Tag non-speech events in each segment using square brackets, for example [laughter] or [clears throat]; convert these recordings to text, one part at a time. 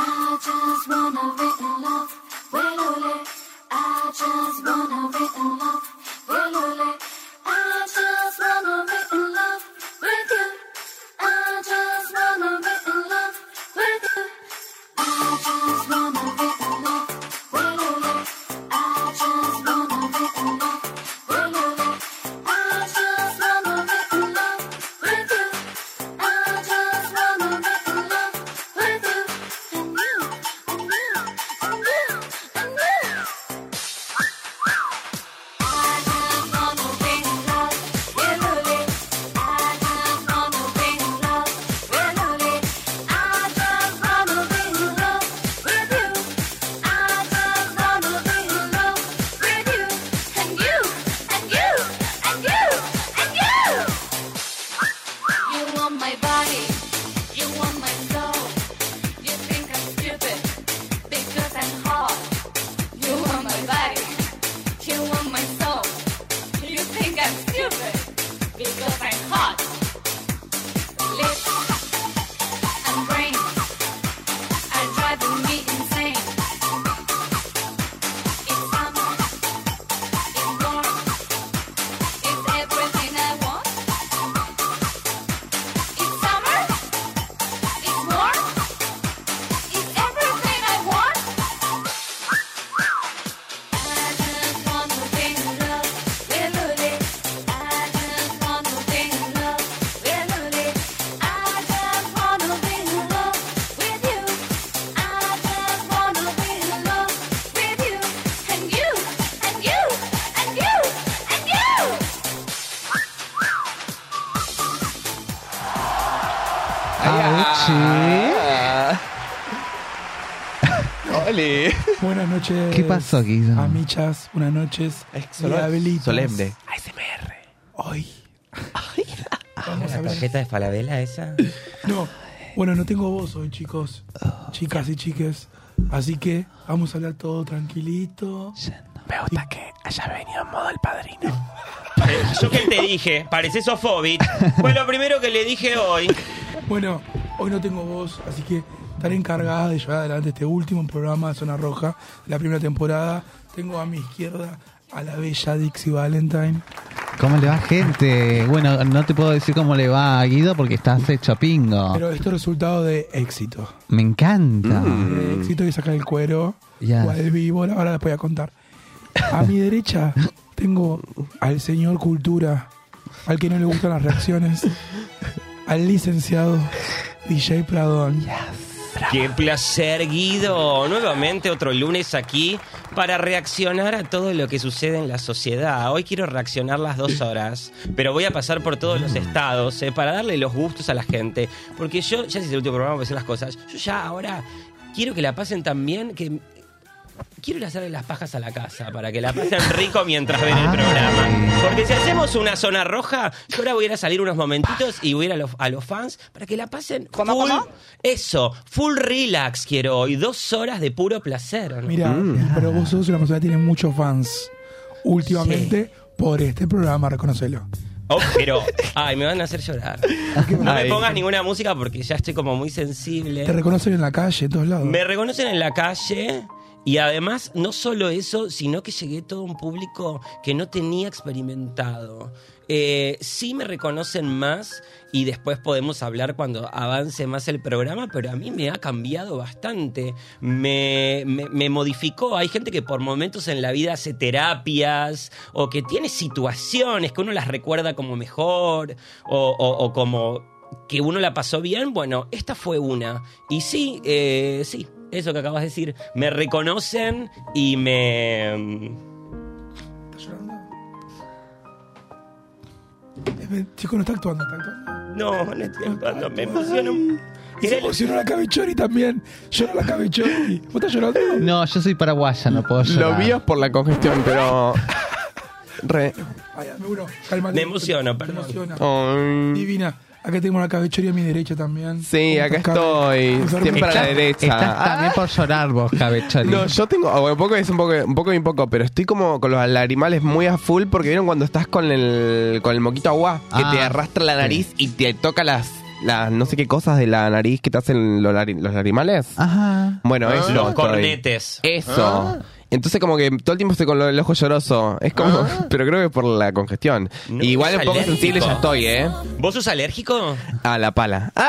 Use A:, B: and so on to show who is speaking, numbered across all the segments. A: I just wanna be in love with Lule. I just wanna be in love with Lule. I just wanna be in love with you. I just wanna be in love with you. I just wanna be in love with Lule. I just wanna be in love with Lule. I just wanna be in love with you. I just wanna be in love with you. And you, and you, and you, and you. I just wanna be in love with Lule. I just wanna be in love with Lule. I just wanna be in love with you. I just wanna be in love with you. And you, and you, and you, and you. You want my body, you want my soul. You think I'm stupid because I'm hot. You want my body, you want my soul. You think I'm stupid because I'm hot. Lips and brain are driving me insane. It's summer, it's warm, it's everything I want. It's summer. It's warm. It's everything I want. I just wanna be in love with Lily. I just wanna be in love with Lily. I just wanna be in love with you. I just wanna be in love with you and you and you and you and you.
B: Ah,
C: ah.
D: ¡Oli!
E: Buenas noches.
B: ¿Qué pasó, Guido?
E: Amichas, buenas noches. Diablitos.
D: solemne.
E: Hoy. Vamos a
F: ¿La
E: ver.
F: tarjeta de Falabella ¿eh? esa?
E: No. Bueno, no tengo voz hoy, chicos. Chicas y chiques. Así que vamos a hablar todo tranquilito.
D: Me gusta que haya venido en modo el padrino.
F: Eh, Yo que te dije, pareces Sofobit. Fue lo primero que le dije hoy.
E: Bueno, hoy no tengo voz, así que estaré encargada de llevar adelante este último programa de Zona Roja, la primera temporada. Tengo a mi izquierda a la bella Dixie Valentine.
B: ¿Cómo le va, gente? Bueno, no te puedo decir cómo le va a Guido porque estás hecho pingo.
E: Pero esto es resultado de éxito.
B: Me encanta.
E: de
C: Mm.
E: éxito y sacar el cuero
B: Mm. Ya.
E: cual víbora. Ahora les voy a contar. A mi derecha tengo al señor Cultura, al que no le gustan las reacciones, al licenciado DJ Pradón.
F: Qué placer, Guido. Nuevamente otro lunes aquí para reaccionar a todo lo que sucede en la sociedad. Hoy quiero reaccionar las dos horas, pero voy a pasar por todos
D: Mm.
F: los estados eh, para darle los gustos a la gente. Porque yo, ya hice el último programa para hacer las cosas, yo ya ahora quiero que la pasen tan bien que... Quiero ir a hacerle las pajas a la casa para [laughs] que la Ah. pasen rico mientras ven el programa. Porque si hacemos una zona roja, yo ahora voy a ir a salir unos momentitos y voy a ir a los, a los fans para que la pasen
C: ¿Cómo,
F: full-
C: cómo?
F: eso, full relax quiero hoy, dos horas de puro placer. Mm. ¿no?
E: Mira, pero vos sos una persona que tiene muchos fans últimamente por este programa, reconocelo.
F: Oh, pero, ay, me van a hacer [laughs] llorar. No me pongas ninguna música porque ya estoy como muy sensible.
E: Te reconocen en la calle, en todos lados.
F: Me reconocen en la calle y además no solo eso, sino que llegué todo un público que no tenía experimentado. Eh, sí me reconocen más y después podemos hablar cuando avance más el programa, pero a mí me ha cambiado bastante, me, me- me modificó. Hay gente que por momentos en la vida hace terapias o que tiene situaciones que uno las recuerda como mejor o- o- o como que uno la pasó bien, bueno, esta fue una. Y sí, eh, sí, eso que acabas de decir. Me reconocen y me. mm,
E: ¿Estás llorando? Es ver- Eh, Chico, no está actuando, está actuando.
F: No, no estoy actuando, me emociono. un-
E: Se
F: Era el-
E: emocionó la cabichori también. Llora la cabichori. ¿Vos estás llorando?
B: No, yo soy paraguaya, no puedo
D: Lo
B: llorar.
D: mío es por la congestión, pero. Re.
E: Ay, dame uno. Cálmate.
F: Me emociono,
E: Me
F: perdón.
E: emociona.
C: Ay.
E: Divina. Acá tengo la cabechoría a mi derecha también.
C: Sí,
E: Con
C: acá
E: pescado.
C: estoy.
E: Enfermo.
C: Siempre a la
B: Estás-
C: derecha.
B: Estás
C: Ah.
B: también por llorar vos, cabechari.
C: No, yo tengo, ah, bueno, un poco es un poco, un poco y un poco, pero estoy como con los lagrimales muy a full porque vieron cuando estás con el, con el moquito agua que
B: Ah,
C: te arrastra la nariz y te toca las, las no sé qué cosas de la nariz que te hacen los, lari- los lagrimales.
B: Ajá.
C: Bueno, eso.
F: Los
C: estoy.
F: cornetes.
C: Eso.
B: Ah.
C: Entonces como que todo el tiempo estoy con lo- el ojo lloroso. Es como, [laughs] pero creo que por la congestión.
F: No,
C: Igual
F: es
C: un poco
F: alérgico.
C: sensible ya estoy, ¿eh?
F: ¿Vos sos alérgico?
C: A la pala. [laughs]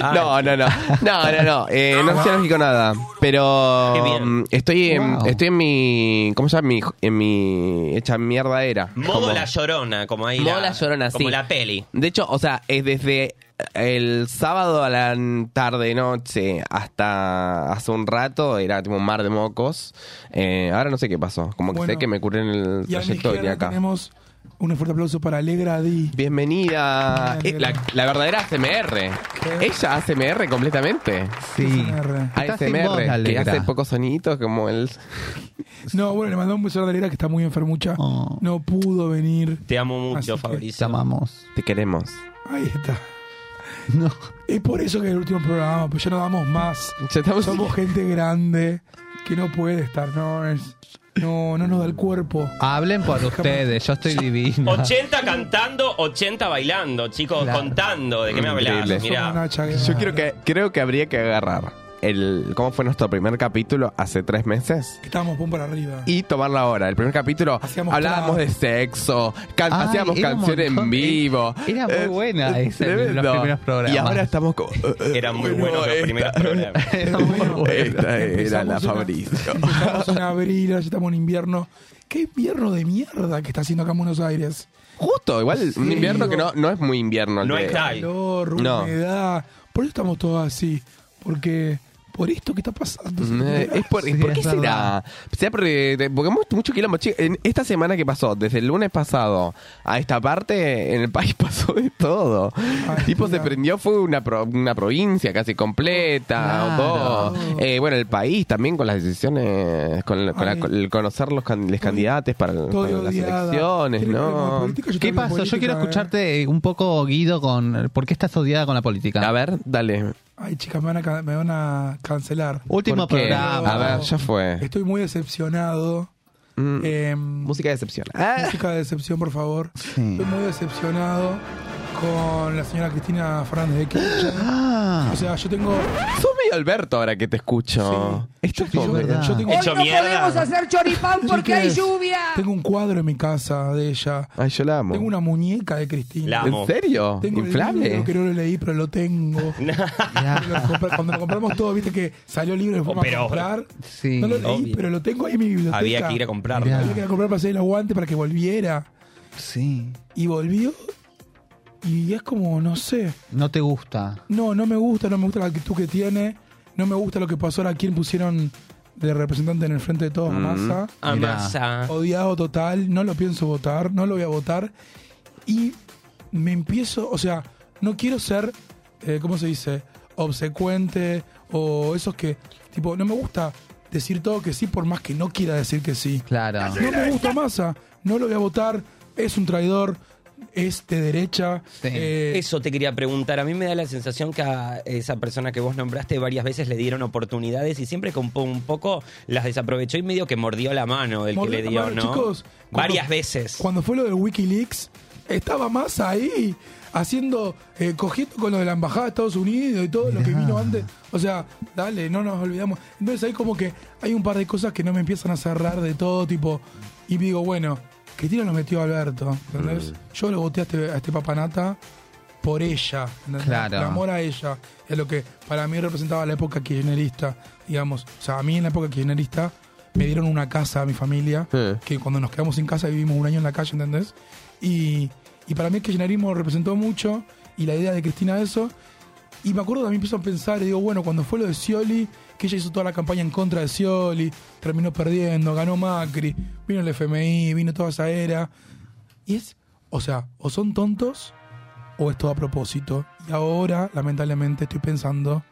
C: Ah,
F: Ah.
C: No, no, no. No, no, no. Eh, no soy alérgico a nada. Pero
F: Qué bien.
C: mm, estoy en,
B: Wow.
C: estoy en mi. ¿Cómo se llama? Mi- en mi. Hecha mierda era.
F: Modo
C: Como-
F: la llorona, como ahí.
C: Modo
F: la,
C: la llorona,
F: Como
C: sí.
F: la peli.
C: De hecho, o sea, es desde el sábado a la tarde, noche, hasta hace un rato, era tipo un mar de mocos. Eh, ahora no sé qué pasó. Como que
E: Bueno.
C: sé que me curé en el
E: Y a mi
C: trayecto de
E: izquierda
C: acá.
E: tenemos un fuerte aplauso para Alegra Di.
C: Bienvenida.
E: Bienvenida.
C: Eh, la, la verdadera ACMR.
E: ¿Qué?
C: Ella ACMR completamente.
B: Sí.
E: ASMR.
B: Está sin voz, la
C: ASMR, que
B: alegra.
C: hace pocos sonitos como el...
E: No, bueno, le mandamos un beso a Alegra que está muy enfermucha.
B: Oh.
E: No pudo venir.
F: Te amo mucho,
E: Así que-
B: Te
F: Fabricio.
B: amamos.
C: Te queremos.
E: Ahí está.
B: No.
E: Es por eso que es el último programa, pues ya no damos más.
C: Ya estamos...
E: Somos gente grande que no puede estar, no, es- no, no nos da el cuerpo.
B: Hablen por ustedes, yo estoy divino.
F: 80 cantando, 80 bailando, chicos,
B: Claro.
F: contando. ¿De qué me hablas?
C: Increíble.
E: Somos una
F: Mirá.
E: hacha
C: Yo
E: grande.
C: creo que, creo que habría que agarrar el cómo fue nuestro primer capítulo hace tres meses
E: Estábamos pum para arriba.
C: y tomarlo ahora. El primer capítulo
E: Hacíamos
C: hablábamos
E: trap.
C: de sexo, can-
B: Ay,
C: hacíamos
B: era un
C: canciones
B: montón.
C: en vivo.
B: Era muy
C: Eh,
B: buena esa en los
C: tremendo.
B: primeros programas.
C: Y ahora eh, estamos como... [laughs]
F: Eran muy buenos los primeros programas.
B: Era muy bueno.
C: Esta era
E: Empezamos
C: la
E: una-
C: Fabricio.
E: Estamos en abril, ahora ya estamos en invierno. ¿Qué invierno de mierda que está haciendo acá en Buenos Aires?
C: Justo, igual un invierno que no, no es muy invierno. el
F: No
C: de-
F: es tal.
E: Calor,
C: No.
E: humedad. Por eso estamos todos así. Porque por esto que está pasando.
C: Mm, eh, Es por,
B: Sí,
C: ¿por qué
B: es verdad.
C: será? ¿Será porque, te- porque hemos- mucho quilombo? Che, en esta semana que pasó, desde el lunes pasado a esta parte, en el país [laughs] pasó de todo.
E: Ay,
C: tipo,
E: mira.
C: se prendió, fue una, pro- una provincia casi completa.
B: Claro.
C: o dos. Eh, bueno, el país también con las decisiones, con, la- con la-
E: Ay.
C: con el conocer los, can- los candidatos para, para
E: Estoy
C: las
E: odiada.
C: elecciones,
E: ¿Quieres que hablemos de
C: ¿no?
E: política? te
B: ¿Qué
E: hablo de
B: pasó? Yo
E: política,
B: quiero
E: eh.
B: escucharte eh, un poco, Guido, con por qué estás odiada con la política.
C: A ver, dale.
E: Ay, chicas, me van a, ca- me van a cancelar.
B: Último
C: ¿Por qué?
B: programa.
C: A ver, ya fue.
E: Estoy muy decepcionado.
C: Mm,
E: Em,
C: música de excepción. Ah.
E: [laughs] música de decepción, por favor.
B: Sí.
E: Estoy muy decepcionado con la señora Cristina Fernández de Kirchner.
B: Ah,
E: O sea, yo tengo.
C: Sos medio Alberto ahora que te escucho. Esto es
B: yo-
C: como-
B: verdad.
E: yo tengo-
G: Hoy
F: Hecho
G: no
F: mierda.
G: podemos hacer choripán porque hay
E: Chiques,
G: lluvia.
E: Tengo un cuadro en mi casa de ella.
C: Ay, yo la amo.
E: Tengo una muñeca de Cristina.
F: La amo.
C: ¿En serio?
E: Tengo el
C: ¿Inflable?
E: libro que no lo leí, pero
C: [laughs]
E: lo tengo. Pero lo compré- Cuando lo compramos todo, viste que salió el libro y fuimos a
F: Pero-
E: comprar.
B: sí.
E: No lo leí,
F: Obvio.
E: pero lo tengo ahí en mi biblioteca.
F: Había que ir a comprarlo.
E: Había que ir a comprar para hacer el aguante para que volviera.
B: sí.
E: Y volvió. Y es como, no sé.
B: No te gusta.
E: No, no me gusta, no me gusta la actitud que tiene. No me gusta lo que pasó ahora. ¿Quién pusieron de representante en el frente de todos? a Massa.
F: Amasa.
E: Odiado total. No lo pienso votar. No lo voy a votar. Y me empiezo. O sea, no quiero ser. eh, ¿Cómo se dice? Obsecuente. O esos que. Tipo, no me gusta decir todo que sí, por más que no quiera decir que sí.
B: Claro.
E: No me gusta Massa. No lo voy a votar. Es un traidor. Es de derecha.
B: Sí.
E: eh,
F: Eso te quería preguntar. A mí me da la sensación que a esa persona que vos nombraste varias veces le dieron oportunidades y siempre con po- un poco las desaprovechó y medio que mordió la mano del que
E: Mordió
F: le
E: la
F: dio,
E: mano,
F: ¿no?
E: chicos, cuando-
F: varias veces.
E: Cuando fue lo de Wikileaks, estaba más ahí haciendo, eh, cogiendo con lo de la embajada de Estados Unidos y todo lo que vino antes. O sea, dale, no nos olvidamos. Entonces ahí como que hay un par de cosas que no me empiezan a cerrar de todo tipo. Y digo, bueno, Cristina lo metió a Alberto. ¿entendés? Yo lo voté a este, a este papanata por ella. ¿entendés?
B: Claro.
E: El amor a ella. Es lo que para mí representaba la época kirchnerista, digamos. O sea, a mí en la época kirchnerista me dieron una casa a mi familia
C: Sí.
E: que cuando nos quedamos sin casa vivimos un año en la calle, ¿entendés? Y, y para mí el kirchnerismo representó mucho y la idea de Cristina de eso. Y me acuerdo también empiezo a pensar y digo, bueno, cuando fue lo de Scioli, que ella hizo toda la campaña en contra de Scioli, terminó perdiendo, ganó Macri, vino el FMI, vino toda esa era. Y es, o sea, o son tontos o es todo a propósito. Y ahora, lamentablemente, estoy pensando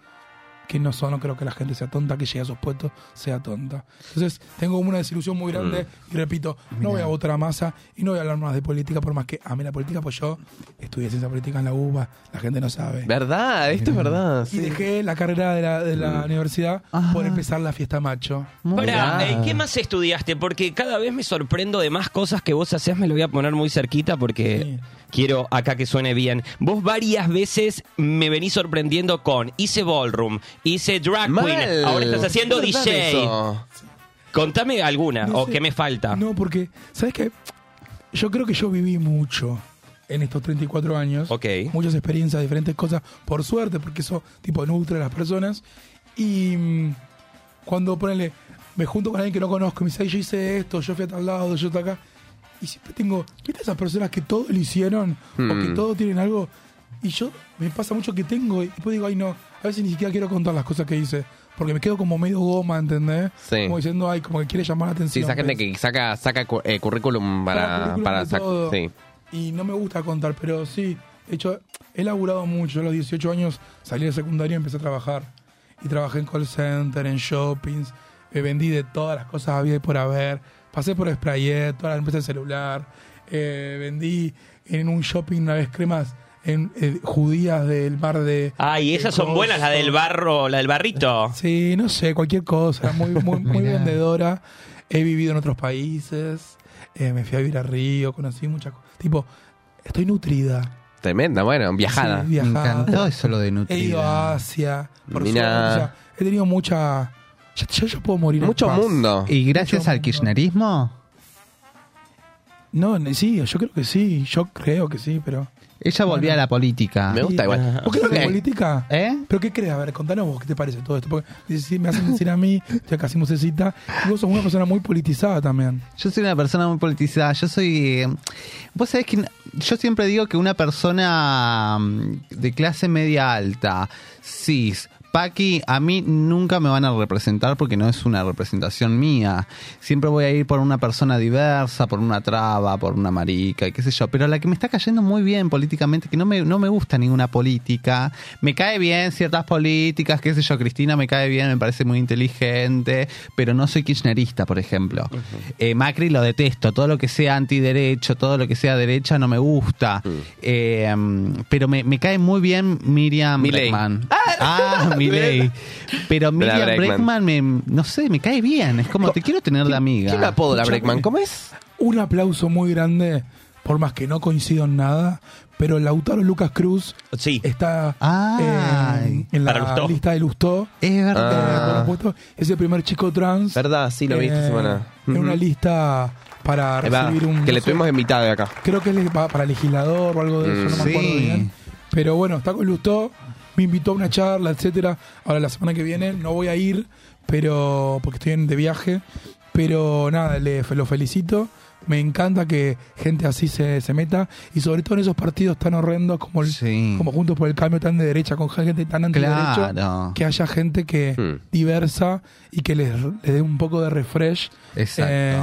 E: que no son, no creo que la gente sea tonta, que llegue a esos puestos sea tonta. Entonces, tengo como una desilusión muy grande
C: Mm.
E: y repito, no voy a votar a masa y no voy a hablar más de política, por más que a mí la política, pues yo estudié ciencia política en la UBA, la gente no sabe.
C: ¿Verdad? Esto es verdad.
E: Y
C: sí. Mm. Ah.
E: dejé la carrera de la, de la universidad
B: Ajá.
E: por empezar la fiesta macho.
F: Pará, eh, ¿qué más estudiaste? Porque cada vez me sorprendo de más cosas que vos hacés, me lo voy a poner muy cerquita porque
E: Sí.
F: quiero acá que suene bien. Vos varias veces me venís sorprendiendo con hice ballroom, hice drag queen,
C: Mal.
F: ahora estás haciendo
C: ¿Verdad
F: DJ.
C: eso?
F: Contame alguna
E: No
F: o
E: sé.
F: qué me falta.
E: No, porque, ¿sabes qué? Yo creo que yo viví mucho en estos 34 años.
F: Ok.
E: Muchas experiencias, diferentes cosas, por suerte, porque eso tipo nutre a las personas. Y mm, cuando ponele, me junto con alguien que no conozco, me dice, "Ay, yo hice esto, yo fui a tal lado, yo hasta acá. Y siempre tengo, ¿viste esas personas que todo lo hicieron? O que
C: Mm.
E: todo tienen algo. Y yo me pasa mucho que tengo, y después digo, ay no, a veces ni siquiera quiero contar las cosas que hice. Porque me quedo como medio goma, ¿entendés?
C: Sí.
E: Como diciendo, ay, como que quiere llamar la atención.
C: Sí, esa gente
E: ¿ves?
C: que saca, saca cu- eh, currículum para,
E: currículum
C: para
E: de
C: sac-
E: todo.
C: sí.
E: Y no me gusta contar, pero sí, de hecho, he laburado mucho. A los 18 años salí de secundaria y empecé a trabajar. Y trabajé en call center, en shoppings, me vendí de todas las cosas había y por haber. Pasé por Sprayet, todas las empresas de celular. eh, vendí en un shopping una vez cremas en, eh, judías del mar de.
F: Ay, esas son
E: de
F: buenas, la del
E: Coso.
F: barro, la del barrito.
E: Sí, no sé, cualquier cosa. Muy, muy, muy
B: Mirá.
E: vendedora. He vivido en otros países. eh, me fui a vivir a Río, conocí muchas cosas. Tipo, estoy nutrida.
C: Tremenda, bueno, viajada.
E: Sí,
B: Me
E: viajada.
B: encantó eso lo de
E: He ido a
B: Nutrida.
E: Asia. Por
C: Mirá.
E: suerte, o sea, he tenido mucha. Ya, ya yo puedo morir. en
C: Mucho
E: paz.
C: mundo.
B: Y gracias
E: Mucho
B: al
E: mundo.
B: kirchnerismo,
E: No, ne- sí, yo creo que sí. Yo creo que sí, pero.
B: ella volvió a la política.
C: Me gusta igual.
E: ¿Por qué no
C: Eh,
E: de política?
B: ¿Eh?
E: ¿Pero qué crees? A ver, contanos vos qué te parece todo esto. Porque dices, sí, me hacen decir a mí, [laughs] ya casi musecita. Y vos sos una persona muy politizada también.
B: Yo soy una persona muy politizada. Yo soy. eh, Vos sabés que n- yo siempre digo que una persona mm, de clase media alta, cis, Paqui, a mí nunca me van a representar porque no es una representación mía. Siempre voy a ir por una persona diversa, por una traba, por una marica, y qué sé yo. Pero la que me está cayendo muy bien políticamente, que no me, no me gusta ninguna política, me cae bien ciertas políticas, qué sé yo, Cristina me cae bien, me parece muy inteligente, pero no soy kirchnerista, por ejemplo. Eh, Macri lo detesto, todo lo que sea antiderecho, todo lo que sea derecha no me gusta. Eh, mm, pero me, me cae muy bien Miriam
C: Milei.
B: Bregman. Ah, Milei. Pero Miriam
C: Bregman.
B: Bregman, me, no sé, me cae bien, es como, te quiero tener de amiga.
C: ¿Qué me apodo la
E: Escuchame.
C: Breckman? ¿Cómo es?
E: un aplauso muy grande, por más que no coincido en nada, pero Lautaro Lucas Cruz
F: Sí.
E: está
B: Ah.
E: en, en la
F: Para Lustó.
E: lista de Lustó.
B: Es
E: Eh,
B: verdad.
E: por supuesto, es el primer chico trans.
C: ¿Verdad? Sí, lo vi esta
E: eh,
C: semana.
E: En una
C: Ujú.
E: lista para
C: Es verdad,
E: recibir un.
C: que le
E: no sé,
C: tuvimos invitado de acá.
E: Creo que es le- pa- para legislador o algo de eso, no
B: Mm.
E: me acuerdo
B: Sí.
E: bien. Pero bueno, está con Lustó, me invitó a una charla, etcétera. Ahora la semana que viene no voy a ir, pero porque estoy en- de viaje. Pero nada, le, fe- lo felicito. Me encanta que gente así se, se meta y sobre todo en esos partidos tan horrendos como, el-
B: Sí.
E: como Juntos por el Cambio, tan de derecha, con gente tan antiderecha,
B: Claro. Hmm.
E: que haya gente que
C: Mm.
E: diversa y que les, les dé un poco de refresh
B: Exacto.
E: eh,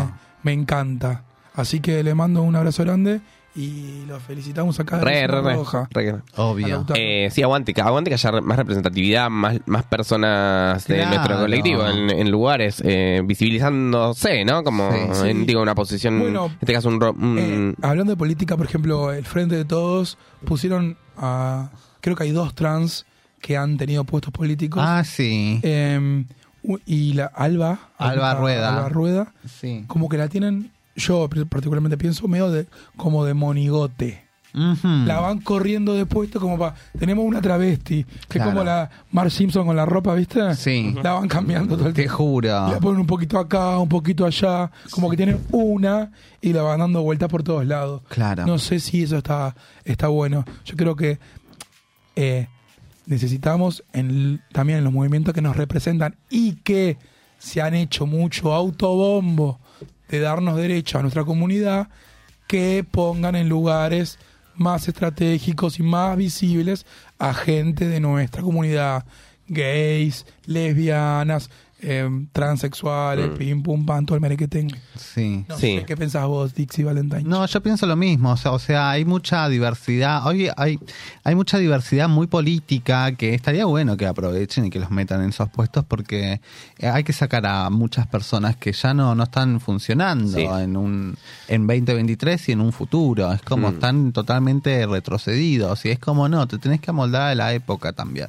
E: me encanta. Así que le mando un abrazo grande y lo felicitamos acá. de
C: Re,
E: Zona
C: re, re,
E: Roja.
C: re.
E: A
B: Obvio.
E: Lautaro.
C: Eh, sí, aguante, que- aguante que haya más representatividad, más, más personas de
B: Claro.
C: nuestro colectivo en, en lugares, eh, visibilizándose, ¿no? Como
B: Sí,
E: sí.
C: en digo, una posición,
E: Bueno,
C: en este caso un... ro- un-
E: Eh, hablando de política, por ejemplo, el Frente de Todos pusieron a... Creo que hay dos trans que han tenido puestos políticos.
B: Ah, sí.
E: Eh, u- y la Alba.
B: Alba Rueda.
E: Alba Rueda.
B: sí.
E: Como que la tienen, yo particularmente pienso, medio de, como de monigote.
B: Ujú.
E: la van corriendo de puesto como para tenemos una travesti que
B: Claro.
E: es como la Mark Simpson con la ropa viste
B: Sí. Ah.
E: la van cambiando todo el
B: Te
E: tiempo
B: juro.
E: la ponen un poquito acá un poquito allá como que tienen una y la van dando vueltas por todos lados
B: Claro.
E: no sé si eso está está bueno yo creo que eh, necesitamos en l- también en los movimientos que nos representan y que se han hecho mucho autobombo de darnos derecho a nuestra comunidad que pongan en lugares más estratégicos y más visibles a gente de nuestra comunidad gays, lesbianas, em, transexuales, pim, pum, pan, todo el merequetengue.
B: Sí.
E: No
C: Mm. Sí.
E: sé qué pensás vos, Dixie Valentine.
B: No, yo pienso lo mismo, o sea, o sea, hay mucha diversidad, hoy hay, hay mucha diversidad muy política que estaría bueno que aprovechen y que los metan en esos puestos porque hay que sacar a muchas personas que ya no, no están funcionando
C: Sí.
B: en un en 2023 y en un futuro, es
C: Mm.
B: como están totalmente retrocedidos y es como no, te tenés que amoldar a la época también.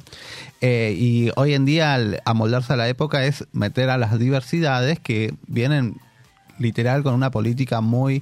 B: Eh, y hoy en día al amoldarse a la época es meter a las diversidades que vienen literal con una política muy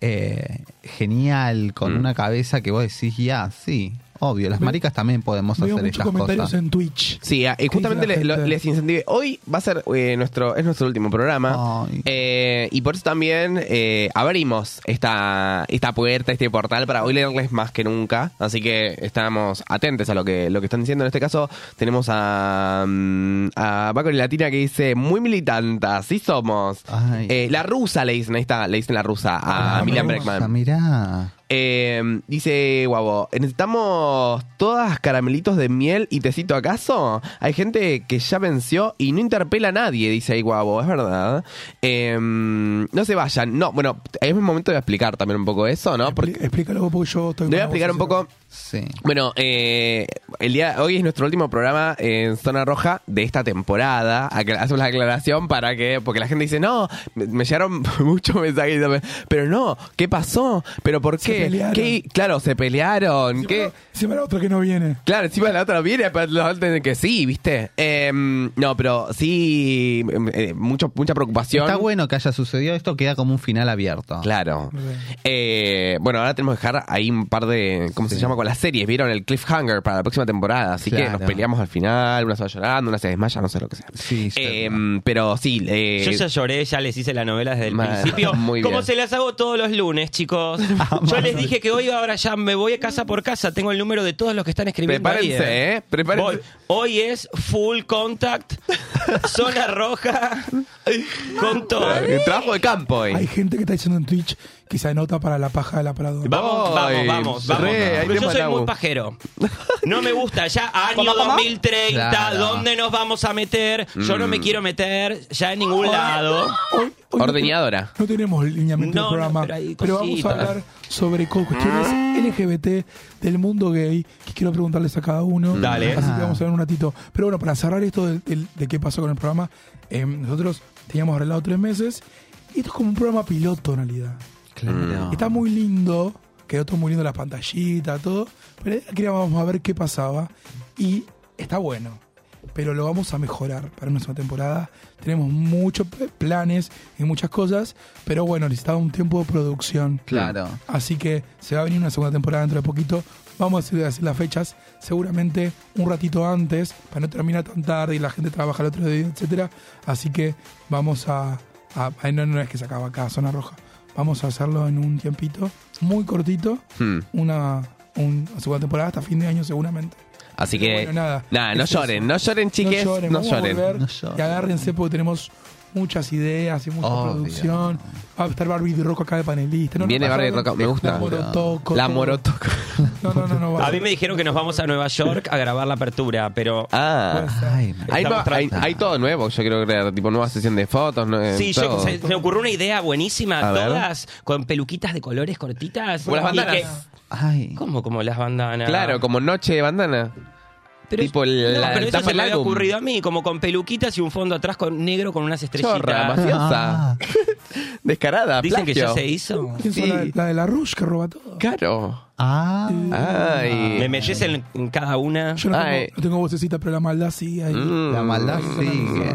B: eh, genial,
C: Mm.
B: con una cabeza que vos decís, ya, sí, obvio, las maricas también podemos
E: Veo
B: hacer
E: muchos
B: estas
E: comentarios
B: cosas.
E: en Twitch.
C: Sí, ah, y
E: ¿Qué
C: justamente
E: dice
C: les,
E: la
C: lo-
E: gente?
C: les incentivé. Hoy va a ser eh, nuestro, es nuestro último programa.
B: Ay.
C: Eh, y por eso también eh, abrimos esta, esta puerta, este portal, para hoy leerles más que nunca. Así que estamos atentos a lo que, lo que están diciendo. En este caso, tenemos a, mm, a Bacoli Latina que dice: Muy militantas, sí somos.
B: Ay.
C: Eh, la rusa le dicen, ahí está, le dicen la rusa a
B: Ah,
C: Miriam
B: me
C: Breckman.
B: gusta, mirá.
C: Eh, dice Guabo, ¿necesitamos todas caramelitos de miel y tecito acaso? Hay gente que ya venció y no interpela a nadie, dice ahí Guabo, es verdad. Eh, no se vayan, no, bueno, es mi momento de explicar también un poco eso, ¿no? Porque
E: Expli- Explícalo vos, porque yo estoy.
C: le
E: con
C: voy a
E: la
C: explicar
E: voz
C: un poco...
B: Sí.
C: Bueno, eh, el día hoy es nuestro último programa en Zona Roja de esta temporada. Acla- Hacemos la aclaración para que, porque la gente dice, no, me, me llegaron [laughs] muchos mensajes, diciéndome, pero no, ¿qué pasó? ¿pero por
E: Se
C: qué?
E: pelearon.
C: ¿Qué? Claro, se pelearon.
E: cero.
C: ¿Qué?
E: Encima la otra que no viene.
C: Claro, encima la otra viene, pero los otros dicen que sí, ¿viste? Em, no, pero sí, em, eh, mucho, mucha preocupación.
B: Está bueno que haya sucedido esto, queda como un final abierto.
C: Claro.
E: Muy bien.
C: Eh, bueno, ahora tenemos que dejar ahí un par de. ¿Cómo se llama con las series? ¿Vieron el cliffhanger para la próxima temporada? Así que
B: Claro.
C: nos peleamos al final, una se va llorando, una se desmaya, no sé lo que sea.
B: Sí, sí.
C: Eh, pero sí. eh,
F: Yo ya lloré, ya les hice la novela desde el
C: Mal.
F: principio.
C: [laughs] Muy
F: Como
C: bien.
F: se las hago todos los lunes,
E: [laughs]
F: chicos.
E: Ah,
F: Yo les dije que hoy ahora ya me voy casa por casa. Tengo el número de todos los que están escribiendo.
C: Prepárense,
F: ahí,
C: ¿eh? Prepárense.
F: Voy. Hoy es full contact, [laughs] zona roja, con todo.
C: eh, trabajo de campo hoy.
E: Hay gente que está diciendo en Twitch que se anota para la paja de la paradora.
F: Vamos,
C: Ay,
F: vamos, vamos, vamos.
C: re, ahí
F: Porque yo
C: tenemos
F: soy
C: a
F: muy
C: Nabu.
F: pajero. No me gusta.
C: [laughs]
F: Ya año
C: ¿Cómo, cómo?
F: 2030,
B: Claro.
F: ¿dónde nos vamos a meter? Yo no
C: Mm.
F: me quiero meter ya en ningún lado.
E: Hoy- hoy no-
C: Ordeñadora.
E: No tenemos lineamiento
F: No,
E: del
F: no,
E: programa,
F: pero hay
E: pero, vamos a
F: cositas.
E: hablar sobre co- cuestiones LGBT del mundo gay, que quiero preguntarles a cada uno.
F: Dale.
E: Así que vamos a ver un ratito. Pero bueno, para cerrar esto del- del- de, qué pasó con el programa, eh, nosotros teníamos arreglado tres meses y esto es como un programa piloto en realidad.
F: Mm,
B: Claro.
E: [laughs] Está muy lindo, quedó todo muy lindo las pantallitas, todo, pero la idea que era, vamos a ver qué pasaba y está bueno. Pero lo vamos a mejorar para nuestra temporada. Tenemos muchos p- planes y muchas cosas, pero bueno, necesitaba un tiempo de producción.
B: Claro.
E: Así que se va a venir una segunda temporada dentro de poquito. Vamos a decir- decir las fechas seguramente un ratito antes para no terminar tan tarde y la gente trabaja el otro día, etcétera. Así que vamos a, a- a- no, no es que se acaba acá, zona roja. Vamos a hacerlo en un tiempito muy cortito,
C: Hmm.
E: una, un- una segunda temporada hasta fin de año seguramente.
C: Así
E: Pero
C: que.
E: bueno, nada,
C: no
E: es eso.
C: lloren, no lloren, chiques. No lloren.
E: vamos a volver
B: No lloren.
E: Y agárrense porque tenemos muchas ideas y mucha
B: Obvio.
E: producción. Va a estar Barbie de Rocco acá de panelista. No, no,
C: Viene
E: va a
C: Barbie de
E: estar
C: Rocco, me gusta.
E: La Morotoco.
C: La
E: todo.
C: morotoco.
E: No, no, no, no. va.
F: A mí me dijeron que nos vamos a Nueva York a grabar la apertura, pero
C: Ah.
E: Puede ser.
B: Ay,
C: Hay,
F: Estamos
C: no- hay-
B: tratando.
C: hay todo nuevo, yo creo que tipo nueva sesión de fotos. nue-
F: Sí, yo-
C: todo.
F: se, se me ocurrió una idea buenísima.
C: A ver.
F: todas con peluquitas de colores cortitas.
C: Como las
F: Y
C: bandanas.
B: ay.
F: ¿Cómo como las bandanas?
C: Claro, como noche de bandana.
F: Pero-
C: tipo el-
F: no,
C: la-
F: pero
C: el
F: eso se
C: tapa
F: me
C: el
F: había
C: álbum.
F: ocurrido a mí, como con peluquitas y un fondo atrás con negro con unas estrellitas.
C: Chorra, mafiosa.
B: Ah.
C: Descarada,
F: Dicen que ya
C: plagio.
F: se hizo.
E: ¿Quién son la,
C: Sí.
E: la de la Rush que roba todo?
C: Claro.
B: Ah.
C: Ay.
F: Ah. Me mellecen en cada una.
E: Yo no
C: Ay.
E: tengo, no tengo vocecita, pero la maldad sí. Ahí.
C: Mm.
B: La maldad sigue.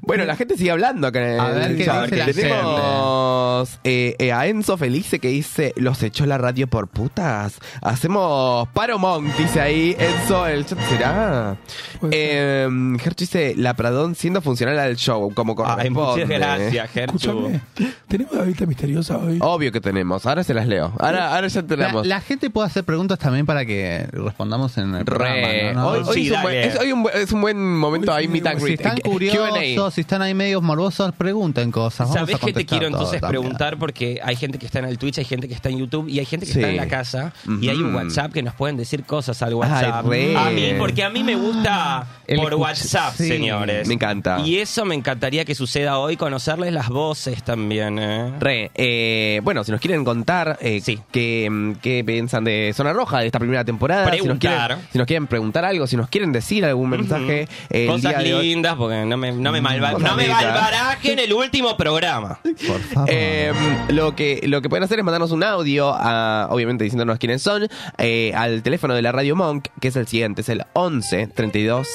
C: Bueno, la gente sigue hablando acá en el
B: A ver qué
C: chat.
B: dice la
C: Tenemos eh, eh, a Enzo Felice que dice, los echó la radio por putas. Hacemos paro monk, dice ahí Enzo, el chat será.
E: Puede
C: Eh, Gertrude dice, la Pradón siendo funcional al show, como
F: Ay,
C: corresponde.
F: muchas gracias, Gertrude.
E: Escúchame, tenemos la vista misteriosa hoy.
C: Obvio que tenemos, ahora se las leo. Ahora, ahora ya
B: La,
C: tenemos.
B: la gente puede hacer preguntas también para que respondamos en el programa.
C: Re.
B: ¿no? ¿No?
C: eh, Hoy, hoy es,
F: Sí,
C: un
F: dale.
C: buen, es- hoy un buen- es un buen momento ahí, meet and
B: Si
C: greet.
B: están
C: Q-
B: curiosos, si están ahí medios morbosos, pregunten cosas. Vamos
F: ¿Sabés
B: a
F: que te
B: contestar
F: quiero
B: todo
F: entonces
B: también.
F: preguntar? Porque hay gente que está en el Twitch, hay gente que está en YouTube y hay gente que está
C: Sí.
F: en la casa y hay un WhatsApp que nos pueden decir cosas al WhatsApp.
C: re.
F: a mí, porque a mí me gusta
B: El
F: por
B: escuch-
F: WhatsApp,
B: sí.
F: señores.
C: Me encanta.
F: Y eso me encantaría que suceda hoy, conocerles las voces también. ¿eh?
C: Re, eh, bueno, si nos quieren contar eh,
F: Sí.
C: qué, mm, qué piensan de Zona Roja de esta primera temporada, si nos,
F: Preguntar.
C: quieren, si nos quieren preguntar algo, si nos quieren decir algún mensaje, eh, el día
F: Cosas
C: de hoy- [laughs] Mm,
F: lindas, porque no me, no me, malva-
C: Cosas
F: no me
C: lindas.
F: malbarajen el último programa.
B: Por favor.
C: Eh, lo, que, lo que pueden hacer es mandarnos un audio, a- obviamente diciéndonos quiénes son, eh, al teléfono de la Radio Monk, que es el siguiente, es el 11 32.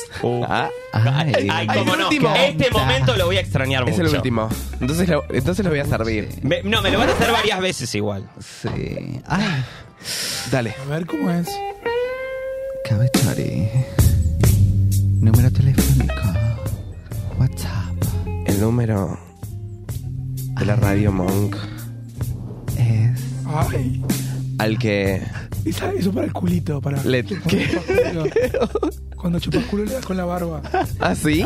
C: Ah,
B: Ay,
F: Uh. Ay,
C: Ay,
F: cómo
C: el
F: no.
C: último.
F: Este momento lo voy a extrañar
C: es
F: mucho.
C: el último. Entonces lo, entonces lo voy a servir.
F: Me- no, me lo van a hacer varias veces igual.
B: Sí. Ay,
C: Dale.
E: A ver cómo es.
B: Cabetori. Número telefónico. WhatsApp.
C: El número de la Radio Monk
B: Es.
E: Ay.
C: al que
E: Esa- eso para el culito, para.
C: Le-
E: cuando
C: ¿Qué?
E: chupas culo. Cuando chupas culo le das con la barba.
C: ¿Así?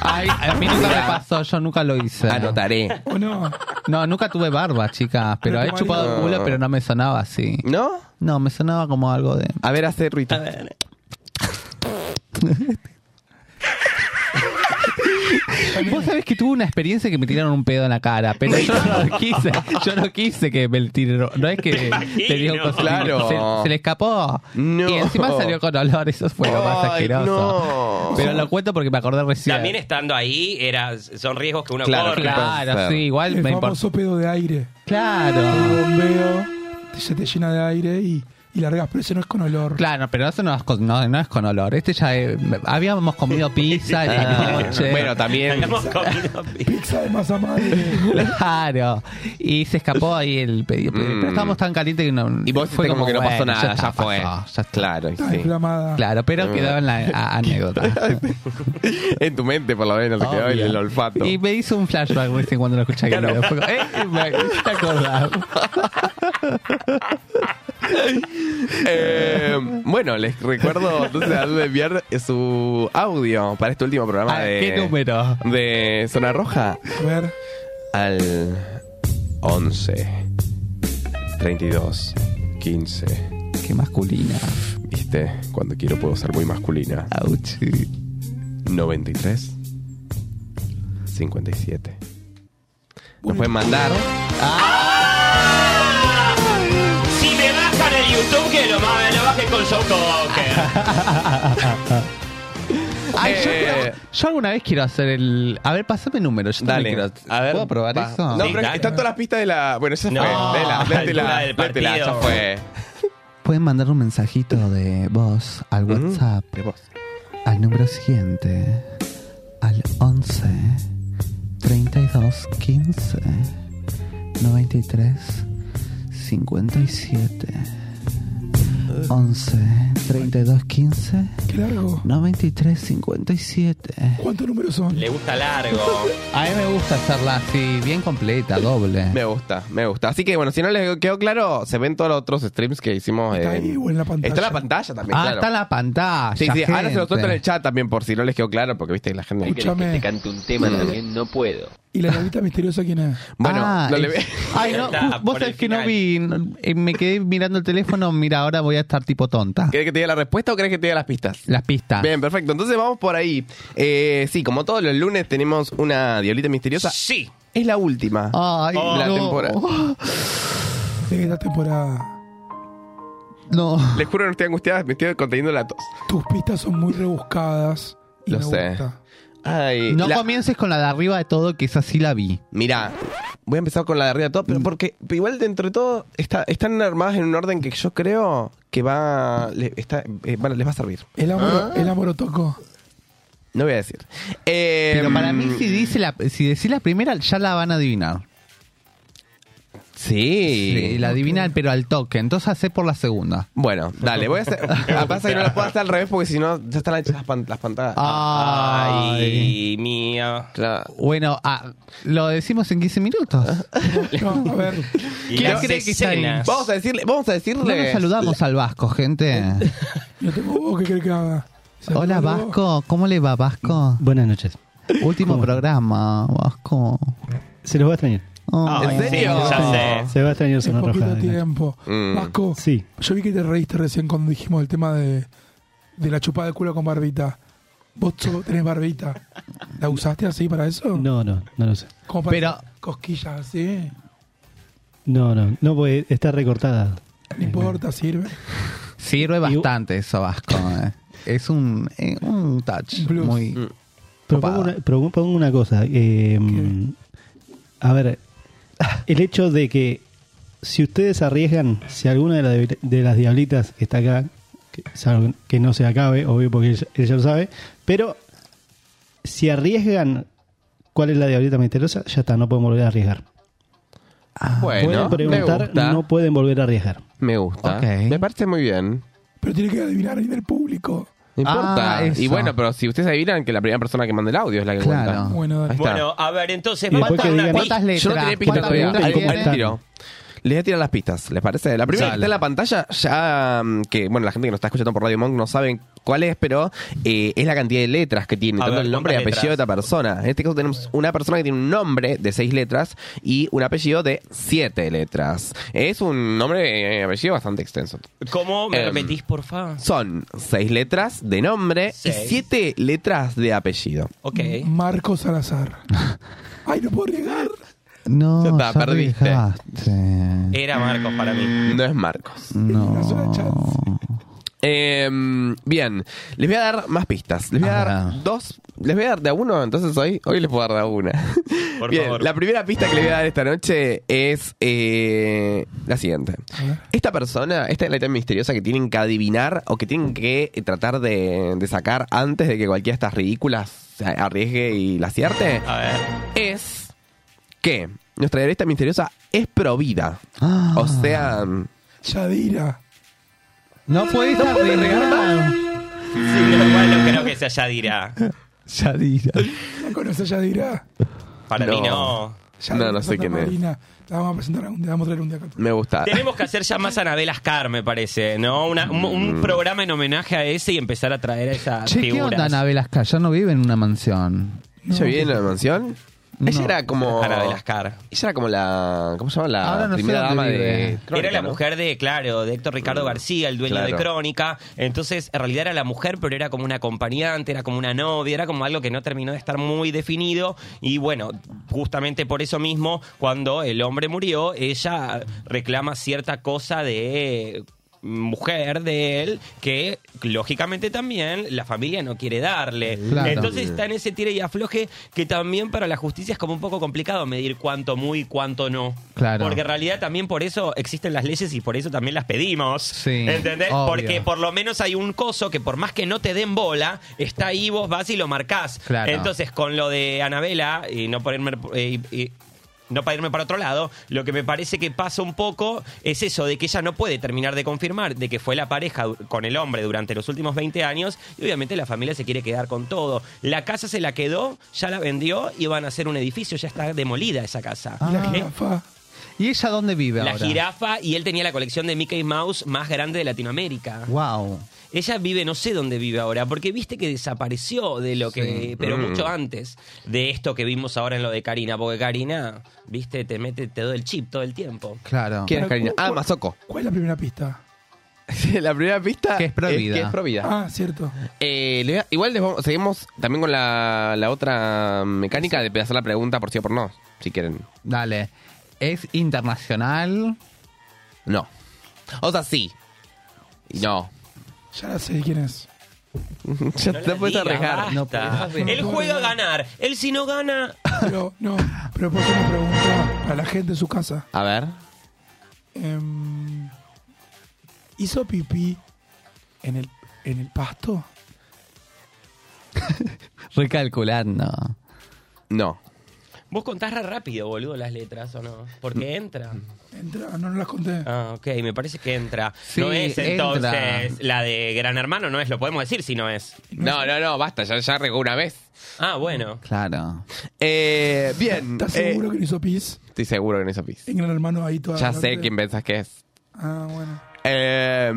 B: Ay, a mí nunca me pasó, yo nunca lo hice.
C: Anotaré.
E: ¿O no?
B: No, nunca tuve barba, chicas, pero
E: Pero
B: he
E: tu
B: chupado
C: marido-
B: culo, pero no me sonaba así.
C: ¿No?
B: No, me sonaba como algo de.
C: A ver, hace ruido.
B: Vos sabés que tuve una experiencia que me tiraron un pedo en la cara, pero yo
F: [laughs]
B: no quise, yo no quise que me tiraron. No es que
F: imagino.
B: te digo cosas.
C: Claro.
B: Se, se le escapó.
C: No.
B: Y encima salió con olor, eso fue lo más
C: Ay,
B: asqueroso.
C: no.
B: Pero lo cuento porque me acordé recién.
F: También estando ahí era, son riesgos que uno
C: Claro,
F: corre.
B: Claro, sí, igual
E: El
B: me importa.
E: famoso pedo de aire. El
B: Claro.
E: bombeo te- se te llena de aire y, y largas, pero ese no es con olor.
B: Claro, pero eso no es con, no, no es con olor. Este ya eh, habíamos comido
F: [laughs]
B: pizza en la noche.
C: Ah, Bueno, también.
F: Habíamos comido pizza.
E: Pizza de masa madre.
B: [laughs] Claro. Y se escapó ahí el pedido. Pero
C: Mm.
B: estábamos tan calientes que no.
C: Y vos
B: fue
C: hiciste como, que no pasó
B: bueno,
C: nada, ya,
B: está,
C: fue.
B: pasó, ya está.
C: Claro, y
E: Está
C: sí.
E: inflamada.
B: Claro, pero quedó en la
C: [laughs]
B: a- anécdota.
C: En tu mente, por lo menos, te quedó el,
B: Obvio.
C: el olfato.
B: Y me hizo un flashback recién cuando lo escuché. que me lo- fue como, eh,
C: [laughs]
B: me me acordaba.
C: Eh, bueno, les recuerdo entonces a dónde enviar su audio para este último programa
B: Ah,
C: de.
B: ¿Qué número?
C: De Zona Roja
E: A ver.
C: al 11 32 15.
B: Qué masculina.
C: Viste, cuando quiero puedo ser muy masculina.
B: Auch.
C: 93 57. Nos pueden mandar.
B: Ah,
F: Si me bajan el YouTube, que lo, ma- lo bajen con Show
C: [laughs]
F: Cocker.
B: Ay, yo,
C: Eh.
B: quiero- yo alguna vez quiero hacer el. A ver, pasame número. Yo también
C: Dale.
B: quiero- ¿Puedo probar
C: va.
B: eso?
C: No,
F: Sí,
C: pero
F: dale.
C: están todas las pistas de la. Bueno, esa
F: No,
C: fue. Léela,
F: la
C: léetela,
F: altura del
C: léetela, ya
F: partido.
C: fue.
B: Pueden mandar un mensajito de voz al WhatsApp al número siguiente al 11 32 15 93 57 11 32 15
E: Eh. Qué largo.
B: 93 57
E: ¿Cuántos números son?
F: Le gusta
C: [laughs]
F: largo.
B: A mí me gusta hacerla así bien completa, doble.
C: Me gusta, me gusta. Así que bueno, si no les quedó claro, se ven todos los otros streams que hicimos.
E: Está
C: en-
E: ahí o en la pantalla.
C: Está en la pantalla también,
B: Ah,
C: claro.
B: está la pantalla.
C: Sí, sí, ahora se los suelto en
B: gente.
C: el chat también por si no les quedó claro, porque viste que la gente.
E: Escúchame. ¿Y la llavita [laughs] misteriosa quién es?
C: Bueno,
B: Ah,
C: no le
B: es-
C: ve.
B: [laughs] Ay, no,
F: Está
B: ju- vos
F: por
B: sabés
F: el
B: que no
F: final.
B: vi. no- eh, Me quedé mirando el teléfono. Mira, ahora voy a estar tipo tonta.
C: ¿Querés que te diga la respuesta o querés que te diga las pistas?
B: Las pistas.
C: Bien, perfecto. Entonces vamos por ahí. Eh, sí, como todos los lunes tenemos una diablita misteriosa.
F: Sí.
C: Es la última
B: Ay,
C: de la
B: no.
C: temporada.
E: De esta temporada.
B: No.
C: Les juro, no estoy angustiada, me estoy conteniendo la tos.
E: Tus pistas son muy rebuscadas. Y
C: Lo
E: me
C: sé.
E: gusta.
C: Ay,
B: No
C: la-
B: comiences con la de arriba de todo, que esa sí la vi.
C: Mirá, voy a empezar con la de arriba de todo,
B: Mm.
C: pero porque igual dentro de todo está, están armadas en un orden que yo creo que va, le- está, eh, va- les va a servir.
E: El
C: Ah.
E: amor, el amor tocó.
C: No voy a decir. Eh,
B: Pero para mí,
C: mm,
B: si dice la, si decís la primera, ya la van a adivinar.
C: Sí.
B: Sí, la adivinan, pero al toque. Entonces hace por la segunda.
C: Bueno, dale, voy a
B: [laughs]
C: hacer. Ah, pasa que no las puedo hacer al revés porque si no, ya están hechas las, pan- las pantallas.
F: Ay, mía.
C: Claro.
B: Bueno, ah, lo decimos en
C: [laughs]
B: 15 minutos.
E: No, a ver.
F: Y
B: ¿Quién
F: las
B: cree que está ahí?
F: escenas.
C: Vamos a decirle, vamos a decirle.
B: No nos saludamos al Vasco, gente.
C: Eh,
E: No tengo vos que crees que haga. Saludos.
B: Hola, Vasco. ¿Cómo le va, Vasco?
H: Buenas noches.
B: Último programa, Vasco.
H: Se los va a extrañar.
B: Oh.
C: ¿En serio?
F: Sí, ya sé.
H: Se va a extrañar
E: Es
H: Zona
E: poquito
H: Roja.
E: tiempo.
C: Mm.
E: Vasco,
H: Sí.
E: yo vi que te reíste recién cuando dijimos el tema de, de la chupada de culo con barbita. Vos solo tenés barbita. ¿La usaste así para eso?
H: No, no, no lo sé.
E: Como para
B: Pero-
E: cosquillas así.
H: No, no, no, porque está recortada.
E: No importa, sirve.
B: Sirve bastante eso, Vasco. eh. Es un, eh, un touch
E: Plus.
B: muy...
C: Mm.
H: Propongo
B: Copada.
H: una, propongo una cosa. eh, a ver, el hecho de que si ustedes arriesgan, si alguna de, la- de las diablitas que está acá, que, salvo que no se acabe, obvio porque ella, ella lo sabe, pero si arriesgan cuál es la diablita misteriosa, ya está, no pueden volver a arriesgar.
C: Ah, Bueno,
H: pueden
C: me
H: preguntar,
C: gusta.
H: no pueden volver a arriesgar.
C: Me gusta.
B: Ok.
C: Me parece muy bien.
E: Pero tiene que adivinar ahí del público.
C: No
B: Ah,
C: importa. y
B: eso.
C: bueno, pero si ustedes adivinan que la primera persona que mande el audio es la que
B: Claro.
C: cuenta.
E: Bueno, dale.
C: Ahí está.
F: Bueno, a ver, entonces
H: Y después
F: basta
H: que
F: una
H: digan-
F: pista.
B: ¿Cuántas letras?
C: Yo no tenía pistas
B: ¿Cuántas
C: todavía.
B: letras
C: Ahí-
B: tiene?
C: ahí tiro. Les voy a tirar las pistas, ¿les parece? La primera que
B: Dale.
C: está en la pantalla, ya mm, que, bueno, la gente que nos está escuchando por Radio Monk no saben cuál es, pero eh, es la cantidad de letras que tiene,
F: A
C: tanto
F: ver,
C: el nombre y
F: ¿cuántas
C: apellido de otra persona. En este caso tenemos una persona que tiene un nombre de seis letras y un apellido de siete letras. Es un nombre eh, apellido bastante extenso.
F: ¿Cómo me
C: Em,
F: repetís, por favor?
C: Son seis letras de nombre
F: Seis.
C: y siete letras de apellido.
F: Ok.
E: Marco Salazar. Ay, no puedo arriesgar.
B: No,
C: Ya
B: ya
C: está, perdiste.
B: arriesgaste.
F: Era Marcos para mí.
C: No es Marcos.
E: [laughs] Una sola chance.
C: Em, bien, les voy a dar más pistas. Les voy a
B: Ah.
C: dar dos. Les voy a dar de a uno, entonces hoy, hoy les puedo dar de a una.
F: Por
C: bien,
F: favor.
C: la primera pista que les voy a dar esta noche es eh, la siguiente.
E: A ver.
C: Esta persona, esta es la tan misteriosa que tienen que adivinar o que tienen que eh, tratar de, de sacar antes de que cualquiera de estas ridículas se arriesgue y la acierte,
F: A ver.
C: es que nuestra derecha misteriosa es provida.
B: Ah.
C: O sea,
E: Yadira.
B: No pudiste arriesgar.
F: Sí, no, igual no creo que sea Yadira.
B: Ya dirá.
E: ¿No conoces a Yadira?
F: Para
C: No.
F: mí no.
E: Yadira
C: No, no sé
E: Santa
C: quién es.
E: Marina. La vamos a presentar algún día. la Vamos a traer un día. acá.
C: me gusta.
F: Tenemos que hacer ya más Anabel Ascar, me parece, ¿no? Una- un,
C: Mm.
F: un programa en homenaje a ese y empezar a traer a esa
B: Che, ¿qué onda,
F: figura.
B: Anabel Ascar? Ya no vive en una mansión.
C: ¿Ella vive en la mansión? Ella
B: No.
C: era como.
F: Anabel Ascar.
C: Ella era como la. ¿Cómo se llama? La
B: Ahora no sé
C: primera
B: dónde
C: dama
B: vive.
C: de. Crónica,
F: era la
C: ¿no? Mm.
F: mujer de, claro, de Héctor Ricardo García, el dueño
C: Claro.
F: de Crónica. Entonces, en realidad era la mujer, pero era como una acompañante, era como una novia, era como algo que no terminó de estar muy definido. Y bueno, justamente por eso mismo, cuando el hombre murió, ella reclama cierta cosa de mm, mujer de él que lógicamente también la familia no quiere darle
B: Claro.
F: entonces está en ese tire y afloje que también para la justicia es como un poco complicado medir cuánto muy y cuánto no
B: Claro.
F: porque en realidad también por eso existen las leyes y por eso también las pedimos.
B: Sí,
F: ¿Entendés?
B: obvio.
F: Porque por lo menos hay un coso que por más que no te den bola, está ahí, vos vas y lo marcás.
B: Claro.
F: Entonces, con lo de Anabela, y no por irme, eh, y- y no para irme para otro lado, lo que me parece que pasa un poco es eso, de que ella no puede terminar de confirmar de que fue la pareja du- con el hombre durante los últimos 20 años y obviamente la familia se quiere quedar con todo. La casa se la quedó, ya la vendió y van a hacer un edificio, ya está demolida esa casa.
E: Y la
F: Es
E: jirafa.
B: Ah. ¿Y ella dónde vive
F: la
B: ahora?
F: jirafa y él tenía la colección de Mickey Mouse más grande de Latinoamérica.
B: Wow.
F: Ella vive, no sé dónde vive ahora, porque viste que desapareció de lo que. Pero mucho
C: Mm.
F: antes de esto que vimos ahora en lo de Karina, porque Karina, viste, te mete, te doy el chip todo el tiempo.
B: Claro.
C: ¿Quién es Karina? Ah,
E: ¿Cuál-
C: Mazoco.
E: ¿Cuál es la primera pista?
C: [laughs] la primera pista.
B: Que es provida.
C: que es provida.
E: Ah, cierto.
C: Eh, le voy a- igual les vamos- seguimos también con la, la otra mecánica de hacer la pregunta por sí o por no, si quieren.
B: Dale. ¿Es internacional?
C: No. O sea, sí. Y No.
E: Ya la sé quién
C: [laughs]
E: es.
C: Ya
F: No
C: te
F: la
C: puedes
F: digas,
C: arriesgar.
F: basta.
B: No puedes arriesgar.
F: él juega a ganar. Él si no gana.
E: Pero no, pero puedo hacer una pregunta para la gente en su casa.
C: A ver.
E: Em, ¿Hizo pipí en el, en el pasto?
B: Recalculando.
C: No.
F: Vos contás re rápido, boludo, las letras, ¿o no? Porque entra.
C: Mm.
E: Entra, no, no las
B: [laughs]
E: conté.
F: Ah, ok, me parece que entra.
B: Sí,
F: no es
B: entra.
F: entonces la de Gran Hermano, no es, lo podemos decir si no es.
C: No, no, no, basta, ya, ya regó una vez.
F: Ah, bueno.
B: Claro.
C: Eh, bien.
E: ¿Estás
C: eh,
E: seguro que no hizo pis? Ah,
C: Estoy seguro que no hizo pis.
E: En Gran Hermano ahí toda
C: Ya
E: la
C: sé
E: noche.
C: quién pensás que es.
E: Ah, bueno.
C: Eh,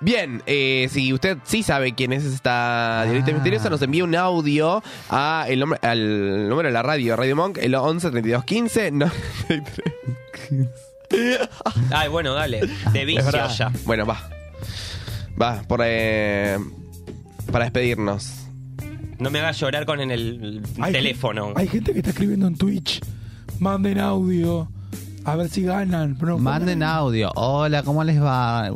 C: bien, eh, si usted sí sabe quién es esta
E: Ah.
C: directa misteriosa, nos envía un audio a el nombre- al número de la radio, Radio Monk, el 11 32 15 [laughs] 93. Ah.
F: Ay,
C: [laughs]
F: bueno, dale. De vicio ya.
C: Bueno, va. Va, por, eh, para despedirnos.
F: No me hagas llorar con en el
E: Hay
F: teléfono.
E: gen- Hay gente que está escribiendo en Twitch. Manden audio. A ver si ganan. Pero no
B: Manden
E: ponen-
B: audio. Hola, ¿cómo les va?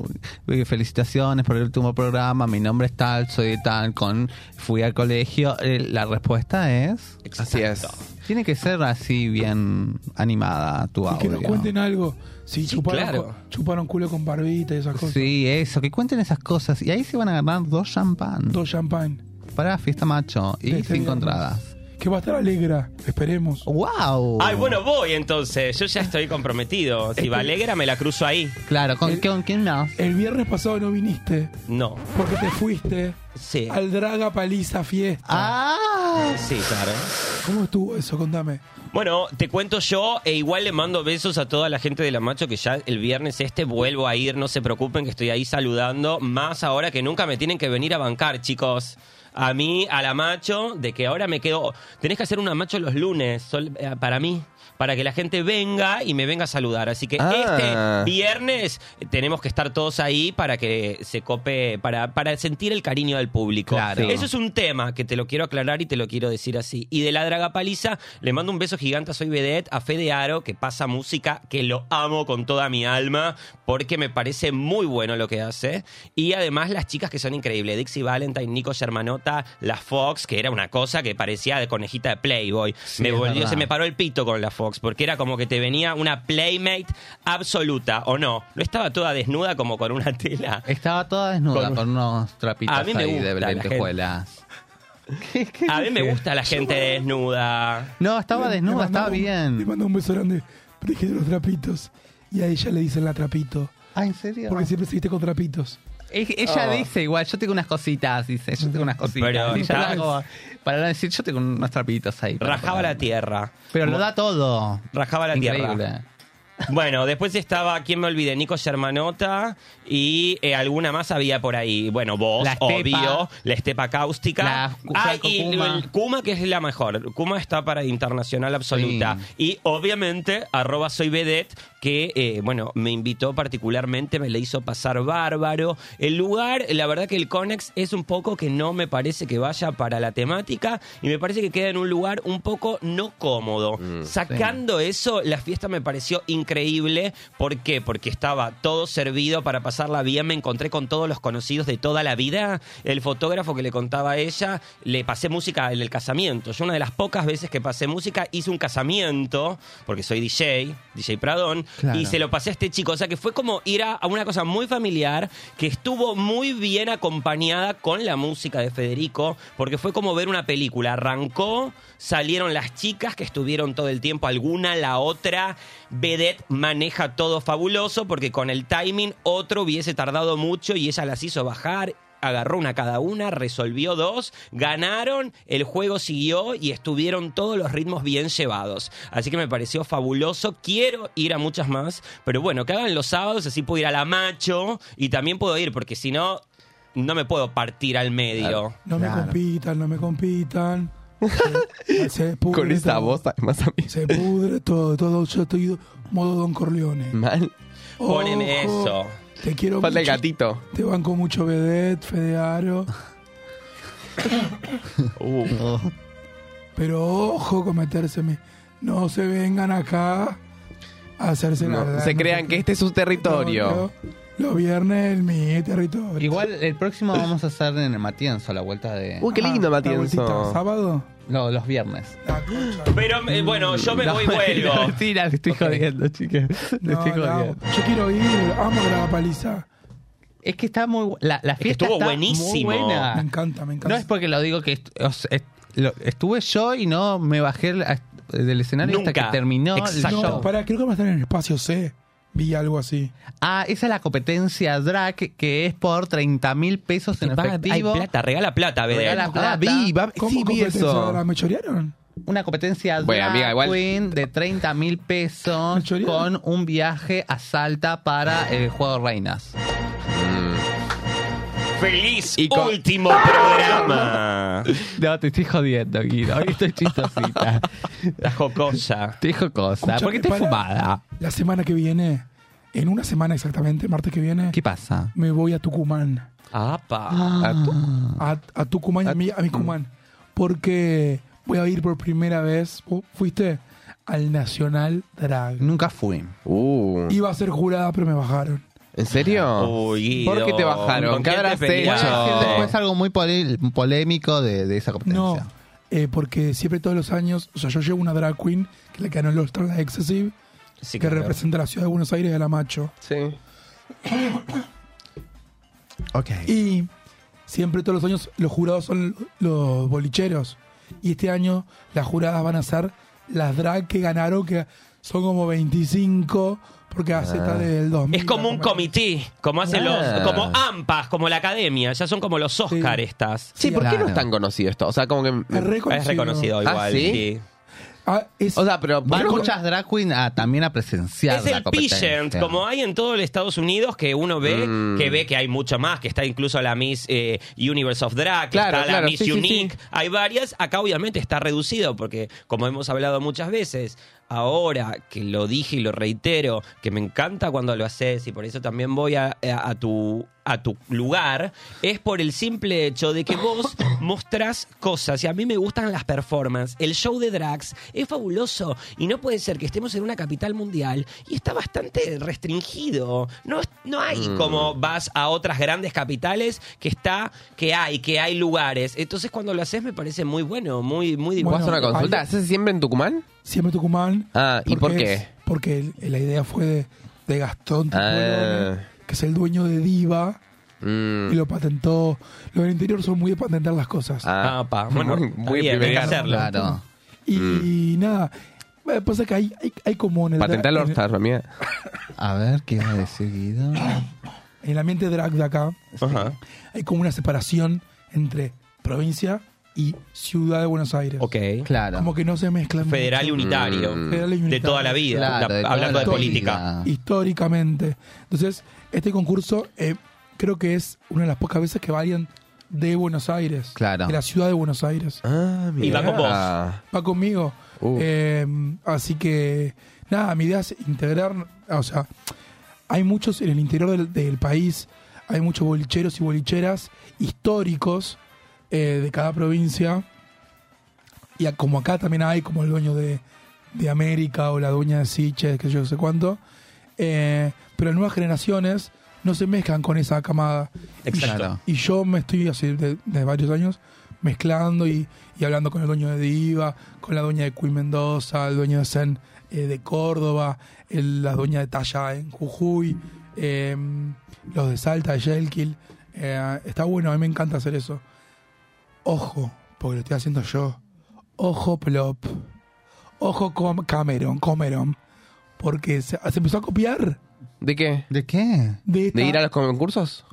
B: Eh, Felicitaciones por el último programa. Mi nombre es tal, soy tal, con fui al colegio. Eh, La respuesta es.
C: Así es.
B: Tiene que ser así bien animada tu
E: Y que nos
B: audio.
E: cuenten algo. Si chuparon,
F: claro.
E: cu- chuparon culo con barbita y esas cosas.
B: Sí, eso, que cuenten esas cosas. Y ahí se van a ganar dos champán
E: Dos champán.
B: para la fiesta macho
E: De
B: y
E: este
B: cinco
E: viernes.
B: entradas.
E: Que va a estar alegra. Esperemos.
B: ¡Wow!
F: Ay, bueno, voy entonces. Yo ya estoy comprometido. Si va alegra, me la cruzo ahí.
B: Claro, ¿con, con quién más?
E: El viernes pasado no viniste.
F: No.
E: Porque te fuiste
F: Sí.
E: al Draga Paliza Fiesta.
B: ¡Ah!
F: Sí, claro.
E: ¿Cómo estuvo eso? Contame.
F: Bueno, te cuento yo, e igual le mando besos a toda la gente de La Macho, que ya el viernes este vuelvo a ir, no se preocupen, que estoy ahí saludando, más ahora que nunca me tienen que venir a bancar, chicos. A mí, a La Macho, de que ahora me quedo... Tenés que hacer una Macho los lunes, sol- eh, para mí, para que la gente venga y me venga a saludar. Así que
C: Ah.
F: este viernes tenemos que estar todos ahí para que se cope, para, para sentir el cariño del público.
B: Claro.
F: Eso es un tema que te lo quiero aclarar y te lo quiero decir así. Y de la draga paliza, le mando un beso gigante a Soy Vedette, a Fede Aro, que pasa música, que lo amo con toda mi alma, porque me parece muy bueno lo que hace. Y además las chicas que son increíbles, Dixie Valentine, Nico Germanota, la Fox, que era una cosa que parecía de conejita de Playboy. me
B: es
F: volvió,
B: verdad.
F: se me paró el pito con la Fox, porque era como que te venía una playmate absoluta, ¿o no? No estaba toda desnuda como con una tela.
B: Estaba toda desnuda
F: Con-
B: con, unos trapitos
F: A mí me
B: ahí de
F: gusta la gente.
B: lentejuelas. ¿Qué- qué
F: [laughs] A mí me
B: dije?
F: gusta la gente desnuda.
B: No, estaba
E: Le- le
B: desnuda, estaba
E: mandamos- Le
B: bien.
E: mando un beso grande. Pero dije los trapitos. Y a ella le dicen la trapito.
B: Ah, ¿en serio?
E: Porque siempre seguiste con trapitos.
B: E- Ella
F: Oh.
B: dice igual, yo tengo unas cositas, dice, yo tengo unas cositas.
F: Pero
B: Y yo
F: está-
B: la hago- para no decir, yo tengo unos trapitos ahí. para
F: Rajaba
B: poner.
F: la tierra.
B: Pero lo da todo.
F: Rajaba la tierra.
B: Increíble.
F: Bueno, después estaba, ¿quién me olvidé? Nico Germanota y eh, alguna más había por ahí. Bueno, vos,
B: La Estepa.
F: obvio, la Estepa Cáustica.
B: La Cu-
F: Ah,
B: Franco
F: y
B: Kuma.
F: el Kuma, que es la mejor. Kuma está para Internacional Absoluta. Y obviamente, arroba soy Vedette, que, eh, bueno, me invitó particularmente, me le hizo pasar bárbaro. El lugar, la verdad que el Conex es un poco que no me parece que vaya para la temática y me parece que queda en un lugar un poco no cómodo. Sacando eso, la fiesta me pareció increíble. ¿Por qué? Porque estaba todo servido para pasarla bien. Me encontré con todos los conocidos de toda la vida. El fotógrafo que le contaba a ella, le pasé música en el casamiento. Yo una de las pocas veces que pasé música hice un casamiento, porque soy DJ, DJ Pradón,
B: Claro.
F: y se lo pasé a este chico. O sea que fue como ir a, a una cosa muy familiar que estuvo muy bien acompañada con la música de Federico, porque fue como ver una película. Arrancó, salieron las chicas que estuvieron todo el tiempo, alguna, la otra. Vedette maneja todo fabuloso, porque con el timing otro hubiese tardado mucho y ella las hizo bajar. Agarró una cada una, resolvió dos, ganaron, el juego siguió y estuvieron todos los ritmos bien llevados. Así que me pareció fabuloso. Quiero ir a muchas más, pero bueno, que hagan los sábados, así puedo ir a la macho y también puedo ir, porque si no, no me puedo partir al medio.
E: No me
B: Claro.
E: compitan, no
B: [laughs]
E: me compitan. Se, se pudre
C: Con esa
E: todo.
C: voz, además a mí.
E: Se pudre todo, todo. Yo estoy modo Don Corleone.
C: Mal.
F: Poneme
E: Ojo,
F: eso.
E: Te quiero
C: Falta el
E: mucho.
C: gatito.
E: Te banco mucho Vedette,
B: [laughs]
E: Fede Aro.
B: Uh.
E: Pero ojo con metérseme. No se vengan acá a hacerse
C: No,
E: la verdad.
C: se
E: No
C: crean
E: sé
C: que
E: qué.
C: este es su territorio.
E: No, no. Los viernes en mi territorio.
B: Igual el próximo vamos a hacer en el Matienzo, la vuelta de...
C: Uy, qué lindo,
E: Ah, la vueltita,
C: Matienzo.
E: ¿Sábado?
B: No, los viernes.
E: La concha.
F: Pero eh, bueno, yo me
B: No,
F: voy y
B: [laughs]
F: vuelvo.
B: Mentira, te estoy jodiendo, chicas. Te
E: No,
B: estoy
E: la
B: jodiendo.
E: amo. Yo quiero ir, amo la paliza.
B: Es que está muy... bu- La, la
F: que
B: fiesta
F: estuvo
B: está
F: buenísimo.
B: muy buena.
E: Me encanta, me encanta.
B: No es porque lo digo que est- o sea, est- lo- estuve yo y no me bajé. la- del escenario hasta
F: Nunca.
B: que terminó
F: Exacto.
B: el show.
E: No, para, creo que va a estar en el espacio C. Vi algo así.
B: Ah, esa es la competencia drag que es por 30 mil pesos en
F: Va, Hay
B: efectivo.
F: plata, regala plata, Bede.
B: Regala
C: Ah,
B: plata.
C: vi, va-
E: ¿Cómo
C: sí, vi
E: competencia
C: eso.
E: ahora? ¿Me chorearon?
B: Una competencia drag
C: Bueno, amiga, igual-
B: queen de 30 mil
E: Me
B: pesos
E: chorearon.
B: con un viaje a Salta para el Juego de Reinas.
F: ¡Feliz
C: Y con-
F: último programa!
B: No, te estoy jodiendo, Guido. Hoy estoy chistosita.
F: La jocosa.
B: te dijo cosa.
E: Escuchame,
B: ¿Por qué estoy
E: pará.
B: fumada?
E: La semana que viene, en una semana exactamente, martes que viene,
B: ¿Qué pasa?
E: me voy a Tucumán.
F: ¡Apa!
C: Ah, tú-
E: A, a Tucumán, y a, mi, a mi Cumán. Porque voy a ir por primera vez. ¿Fu- ¿Fuiste? Al Nacional Drag.
B: Nunca fui.
C: Uh,
E: Iba a ser jurada, pero me bajaron.
C: ¿En serio?
F: Uy,
C: ¿Por qué te
F: Guido,
C: bajaron?
F: ¿con
C: ¿Qué
F: quién te
C: habrás
F: peleaste?
C: hecho?
B: Es algo muy pole- polémico de, de esa
E: No,
B: competencia.
E: eh, porque siempre todos los años, o sea, yo llevo una drag queen, que es la que ganó el All-Star de Excessive,
F: Sí,
E: que
F: claro.
E: representa la ciudad de Buenos Aires de la Macho.
C: Sí. [coughs]
B: Ok.
E: Y siempre todos los años los jurados son los bolicheros. Y este año las juradas van a ser las drag que ganaron, que son como 25, porque hace está del 2000.
F: Es como un comité, como hacen
C: Ah.
F: los, como AMPAS, como la academia, ya son como los Oscar
E: Sí.
F: estas.
C: Sí, ¿por qué
B: Claro.
C: no es tan conocido esto? O sea, como que...
E: Es reconocido.
F: Es reconocido
C: Ah,
F: igual.
C: ¿sí?
F: sí.
E: Ah, es-
C: O sea, pero...
B: Van
C: ¿por qué no-
B: muchas drag queen a- también a presenciar
F: Es
B: la
F: el Pigeon,
B: competencia.
F: como hay en todo el Estados Unidos, que uno ve,
C: Mm.
F: que ve que hay mucho más, que está incluso la Miss eh, Universe of Drag, que
C: Claro,
F: está la
C: claro,
F: Miss
C: sí, sí,
F: Unique,
C: sí.
F: hay varias. Acá obviamente está reducido, porque como hemos hablado muchas veces, ahora que lo dije y lo reitero, que me encanta cuando lo haces y por eso también voy a, a- a tu a tu lugar, es por el simple hecho de que vos mostrás cosas y a mí me gustan las performances. El show de drags es fabuloso y no puede ser que estemos en una capital mundial y está bastante restringido. No, es- no hay
C: Mm.
F: como vas a otras grandes capitales que está, que hay, que hay lugares. Entonces cuando lo haces me parece muy bueno, muy, muy
C: ¿Puedo
F: divertido.
C: hacer una
E: Bueno,
C: consulta?
E: hay-
C: ¿Haces siempre en Tucumán?
E: siempre Tucumán.
C: Ah, ¿y por qué?
E: es- porque el- la idea fue de, de Gastón
C: Ah.
E: Ticuelone, que es el dueño de Diva,
C: Mm,
E: y lo patentó. Los del interior son muy de patentar las cosas.
C: ah,
F: Ah, pa.
C: [laughs]
F: Bueno,
C: muy,
F: está
C: muy
F: bien, hay que
C: privilegiado. [laughs]
F: hacerlo.
B: Claro.
E: Y,
C: Mm.
E: nada, eh, pasa que hay, hay, hay como en el,
C: Patentar
E: en
C: los
E: el-
C: All-Star, amiga.
B: A ver, ¿qué va a decir Guido?
E: en el ambiente drag de acá,
F: Ajá.
E: hay como una separación entre provincia y ciudad de Buenos Aires.
F: Ok.
B: Claro.
E: Como que no se mezclan.
F: Federal y
C: Mm.
E: mucho.
F: unitario.
E: Federal y
F: De
E: unitario.
F: toda la vida,
B: Claro,
F: la-
B: de toda
F: hablando
B: la
F: de política.
B: vida.
E: Históricamente. Entonces, este concurso eh, creo que es una de las pocas veces que va alguien de Buenos Aires.
B: Claro.
E: De la ciudad de Buenos Aires.
C: Ah,
F: Y va con vos.
C: Ah.
E: Va conmigo.
C: Uh.
E: Eh, así que, nada, mi idea es integrar, o sea, hay muchos en el interior del, del país, hay muchos bolicheros y bolicheras históricos eh, de cada provincia. Y a- como acá también hay, como el dueño de, de América o la dueña de Siches, que yo sé cuánto. eh, pero las nuevas generaciones no se mezclan con esa camada.
B: Exacto.
E: Y yo me estoy hace de, de varios años mezclando y, y hablando con el dueño de Diva, con la dueña de Queen Mendoza, el dueño de Zen eh, de Córdoba, el- la dueña de Talla en Jujuy, eh, los de Salta, de Yelkil. Eh, está bueno, a mí me encanta hacer eso. Ojo, porque lo estoy haciendo yo. Ojo, Plop. Ojo, com Cameron, Comeron. Porque se, se empezó a copiar
C: ¿De qué?
B: ¿De qué?
E: de esta-
C: ¿De ir a los concursos?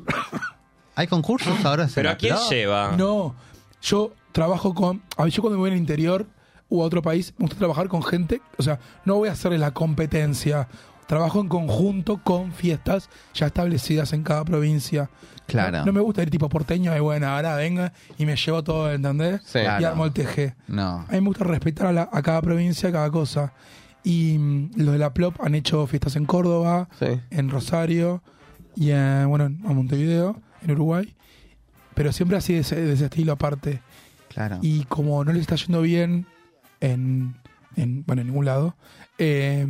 B: [coughs] ¿Hay concursos ahora?
F: Pero ¿a quién
B: será?
F: lleva?
E: No, yo trabajo con. A ver, yo cuando me voy al interior u a otro país, me gusta trabajar con gente. O sea, no voy a hacerle la competencia. Trabajo en conjunto con fiestas ya establecidas en cada provincia.
B: Claro.
E: No, no me gusta ir tipo porteño y bueno, ahora venga y me llevo todo, ¿entendés?
C: Sí.
E: y
B: Claro.
E: armo el TG.
B: No.
E: A mí me gusta respetar a, la- a cada provincia, a cada cosa. Y mm, los de la PLOP han hecho fiestas en Córdoba,
C: Sí.
E: en Rosario y en, bueno, en Montevideo, en Uruguay. Pero siempre así de ese, de ese estilo aparte.
B: Claro.
E: Y como no les está yendo bien en, en- bueno, en ningún lado, eh,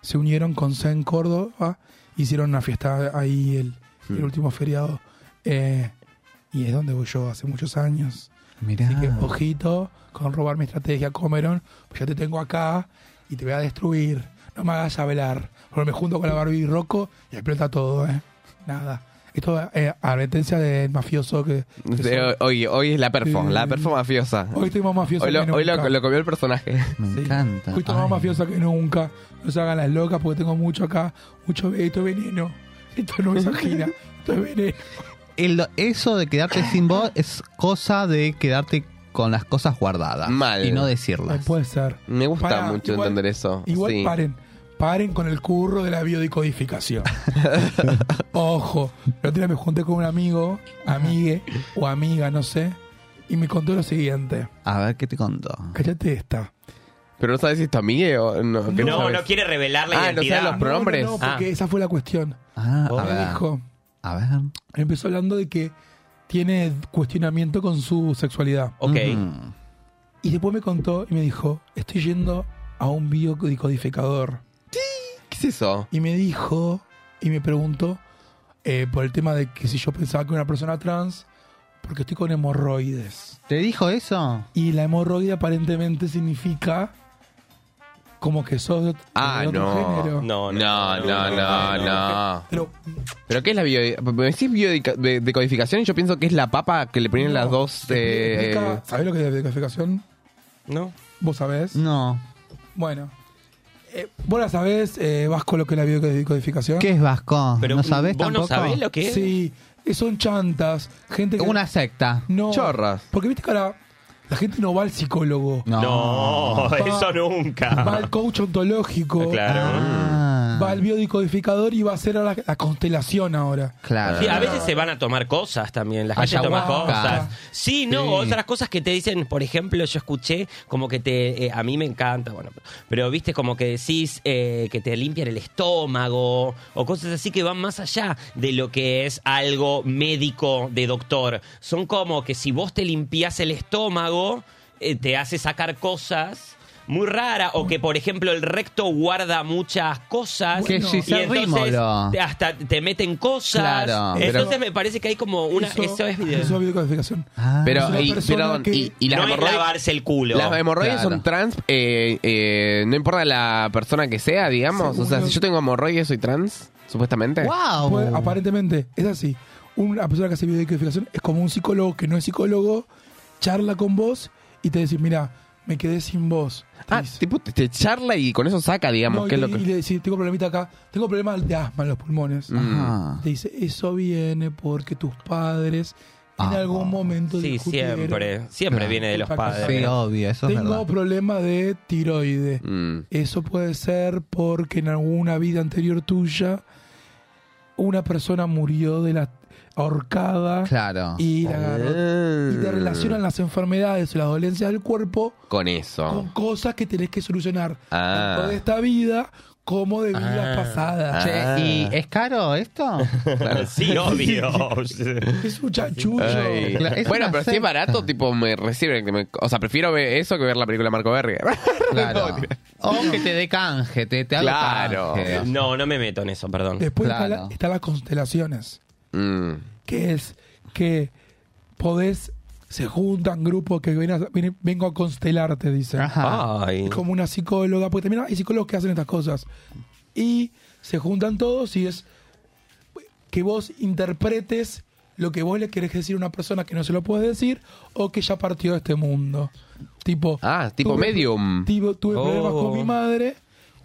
E: se unieron con en Córdoba, hicieron una fiesta ahí el, el último feriado. eh, y es donde voy yo hace muchos años.
B: Mirá.
E: Así que ojito con robar mi estrategia, Comeron. Pues yo te tengo acá y te voy a destruir. No me hagas hablar. Porque me junto con la Barbie y Rocco y explota todo, ¿eh? Nada. Esto es advertencia del mafioso que... que
C: Sí,
E: soy.
C: hoy- hoy, hoy es la perfo,
E: Sí.
C: la perfo mafiosa.
E: Hoy estoy más mafioso
C: Hoy lo,
E: que nunca.
C: hoy lo- lo comió el personaje.
B: Me
E: Sí.
B: encanta.
E: Hoy estoy más
B: Ay.
E: mafioso que nunca. No se hagan las locas porque tengo mucho acá. Mucho esto es veneno. Esto no
B: [laughs]
E: es angina. Esto es veneno.
B: El- eso de quedarte sin voz es cosa de quedarte con las cosas guardadas
C: Mal.
B: y no
E: No
B: decirlas.
E: puede ser.
C: Me gusta
E: Pará,
C: mucho
E: igual-
C: entender eso.
E: Igual
C: sí.
E: paren. Paren con el curro de la biodicodificación. Ojo. El otro día me junté con un amigo, amigue o amiga, no sé, y me contó lo siguiente.
B: A ver qué te contó.
E: Cállate esta.
C: Pero no sabes si es tu amiga o no. ¿qué
F: No,
C: sabes?
F: no quiere revelar la
C: Ah, no
F: identidad.
C: sabe los pronombres.
E: No, no, porque
F: Ah.
E: esa fue la cuestión.
B: Ah, a
E: Me
B: ver.
E: dijo,
B: A ver.
E: empezó hablando de que tiene cuestionamiento con su sexualidad.
F: Ok.
B: Mm.
E: Y después me contó y me dijo, estoy yendo a un biodicodificador.
C: ¿Qué es eso?
E: Y me dijo, y me preguntó, eh, por el tema de que si yo pensaba que era una persona trans, porque estoy con hemorroides.
B: ¿Te dijo eso?
E: Y la hemorroide aparentemente significa como que sos de ot-
C: Ah,
E: de otro
C: no.
E: género.
F: No, no,
C: No, no, no, no.
E: Pero
C: ¿Pero qué es la bio... Me decís biodica- de- decodificación y yo pienso que es la papa que le ponían
E: No,
C: las dos... eh,
E: explica- ¿sabés lo que es la biodicodificación?
F: No.
E: ¿Vos sabés?
B: No.
E: Bueno. Eh, vos la sabés, eh, Vasco, lo que es la biodicodificación.
B: ¿Qué es Vasco?
F: Pero
B: ¿No sabes
F: ¿vos
B: tampoco?
F: no sabés lo que es?
E: Sí, eh, son chantas, gente que...
B: Una secta.
E: No,
C: Chorras.
E: Porque viste que ahora la gente no va al psicólogo.
B: No.
F: No, [laughs] eso nunca.
E: Va al coach ontológico.
F: Claro.
B: Ah.
E: Va al biodicodificador y va a hacer a la, la constelación ahora.
B: Claro.
F: Sí, a veces se van a tomar cosas también, la gente toma
B: Ayahuasca.
F: cosas. Sí, no,
B: Sí.
F: otras cosas que te dicen, por ejemplo, yo escuché como que te, eh, a mí me encanta, bueno, pero, pero, viste como que decís eh, que te limpian el estómago o cosas así que van más allá de lo que es algo médico de doctor. Son como que si vos te limpias el estómago, eh, te hace sacar cosas. Muy rara, o que por ejemplo el recto guarda muchas cosas.
B: Que
F: y
B: Giselle
F: entonces
B: Rímolo.
F: te- hasta te meten cosas. Eh,
B: Claro,
F: Entonces
C: pero-
F: me parece que hay como una. Eso, es video.
E: Eso es biodicodificación.
B: Ah.
E: Es
C: Pero,
E: una
C: y,
E: persona
C: perdón,
E: que-
C: y, y las
F: no es
C: hemorroides...
F: lavarse el culo.
C: Las hemorroides
B: Claro.
C: son trans, eh, eh, no importa la persona que sea, digamos. O sea,
E: Seguro.
C: si yo tengo hemorroides, soy trans, supuestamente.
B: ¡Wow!
E: Puede- Este. Pues, aparentemente, es así. Una persona que hace biodicodificación es como un psicólogo que no es psicólogo, charla con vos y te decís, mira, me quedé sin voz. Te
C: Ah,
E: dice.
C: tipo, te, te charla y con eso saca, digamos,
E: No, y,
C: qué es lo
E: le-
C: que...
E: y le decís, tengo problemita acá, tengo problemas de asma en los pulmones.
B: Ajá.
E: Te dice, eso viene porque tus padres en
B: Ah.
E: algún momento
F: Sí,
E: discutieron.
F: siempre. Siempre
B: Claro.
F: viene de los padres.
B: Sí, obvio, eso es
E: Tengo
B: verdad.
E: problema de tiroides.
C: Mm.
E: Eso puede ser porque en alguna vida anterior tuya una persona murió de la ahorcada
B: Claro.
E: y la agarró. Y
F: Ah.
E: te relacionan las enfermedades o las dolencias del cuerpo
C: Con eso.
E: con cosas que tenés que solucionar
C: Ah.
E: tanto de esta vida como de
F: Ah.
E: vidas pasadas.
B: Che, ¿y es caro esto?
F: [laughs]
E: [laughs]
C: [laughs]
F: Sí, obvio.
E: Es un chachucho.
C: Ay.
B: Claro, es
C: Bueno,
B: una
C: pero si es
B: secta.
C: barato, tipo, me reciben. que me- o sea, prefiero ver eso que ver la película Marco Berry.
B: Claro. O que te dé canje, te, te hago
C: [laughs] Claro.
B: canje.
F: no, no me meto en eso, perdón.
E: Después
B: Claro.
E: están las constelaciones,
C: Mm.
E: que es que podés, se juntan grupos que vienen, a- vienen- vengo a constelarte, dicen.
B: Ajá.
F: Ay.
E: Es como una psicóloga, porque también hay psicólogos que hacen estas cosas. Y se juntan todos y es que vos interpretes lo que vos le querés decir a una persona que no se lo puedes decir o que ya partió de este mundo. Tipo.
C: Ah, tipo medium.
E: tipo, tuve
F: Oh.
E: problemas con mi madre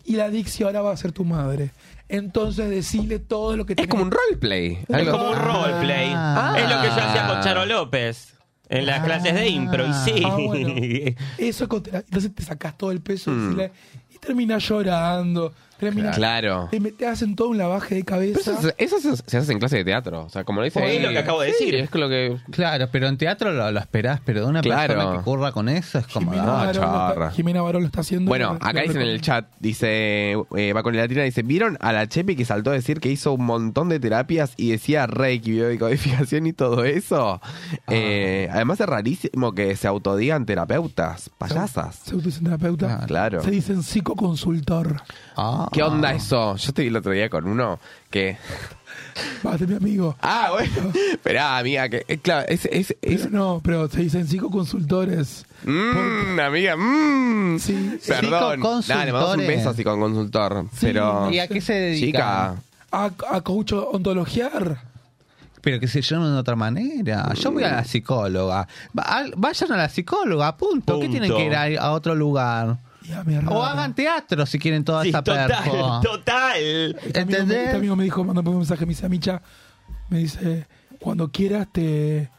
E: y la adicción ahora va a ser tu madre. Entonces decile todo lo que
C: Es como un roleplay.
F: Es
C: Algo-
F: como un
C: Ah.
F: roleplay.
B: Ah.
F: Es lo que yo hacía con Charo López. En las clases de impro, y sí.
E: Ah, bueno. Eso es contra- entonces te sacás todo el peso
C: Mm.
E: decile, y terminás llorando. Terminás,
C: Claro.
E: Te, te hacen todo un lavaje de cabeza.
C: Pero Eso, se- eso se, se hace en clase de teatro. O sea, como lo dice.
F: Es
C: él.
F: lo que acabo de
C: Sí,
F: decir.
C: Es lo que.
B: Claro, pero en teatro lo, lo esperás, pero de una
C: Claro.
B: persona que curra con eso es como...
E: Jimena,
B: ah,
E: Barón lo
C: charra.
E: está, Jimena Barón lo está haciendo.
C: Bueno,
E: Lo- lo
C: acá dice en el
E: recomiendo.
C: chat, dice, eh, va con la latina, dice, ¿vieron a la Chepi que saltó a decir que hizo un montón de terapias y decía reiki, biodecodificación y todo eso?
E: Ah.
C: Eh, además es rarísimo que se autodigan terapeutas, payasas.
E: Se dicen terapeuta.
C: Ah, claro.
E: Se dicen psicoconsultor.
B: ah.
C: ¿Qué onda eso? Yo estoy el otro día con uno que...
E: Va a ser mi amigo.
C: Ah, bueno. [laughs] Esperá, amiga, que... eh, claro, es... es,
E: Pero
C: es-
E: [laughs] no, pero se dicen psicoconsultores.
C: Mmm, amiga,
F: Mm,
C: mmm.
E: Sí.
C: Perdón. Nada, le mandamos un
B: Psicoconsultores.
C: beso así con consultor. pero...
B: ¿Y a qué se dedica?
C: Chica,
E: A, a coach ontologiar.
B: pero que se llamen de otra manera. Yo voy a la psicóloga. Va- al- Vayan a la psicóloga, punto. ¿Qué
F: Punto.
B: tienen que ir a, a otro lugar?
E: Y a Ah, mi hermano.
B: O hagan teatro si quieren toda
F: Oh, ah, Sí,
B: esta
F: [laughs] total,
B: perco.
F: total.
E: Este amigo me-
B: ¿Entendés?
E: Este amigo me dijo, mandó un mensaje, me dice, Micha, me dice, cuando quieras te,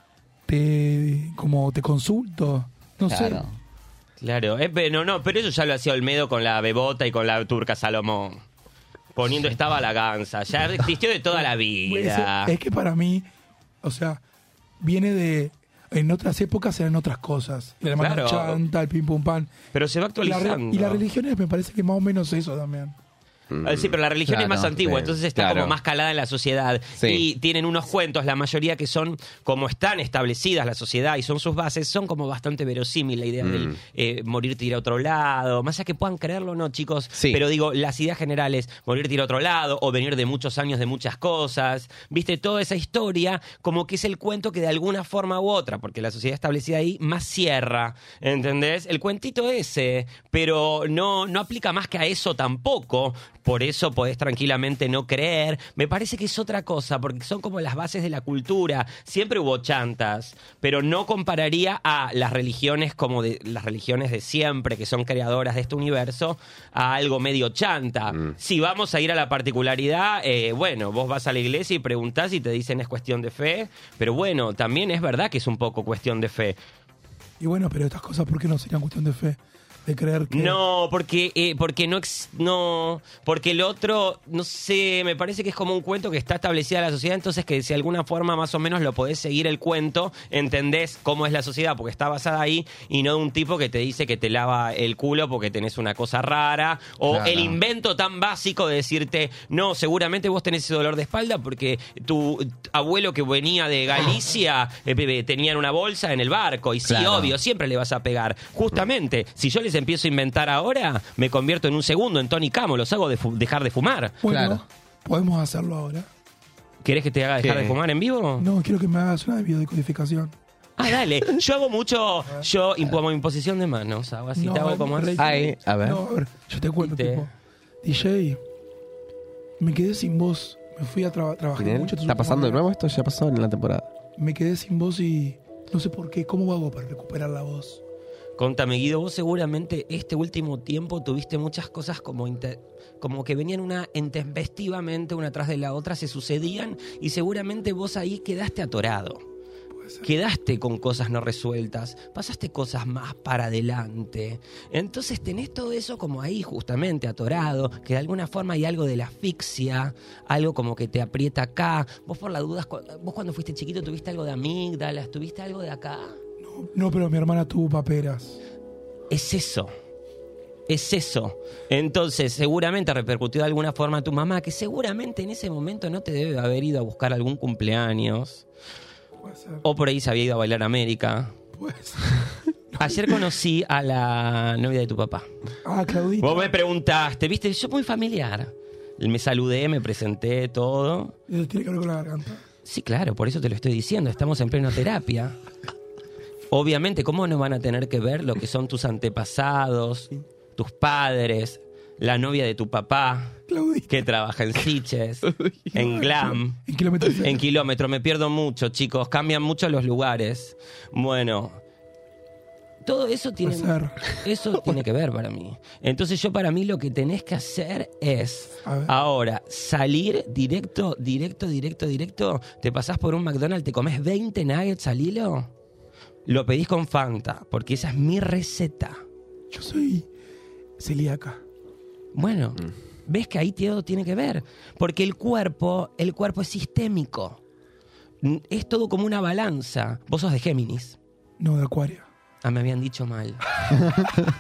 E: te, como te consulto. No
B: Claro.
F: [laughs] Claro, eh, pero no, pero eso ya lo hacía Olmedo con la Bebota y con la turca Salomón. Poniendo esta balaganza.
E: [laughs]
F: Ya existió de toda la
E: sé. Ese-
F: vida.
E: es que para mí, o sea, viene de, en otras épocas eran otras cosas. El hermano
F: Claro.
E: chanta, el pim pum pan.
F: Pero se va
E: La re-
F: actualizando.
E: y las religiones me parece que más o menos eso también.
F: Ah, Sí, pero la religión
B: Claro,
F: es más antigua,
B: sí,
F: entonces está
B: claro.
F: como más calada en la sociedad.
B: Sí.
F: Y tienen unos cuentos, la mayoría que son como están establecidas la sociedad y son sus bases, son como bastante verosímil la idea del eh, morirte ir a otro lado. Más allá que puedan creerlo o no, chicos.
B: Sí.
F: Pero digo, las ideas generales, morirte ir a otro lado o venir de muchos años de muchas cosas. Viste, toda esa historia como que es el cuento que de alguna forma u otra, porque la sociedad establecida ahí más cierra, ¿entendés? El cuentito ese, pero no, no aplica más que a eso tampoco. Por eso podés tranquilamente no creer. Me parece que es otra cosa, porque son como las bases de la cultura. Siempre hubo chantas, pero no compararía a las religiones como de las religiones de siempre, que son creadoras de este universo, a algo medio chanta. Si vamos a ir a la particularidad, eh, bueno, vos vas a la iglesia y preguntás y te dicen es cuestión de fe, pero bueno, también es verdad que es un poco cuestión de fe.
E: Y bueno, pero estas cosas, ¿por qué no serían cuestión de fe? De creer que...
F: No, porque, eh, porque no, ex- no, porque el otro, no sé, me parece que es como un cuento que está establecida la sociedad, entonces que si de alguna forma más o menos lo podés seguir el cuento, entendés cómo es la sociedad, porque está basada ahí, y no de un tipo que te dice que te lava el culo porque tenés una cosa rara, o
B: Claro.
F: el invento tan básico de decirte, no, seguramente vos tenés ese dolor de espalda porque tu abuelo que venía
B: [laughs]
F: de Galicia eh, eh, tenían una bolsa en el barco, y sí,
B: Claro.
F: obvio, siempre le vas a pegar. Justamente, si yo les empiezo a inventar ahora, me convierto en un segundo en Tony Camo, los hago de fu- dejar de fumar.
E: Bueno,
B: Claro.
E: podemos hacerlo ahora.
F: ¿Querés que te haga dejar
C: ¿Qué?
F: de fumar en vivo?
E: No, quiero que me hagas una videodecodificación.
F: Ah, dale. Yo hago mucho, yo imp- como imposición de manos, hago así,
E: No,
F: te hago como
E: re-
F: así.
C: Ay, a ver.
E: No, a ver, yo te cuento,
F: Viste.
E: tipo, DJ, me quedé sin voz. Me fui a trabajar trabajar
C: Bien.
E: mucho.
C: ¿Está pasando de
E: entonces,
C: nuevo esto? Ya pasó en la temporada.
E: Me quedé sin voz y no sé por qué. ¿Cómo hago para recuperar la voz?
F: Contame, Guido, vos seguramente este último tiempo tuviste muchas cosas como, inte- como que venían una intempestivamente una tras de la otra, se sucedían y seguramente vos ahí quedaste atorado. Quedaste con cosas no resueltas, pasaste cosas más para adelante. Entonces tenés todo eso como ahí justamente atorado, que de alguna forma hay algo de la asfixia, algo como que te aprieta acá. Vos por las dudas, cu- vos cuando fuiste chiquito tuviste algo de amígdalas, tuviste algo de acá.
E: No, no, pero mi hermana tuvo paperas.
F: Es eso. Es eso. Entonces, seguramente repercutió de alguna forma a tu mamá, que seguramente en ese momento no te debe haber ido a buscar algún cumpleaños.
E: Puede ser.
F: O por ahí se había ido a bailar a América.
E: [laughs] puede ser.
F: Ayer conocí a la novia de tu papá.
E: Ah, Claudita.
F: Vos me preguntaste, viste, yo muy familiar. Me saludé, me presenté, todo.
E: Eso tiene que ver con la garganta.
F: Sí, claro, por eso te lo estoy diciendo, estamos en pleno terapia. Obviamente, ¿cómo no van a tener que ver lo que son tus antepasados, tus padres, la novia de tu papá,
E: Claudita.
F: que trabaja en Sitges, en Glam,
E: En kilómetros.
F: en Kilómetro? Me pierdo mucho, chicos, cambian mucho los lugares. Bueno, todo eso tiene,
E: Puede [laughs]
F: eso tiene que ver para mí. Entonces yo para mí lo que tenés que hacer es
E: A ver.
F: ahora salir directo, directo, directo, directo. Te pasás por un McDonald's, te comes 20 nuggets al hilo, lo pedís con Fanta, porque esa es mi receta.
E: Yo soy celíaca.
F: Bueno, ves que ahí todo tiene que ver, porque el cuerpo, el cuerpo es sistémico. N- Es todo como una balanza. Vos sos de Géminis.
E: No, de acuario.
F: Ah, me habían dicho
E: [laughs]
F: mal.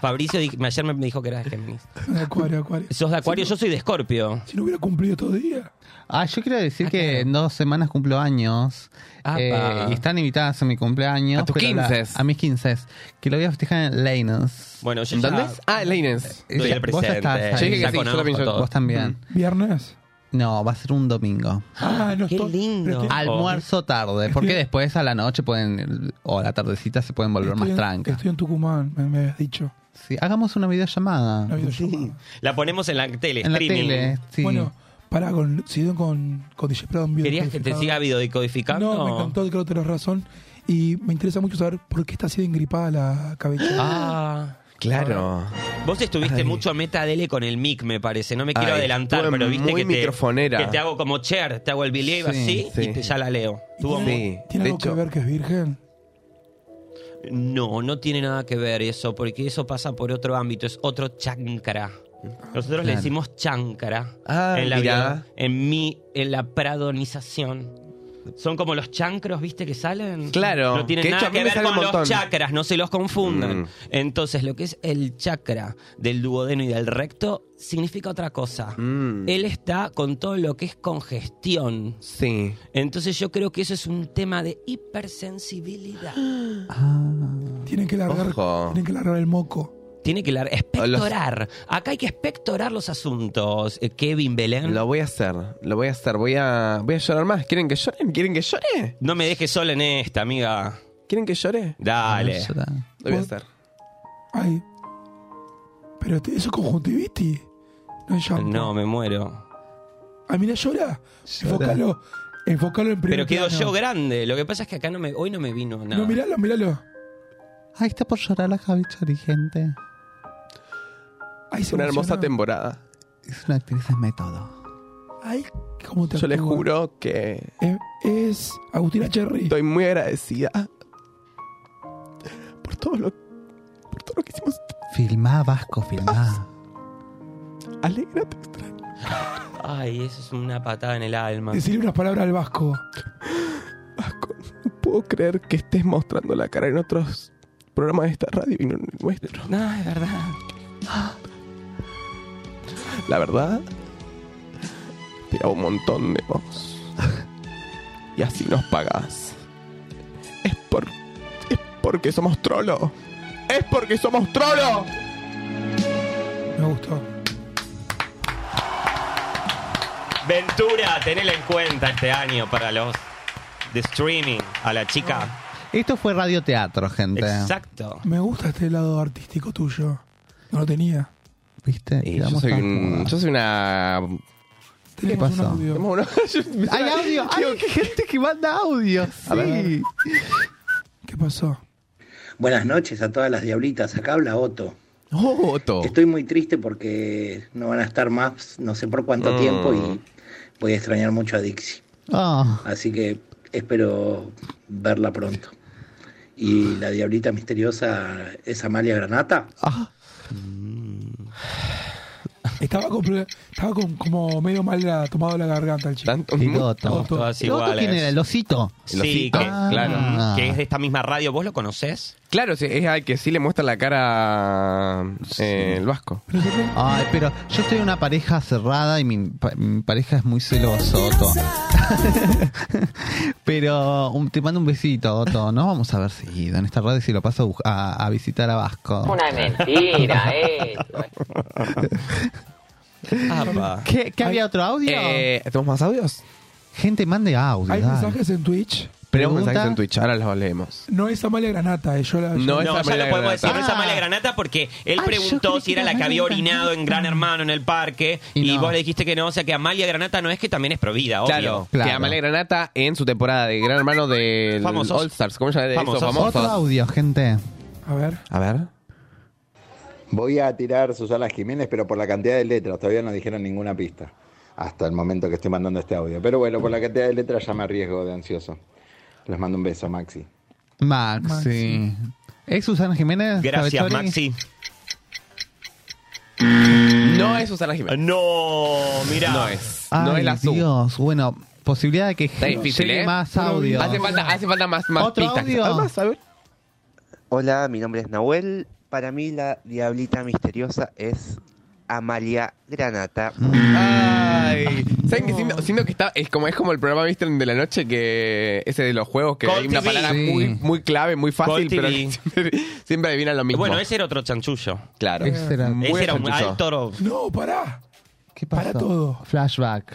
F: Fabricio di- ayer me dijo que eras de Géminis.
E: No, de acuario, acuario.
F: Sos de Acuario, yo soy de Escorpio.
E: Si no hubiera cumplido todo día.
B: Ah, yo quiero decir
F: Ah,
B: que
F: claro.
B: en dos semanas cumplo años.
F: Apa.
B: eh, y están invitadas a mi cumpleaños.
C: A tus
B: pero la-
C: 15.
B: a mis 15. Que lo voy a festejar en Leinos.
F: Bueno, yo
C: ¿Dónde
F: ya
C: es? Ah, en la Inés.
F: estoy
B: Ya-
F: al
B: vos ya
F: presente.
B: estás ahí.
C: Yo dije que
F: Ya
C: sí, yo Mm.
F: conozco
C: también, yo-
F: todo.
B: Vos también.
E: Viernes.
B: No, va a ser un domingo.
E: Ah, no
F: Qué
E: estoy-
F: lindo.
E: pero estoy-
B: Almuerzo tarde, porque después a la noche pueden, o a la tardecita se pueden volver
E: estoy
B: más
E: en-
B: tranca.
E: Estoy en Tucumán, me, me habías dicho.
B: Sí, hagamos una videollamada.
E: Una videollamada.
F: La ponemos en la tele,
B: En la
F: streaming.
C: Este,
B: tele, sí.
E: Bueno, Pará, con, siguieron con, con DJ Prado en
F: ¿Querías que te
E: videocodificado.
F: siga videodecodificando?
E: No, me encantó, creo que tenés razón. Y me interesa mucho saber por qué está así de engripada la cabellera.
F: Ah.
C: Claro.
F: Vos estuviste mucho meta dele con el mic, me parece. No me quiero
C: Ay,
F: adelantar,
C: estuve
F: pero viste
C: muy
F: que te,
C: microfonera.
F: que te hago como chair, te hago el believe
C: Sí,
F: así
C: sí.
F: y te- ya la leo.
E: ¿Y
F: Tuvo
E: ¿Tiene,
F: muy-
C: Sí,
E: ¿tiene
C: de
E: algo
C: hecho-
E: que ver que es virgen?
F: No, no tiene nada que ver eso, porque eso pasa por otro ámbito, es otro chancra. Nosotros le decimos chancra
C: Ah,
F: en la
C: mirá.
F: vida- en mi, en la pradonización. Son como los chancros, ¿viste? Que salen.
C: Claro,
F: No tienen
C: que de hecho
F: nada
C: a mí
F: que
C: me
F: ver
C: sale
F: con
C: un montón.
F: los chakras, no se los confundan.
C: Mm.
F: Entonces, lo que es el chakra del duodeno y del recto significa otra cosa.
C: Mm.
F: Él está con todo lo que es congestión.
C: Sí.
F: Entonces, yo creo que eso es un tema de
E: [gasps]
F: hipersensibilidad.
E: Tienen que largar,
C: Ojo.
E: tienen que largar el moco.
F: Tiene que lar- espectorar. Acá hay que espectorar los asuntos. Eh, Kevin Belén.
C: Lo voy a hacer, lo voy a hacer, voy a, voy a llorar más. ¿Quieren que llore? ¿Quieren que llore?
F: No me dejes sola en esta, amiga.
C: ¿Quieren que llore?
F: Dale.
C: Lo voy a hacer.
E: Ay. Pero te- eso es conjuntivitis. No es shampoo.
F: No, me muero.
E: Ay, mira, llora. Enfócalo. Enfócalo en primer
F: Pero quedo
E: plano.
F: yo grande. Lo que pasa es que acá no me, hoy no me vino nada.
E: No, míralo, míralo.
B: Ahí está por llorar la cabeza dirigente.
E: Ahí se
C: Una hermosa
E: emociona.
C: temporada.
B: Es una actriz de método.
E: Ay, cómo te
C: Yo les
E: actúa.
C: juro que
E: Es, es Agustina Cherry.
C: estoy muy agradecida por todo lo, por todo lo que hicimos.
B: Filmá, Vasco, filmá.
C: Alégrate, extraño.
F: Ay, eso es una patada en el alma.
E: Decirle unas palabras al vasco.
C: Vasco. No puedo creer que estés mostrando la cara en otros programas de esta radio y no en el nuestro.
F: No, es verdad.
C: La verdad, tiraba un montón de vos. Y así nos pagás. Es por. Es porque somos trolo. ¡Es porque somos trolo!
E: Me gustó.
F: Ventura, tenela en cuenta este año para los de streaming a la chica.
B: Esto fue radioteatro, gente.
F: Exacto.
E: Me gusta este lado artístico tuyo. No lo tenía.
B: ¿Viste? Quedamos tan fugados.
C: una.
E: Tenemos un
B: pasó?
E: audio.
B: Hay audio, hay gente que manda audio. Sí.
E: ¿Qué pasó?
I: Buenas noches a todas las diablitas. Acá habla Otto.
C: ¡Oh, Otto!
I: Estoy muy triste porque no van a estar más, no sé por cuánto
C: Mm.
I: tiempo, y voy a extrañar mucho a Dixie.
B: Ah,
I: Así que espero verla pronto. Y la diablita misteriosa es Amalia Granata.
E: Estaba, con, pro- estaba con- como medio mal la- tomado la garganta el chico.
C: Tanto.
B: y Goto.
E: Otto.
F: Todas
B: ¿Goto
F: iguales.
B: quién era? ¿El osito?
F: Sí,
C: Losito.
F: que,
B: Ah.
F: que es de esta misma radio. ¿Vos lo conocés?
C: Claro, sí, es al que sí le muestra la cara eh, el vasco.
B: Ay, pero yo estoy en una pareja cerrada y mi, pa- mi pareja es muy celoso, Otto. [laughs] pero un- te mando un besito, Otto. No vamos a ver si en esta radio si lo paso a bus- a, a visitar a Vasco.
J: Una
B: [laughs]
J: mentira, eh.
F: Apa.
B: ¿Qué, qué había
C: [laughs]
B: otro audio?
C: Eh, ¿Tenemos más audios?
B: Gente, mande audio.
E: Hay
B: dale.
E: mensajes en Twitch.
C: Tenemos
B: Pregunta-
C: mensajes en Twitch, ahora los leemos.
E: No es Amalia Granata, eh, yo la. yo-
C: No,
F: No,
C: esa
F: ya
C: mala
F: lo podemos
C: granata.
F: decir, no es
B: Ah.
F: Amalia Granata porque él
B: Ah, yo
F: preguntó
B: creí
F: si
B: que
F: era la
B: era
F: que había
B: Amalia
F: orinado en Gran Hermano en el parque
B: Y
F: y,
B: no.
F: vos le dijiste que no, o sea que Amalia Granata no es que también es provida, obvio.
C: Claro,
B: Claro.
C: que Amalia Granata en su temporada de Gran Hermano [laughs] de
F: Famosos.
C: All Stars. ¿Cómo se llama? De esos
F: Famosos.
B: Otro
C: famosos.
B: audio, gente.
E: A ver.
C: A ver.
K: Voy a tirar Susana Jiménez, pero por la cantidad de letras, todavía no dijeron ninguna pista hasta el momento que estoy mandando este audio. Pero bueno, por la cantidad de letras ya me arriesgo de ansioso. Les mando un beso, Maxi.
B: Maxi. ¿Es Susana Jiménez?
F: Gracias,
B: Cavechori?
F: Maxi.
C: No es Susana Jiménez.
F: No, mira.
C: No es.
B: Ay,
C: no es la Su.
B: Dios, bueno, posibilidad de que
C: Está difícil,
B: llegue
C: ¿eh?
B: más audio.
C: Hace falta, hace falta más, más
B: ¿Otro
C: pistas.
B: audio?
C: Además, a ver.
J: Hola, mi nombre es Nahuel. Para mí la diablita misteriosa es Amalia Granata.
B: Mm.
C: Ay, ¿saben que siento, siento que está, es como es como el programa viste de la noche que ese de los juegos que
F: Call
C: hay una
F: TV.
C: palabra
B: Sí.
C: muy muy clave, muy fácil,
F: Call
C: pero [laughs]
F: TV.
C: siempre, siempre adivinan lo mismo.
F: Bueno, ese era otro chanchullo.
C: claro.
B: Ese era-
C: Muy
F: Ese era un
C: chanchullo.
F: alto.
E: Ah. No, pará.
B: ¿Qué
E: Para todo.
B: Flashback.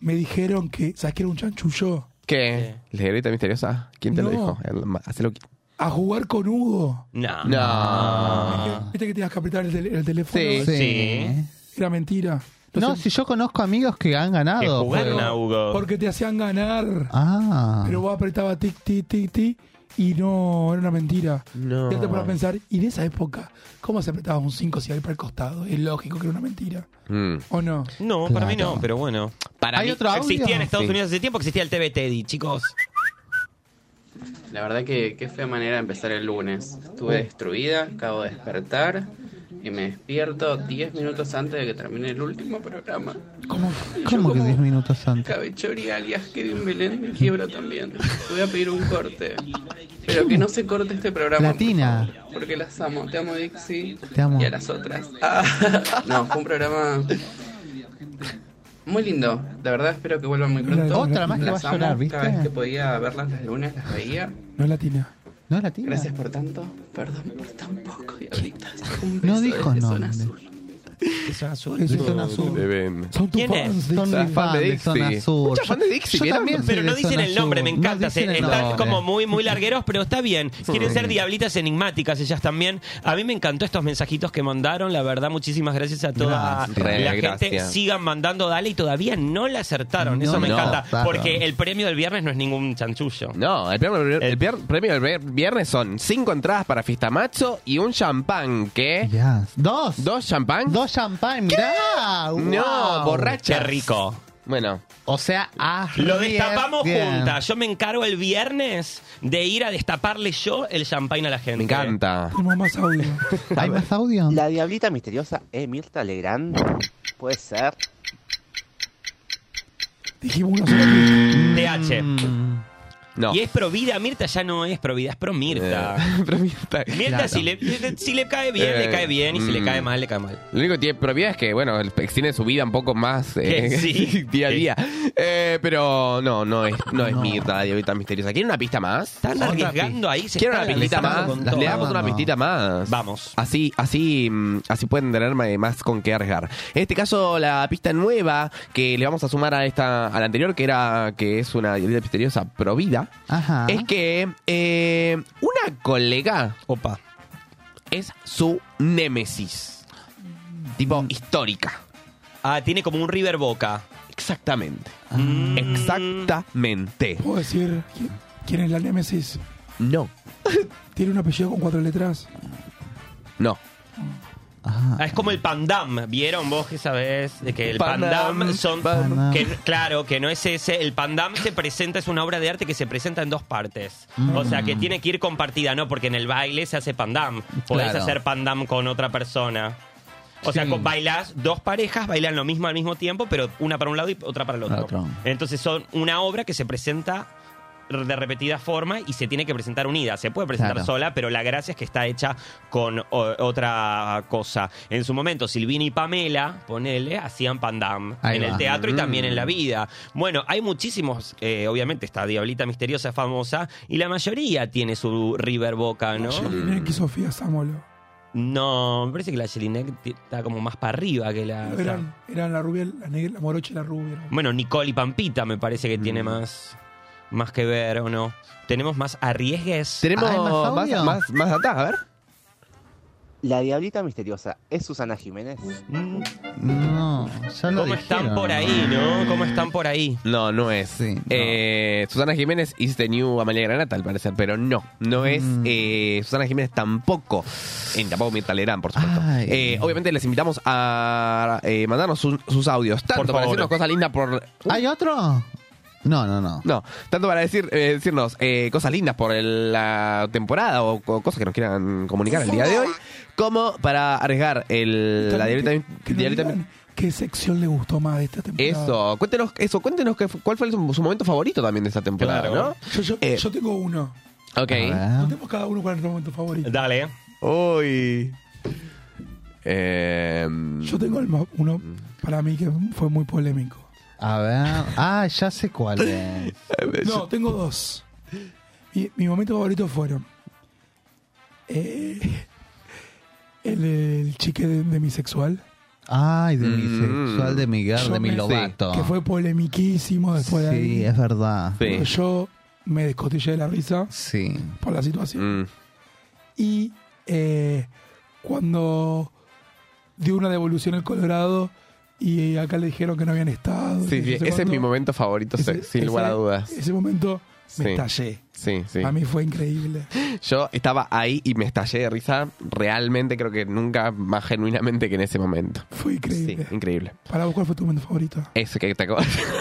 E: Me dijeron que. ¿Sabes que era un chanchullo?
C: ¿Qué? ¿Le grita misteriosa? ¿Quién te lo
E: No.
C: dijo? El ma- Hacelo. qui-
E: A jugar con Hugo.
F: No.
C: No.
B: Ah.
E: Viste que tenías que apretar el, tel- el teléfono.
C: Sí.
F: Sí.
E: Era mentira.
B: No, si yo conozco amigos que han
E: Que
B: ganado.
E: jugaron
B: pero-
E: a
C: Hugo.
E: Porque te hacían ganar.
B: Ah.
E: Pero vos apretaba tic, tic, tic, tic. Y no, era una mentira.
C: No.
E: Ya te pones a pensar, y de esa época, ¿cómo se apretaba un 5 si iba para el costado? Es lógico que era una mentira. ¿O no?
F: No, para mí no, pero bueno. Para
E: ¿Hay
F: mí
E: otro audio?
F: existía en Estados
E: Sí.
F: Unidos hace tiempo que existía el TV Teddy, chicos.
L: La verdad que qué fea manera de empezar el lunes. Estuve
B: Uh.
L: destruida, acabo de despertar y me despierto 10 minutos antes de que termine el último programa.
B: ¿Cómo, cómo que 10 minutos antes?
L: Cabechori alias Kevin Belén me quiebra también. Voy a pedir un corte. Pero que no se corte este programa.
B: Latina.
L: Porque las amo. Te amo, Dixie.
B: Te amo.
L: Y a las otras. Ah, [laughs] no, fue un programa muy lindo. La verdad, espero que vuelvan muy pronto.
B: Otra más que
L: Las
B: va a llorar,
L: amo.
B: ¿viste?
L: Cada vez que podía verlas las lunes, las veía.
E: No es latina.
B: No es latina.
L: Gracias por tanto. Perdón por tan poco, diablitas. Un beso
B: No dijo
L: desde
B: no.
L: Zona Azul.
F: Eso es azul.
B: Eso es Zona Azul. Son tus
F: ¿Quién es?
B: fans, Dixie. Son mis fans de Zona Sur.
C: Mucha
B: Yo-
C: fan de Dixie,
B: yo
C: ¿vieron?
B: también
F: Pero no dicen el nombre, me
B: No
F: encanta. se-
B: dicen el
F: están
B: nombre.
F: como muy, muy largueros, pero está bien. Quieren ser diablitas enigmáticas ellas también. A mí me encantó estos mensajitos que mandaron. La verdad, muchísimas gracias a toda
C: Gracias.
F: la
C: Re,
F: gente.
C: gracias.
F: Sigan mandando, dale, y todavía no la acertaron. Eso
C: No
F: me
C: la
F: encanta.
C: acertaron.
F: Porque el premio del viernes no es ningún chanchullo.
C: No, el premio, el pier- premio del viernes son cinco entradas para Fiesta Macho y un champán que...
B: ¿Dos?
C: ¿Dos champán?
B: Dos champán, mirá.
C: No,
B: wow.
C: borracha.
F: Qué rico.
C: Bueno.
B: O sea, ah,
F: Lo
B: bien,
F: destapamos
B: bien.
F: juntas. Yo me encargo el viernes de ir a destaparle yo el champagne a la gente. Me
C: encanta.
E: Tenemos más audio.
B: [laughs] ¿Hay más audio?
J: La diablita misteriosa es Mirta Legrand. Puede
M: Pues
J: ser.
E: Dijimos una sola vez.
F: Mm. TH. Mm.
C: No.
F: Y es provida, Mirta ya no es provida, es promirta.
C: [laughs] Mirta,
F: Mirta si, le, si le cae bien, le
C: Eh,
F: cae bien, y si le
C: mm.
F: cae mal, le cae mal.
C: Lo único que tiene propiedad es que, bueno, el- extiende su vida un poco más eh,
F: Que sí.
C: [laughs] día a
F: [laughs]
C: día. Eh, pero no, no es, no es Mirta, la diablita misteriosa. ¿Quieren una pista más?
F: Están arriesgando ahí, se
C: ¿Quieren
F: están
C: una pistita más?
F: arriesgando con
C: Le
F: todo.
C: damos una pistita más.
F: Vamos.
C: Así, así, mm, así pueden tener ma- más con qué arriesgar. En este caso, la pista nueva que le vamos a sumar a esta, a la anterior, que era que es una diablita misteriosa provida,
B: Ajá.
C: es que eh, una colega
F: Opa.
C: es su némesis. Tipo histórica.
F: Mm. Ah, tiene como un River Boca. Ah.
C: Exactamente. Exactamente.
E: ¿Puedo decir qui- quién es la Némesis?
C: No.
E: [laughs] ¿Tiene un apellido con cuatro letras?
C: No.
F: Ah, es como el Pandam, ¿vieron vos que sabés? De que el Pandam,
C: Pandam,
F: son.
C: Pandam.
F: que- claro, que no es ese. El Pandam se presenta, es una obra de arte que se presenta en dos partes. O sea,
B: Mm.
F: que tiene que ir compartida, ¿no? Porque en el baile se hace Pandam. Podés
B: Claro.
F: hacer Pandam con otra persona. O sea,
B: Sí.
F: con, bailás, dos parejas bailan lo mismo al mismo tiempo, pero una para un lado y otra para el otro.
B: Otro.
F: Entonces son una obra que se presenta de repetida forma y se tiene que presentar unida. Se puede presentar
B: Claro.
F: sola, pero la gracia es que está hecha con o- otra cosa. En su momento, Silvina y Pamela, ponele, hacían pandam
B: Ahí
F: en
B: va.
F: el teatro y
B: Mm.
F: también en la vida. Bueno, hay muchísimos, eh, obviamente, esta diablita misteriosa es famosa y la mayoría tiene su River Boca, ¿no?
E: Jelinek y Sofía Zamolo.
F: No, me parece que la Jelinek t- está como más para arriba que la... o sea,
E: Eran, eran la rubia, la negra, la morocha y la rubia. ¿no?
F: bueno, Nicole y Pampita me parece que tiene más, más que ver, ¿o no? Tenemos más arriesgues.
C: Tenemos más, más, más, atrás, a ver.
J: La diablita misteriosa es Susana Jiménez.
B: No, ya lo
F: ¿Cómo están
B: dijeron.
F: por ahí, no? ¿Cómo están por ahí?
C: No, no es. Eh, Susana Jiménez is the new Amalia Granata, al parecer, pero no. No es
E: Mm.
C: eh, Susana Jiménez tampoco. Eh, tampoco Mirta Legrand, por supuesto.
B: Ay.
C: Eh, obviamente les invitamos a eh, mandarnos sus- sus audios. Tanto para
B: favor.
C: decirnos cosas lindas por...
B: ¿Hay otro? No, no, no.
C: No, tanto para decir, eh, decirnos eh, cosas lindas por el- la temporada o, co- cosas que nos quieran comunicar el día de hoy, como para arriesgar el, la diablita...
E: Que nos
C: diablita-
E: digan ¿Qué sección le gustó más de esta temporada?
C: Eso, cuéntenos, eso, cuéntenos qué fu- cuál fue su, su momento favorito también de esta temporada,
F: Claro.
C: ¿no?
E: Yo, yo-
C: Eh,
E: yo tengo uno.
C: Ok.
B: Ah.
E: Tenemos cada uno cuál es nuestro momento favorito.
F: Dale.
C: Uy. Eh,
E: Yo tengo el mo- uno
B: Mm.
E: para mí que fue muy polémico.
B: A ver. Ah, ya sé cuál es.
E: No, tengo dos. Mi, mi momento favorito fueron eh, el, el chique de, de mi sexual.
B: Ay, de mi
C: Mm.
B: sexual, de mi girl,
E: Yo
B: de mi
E: me-
B: lobato.
E: Que fue polemiquísimo después de
B: Sí,
E: ahí.
B: es verdad.
E: Pero Yo me descotillé de la risa
B: Sí.
E: por la
C: mm,
E: situación. Y eh, cuando dio una devolución el Colorado y acá le dijeron que no habían estado.
C: Sí,
E: que
C: sí,
E: no
C: ese
E: sé
C: es mi
E: cuánto.
C: momento favorito, se- sin
E: Ese-
C: lugar a dudas.
E: Ese momento me
C: Sí.
E: estallé.
C: Sí, sí.
E: A mí fue increíble.
C: Yo estaba ahí y me estallé de risa. Realmente creo que nunca más genuinamente que en ese momento.
E: Fue increíble.
C: Sí, increíble.
E: Para vos, ¿cuál fue tu momento favorito?
C: Eso que te acabo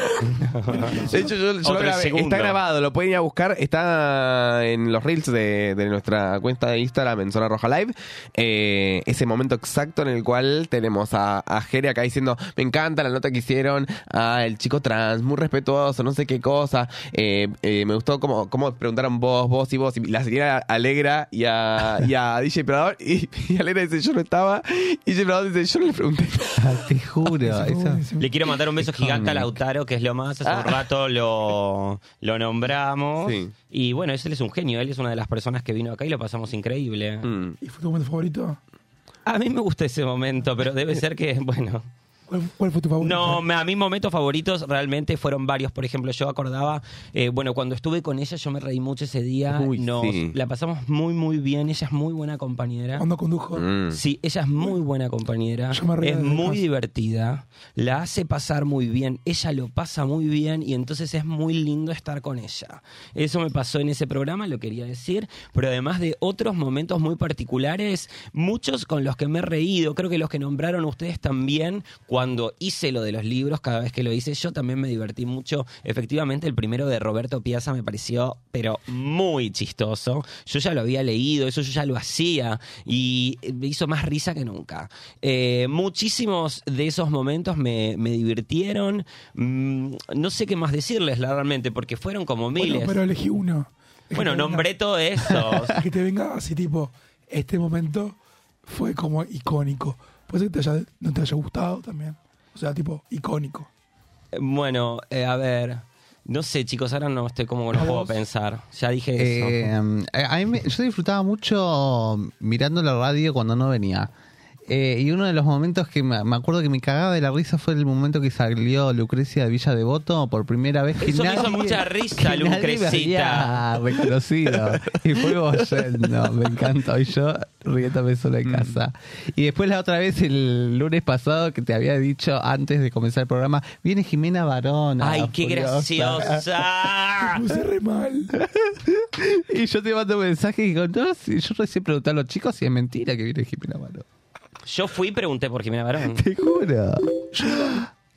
E: [laughs]
C: de hecho, yo, yo lo
E: Otro
C: grabé.
E: segundo.
C: Está grabado, lo pueden ir a buscar. Está en los reels de, de nuestra cuenta de Instagram en Zona Roja Live. Eh, ese momento exacto en el cual tenemos a, a Jere acá diciendo: Me encanta la nota que hicieron. Ah, el chico trans, muy respetuoso, no sé qué cosa. Eh, eh, me gustó cómo, cómo preguntaron vos, vos y vos. Y la señora Alegra y a, y a [laughs] DJ Prador. Y, y Alegra [laughs] dice: Yo no estaba. Y DJ Prador dice: Yo no le pregunté nada.
B: [laughs]
C: [laughs]
B: Te juro.
F: Le quiero mandar un beso gigante a Lautaro, que es lo más. Hace un rato lo, lo nombramos. Y bueno, él es un genio. Él es una de las personas que vino acá y lo pasamos increíble.
E: ¿Y fue tu momento favorito?
F: A mí me gusta ese momento, pero debe ser que, [laughs] bueno.
E: ¿Cuál, cuál fue tu favorito?
F: No, me- a mí momentos favoritos realmente fueron varios. Por ejemplo, yo acordaba, eh, bueno, cuando estuve con ella, yo me reí mucho ese día.
C: Uy,
F: Nos-
C: sí.
F: La pasamos muy, muy bien. Ella es muy buena compañera.
E: Cuando condujo.
C: Mm.
F: Sí, ella es muy buena compañera.
E: Yo me reía
F: es
E: de
F: muy
E: cosas.
F: divertida. La hace pasar muy bien. Ella lo pasa muy bien y entonces es muy lindo estar con ella. Eso me pasó en ese programa, lo quería decir. Pero además de otros momentos muy particulares, muchos con los que me he reído. Creo que los que nombraron ustedes también, cuando hice lo de los libros, cada vez que lo hice, yo también me divertí mucho. Efectivamente, el primero de Roberto Piazza me pareció, pero muy chistoso. Yo ya lo había leído, eso yo ya lo hacía y me hizo más risa que nunca. Eh, muchísimos de esos momentos me, me divirtieron. Mm, no sé qué más decirles la- realmente, porque fueron como
E: Bueno,
F: miles.
E: pero
F: Bueno,
E: elegí uno. [laughs]
F: nombré todo eso.
E: que te venga así tipo, este momento fue como icónico. Puede ser que te haya- no te haya gustado también. O sea, tipo, icónico.
F: bueno, eh, a ver. No sé, chicos, ahora no estoy como no
B: ¿A
F: puedo
B: vos?
F: pensar. Ya dije eso.
B: Eh, a mí me- yo disfrutaba mucho mirando la radio cuando no venía. Eh, y uno de los momentos que me, me acuerdo que me cagaba de la risa fue el momento que salió Lucrecia de Villa Devoto por primera vez. Que
F: Eso me hizo
B: nadie-
F: mucha risa,
B: que nadie me
F: Lucrecita.
B: había reconocido. Y fue yendo, me encantó. Y yo riéndome solo
F: Mm.
B: en casa. Y después la otra vez, el lunes pasado, que te había dicho antes de comenzar el programa, viene Jimena Barón.
F: Ay,
N: Ah,
F: qué graciosa.
E: puse re mal.
B: Y yo te mando un mensaje y digo, no, si yo recién pregunté a los chicos si es mentira que viene Jimena Barón.
F: Yo fui y pregunté por Jimena Barón.
B: [laughs] Te juro.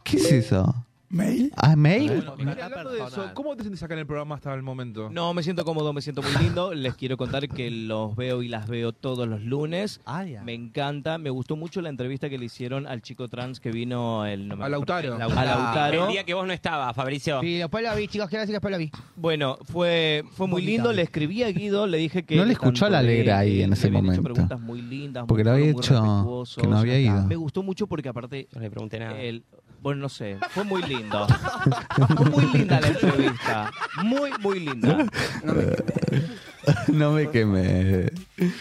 B: ¿Qué es eso?
E: ¿Mail?
B: ¿Ah, mail?
N: Hablando de eso, ¿cómo te sientes acá en el programa hasta el momento? No, me siento cómodo, me siento muy lindo. Les quiero contar que los veo y las veo todos los lunes.
B: Ah,
N: Me encanta, me gustó mucho la entrevista que le hicieron al chico trans que vino el no me acuerdo-
F: A
B: Ah,
N: A Lautaro.
F: Ah, El día que vos no estabas, Fabricio.
N: Sí,
M: después lo vi, chicos, quiero decir que después lo vi.
N: Bueno, fue fue muy lindo, le escribí a Guido, le dije que
B: No le escuchó a la Alegra ahí en ese
N: habían hecho
B: momento.
N: preguntas muy lindas,
B: Porque
N: muy-
B: lo había
N: muy
B: hecho
N: respetuosos.
B: que no había ido.
N: Me gustó mucho porque aparte
F: no le pregunté nada.
N: bueno, no sé, fue muy
B: [laughs]
N: lindo. Fue muy linda la entrevista, muy muy linda.
B: No me quemé.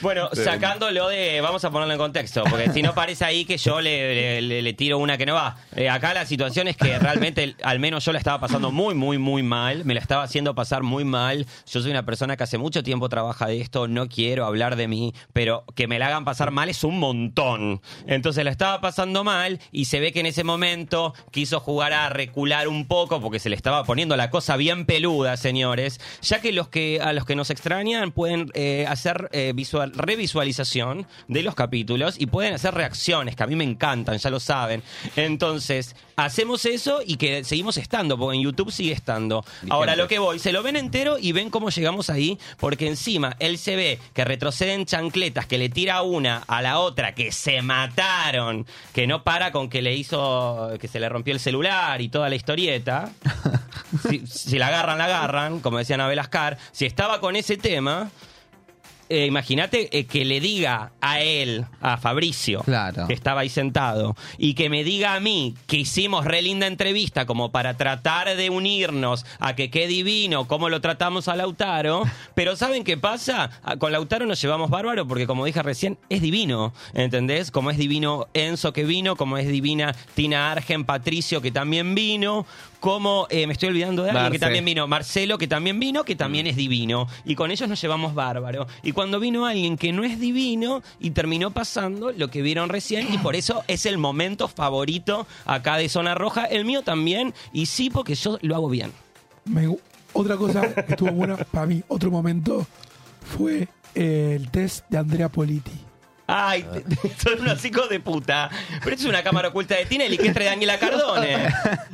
F: Bueno, sacándolo de. Vamos a ponerlo en contexto, porque si no parece ahí que yo le, le- le- le tiro una que no va. Eh, acá la situación es que realmente, al menos yo la estaba pasando muy, muy, muy mal. Me la estaba haciendo pasar muy mal. Yo soy una persona que hace mucho tiempo trabaja de esto, no quiero hablar de mí, pero que me la hagan pasar mal es un montón. Entonces la estaba pasando mal y se ve que en ese momento quiso jugar a recular un poco porque se le estaba poniendo la cosa bien peluda, señores. Ya que los que a los que nos extrañan pueden eh, hacer eh, visual, revisualización de los capítulos y pueden hacer reacciones que a mí me encantan, ya lo saben. Entonces, hacemos eso y que seguimos estando, porque en YouTube sigue estando. Ahora lo que voy, se lo ven entero y ven cómo llegamos ahí, porque encima él se ve que retroceden chancletas, que le tira una a la otra, que se mataron, que no para con que le hizo, que se le rompió el celular y toda la historieta si, si la agarran, la agarran, como decía Anabel Ascar. Si estaba con ese tema, eh, imagínate eh, que le diga a él, a Fabricio,
B: Claro.
F: que estaba ahí sentado, y que me diga a mí que hicimos re linda entrevista como para tratar de unirnos a que qué divino, cómo lo tratamos a Lautaro. Pero ¿saben qué pasa? Ah, Con Lautaro nos llevamos bárbaro porque, como dije recién, es divino, ¿entendés? Como es divino Enzo que vino, como es divina Tina Argen, Patricio que también vino, como eh, me estoy olvidando de alguien que
N: Marce.
F: también vino, Marcelo, que también vino, que también es divino. Y con ellos nos llevamos bárbaro. Y cuando vino alguien que no es divino y terminó pasando lo que vieron recién, y por eso es el momento favorito acá de Zona Roja, el mío también, y sí, porque yo lo hago bien.
E: Me gu- otra cosa que estuvo buena para mí, otro momento, fue eh, el test de Andrea Politi.
F: Ay, son unos hijos de puta. Pero esto es una cámara oculta de Tinelli, que es de Daniela Cardone.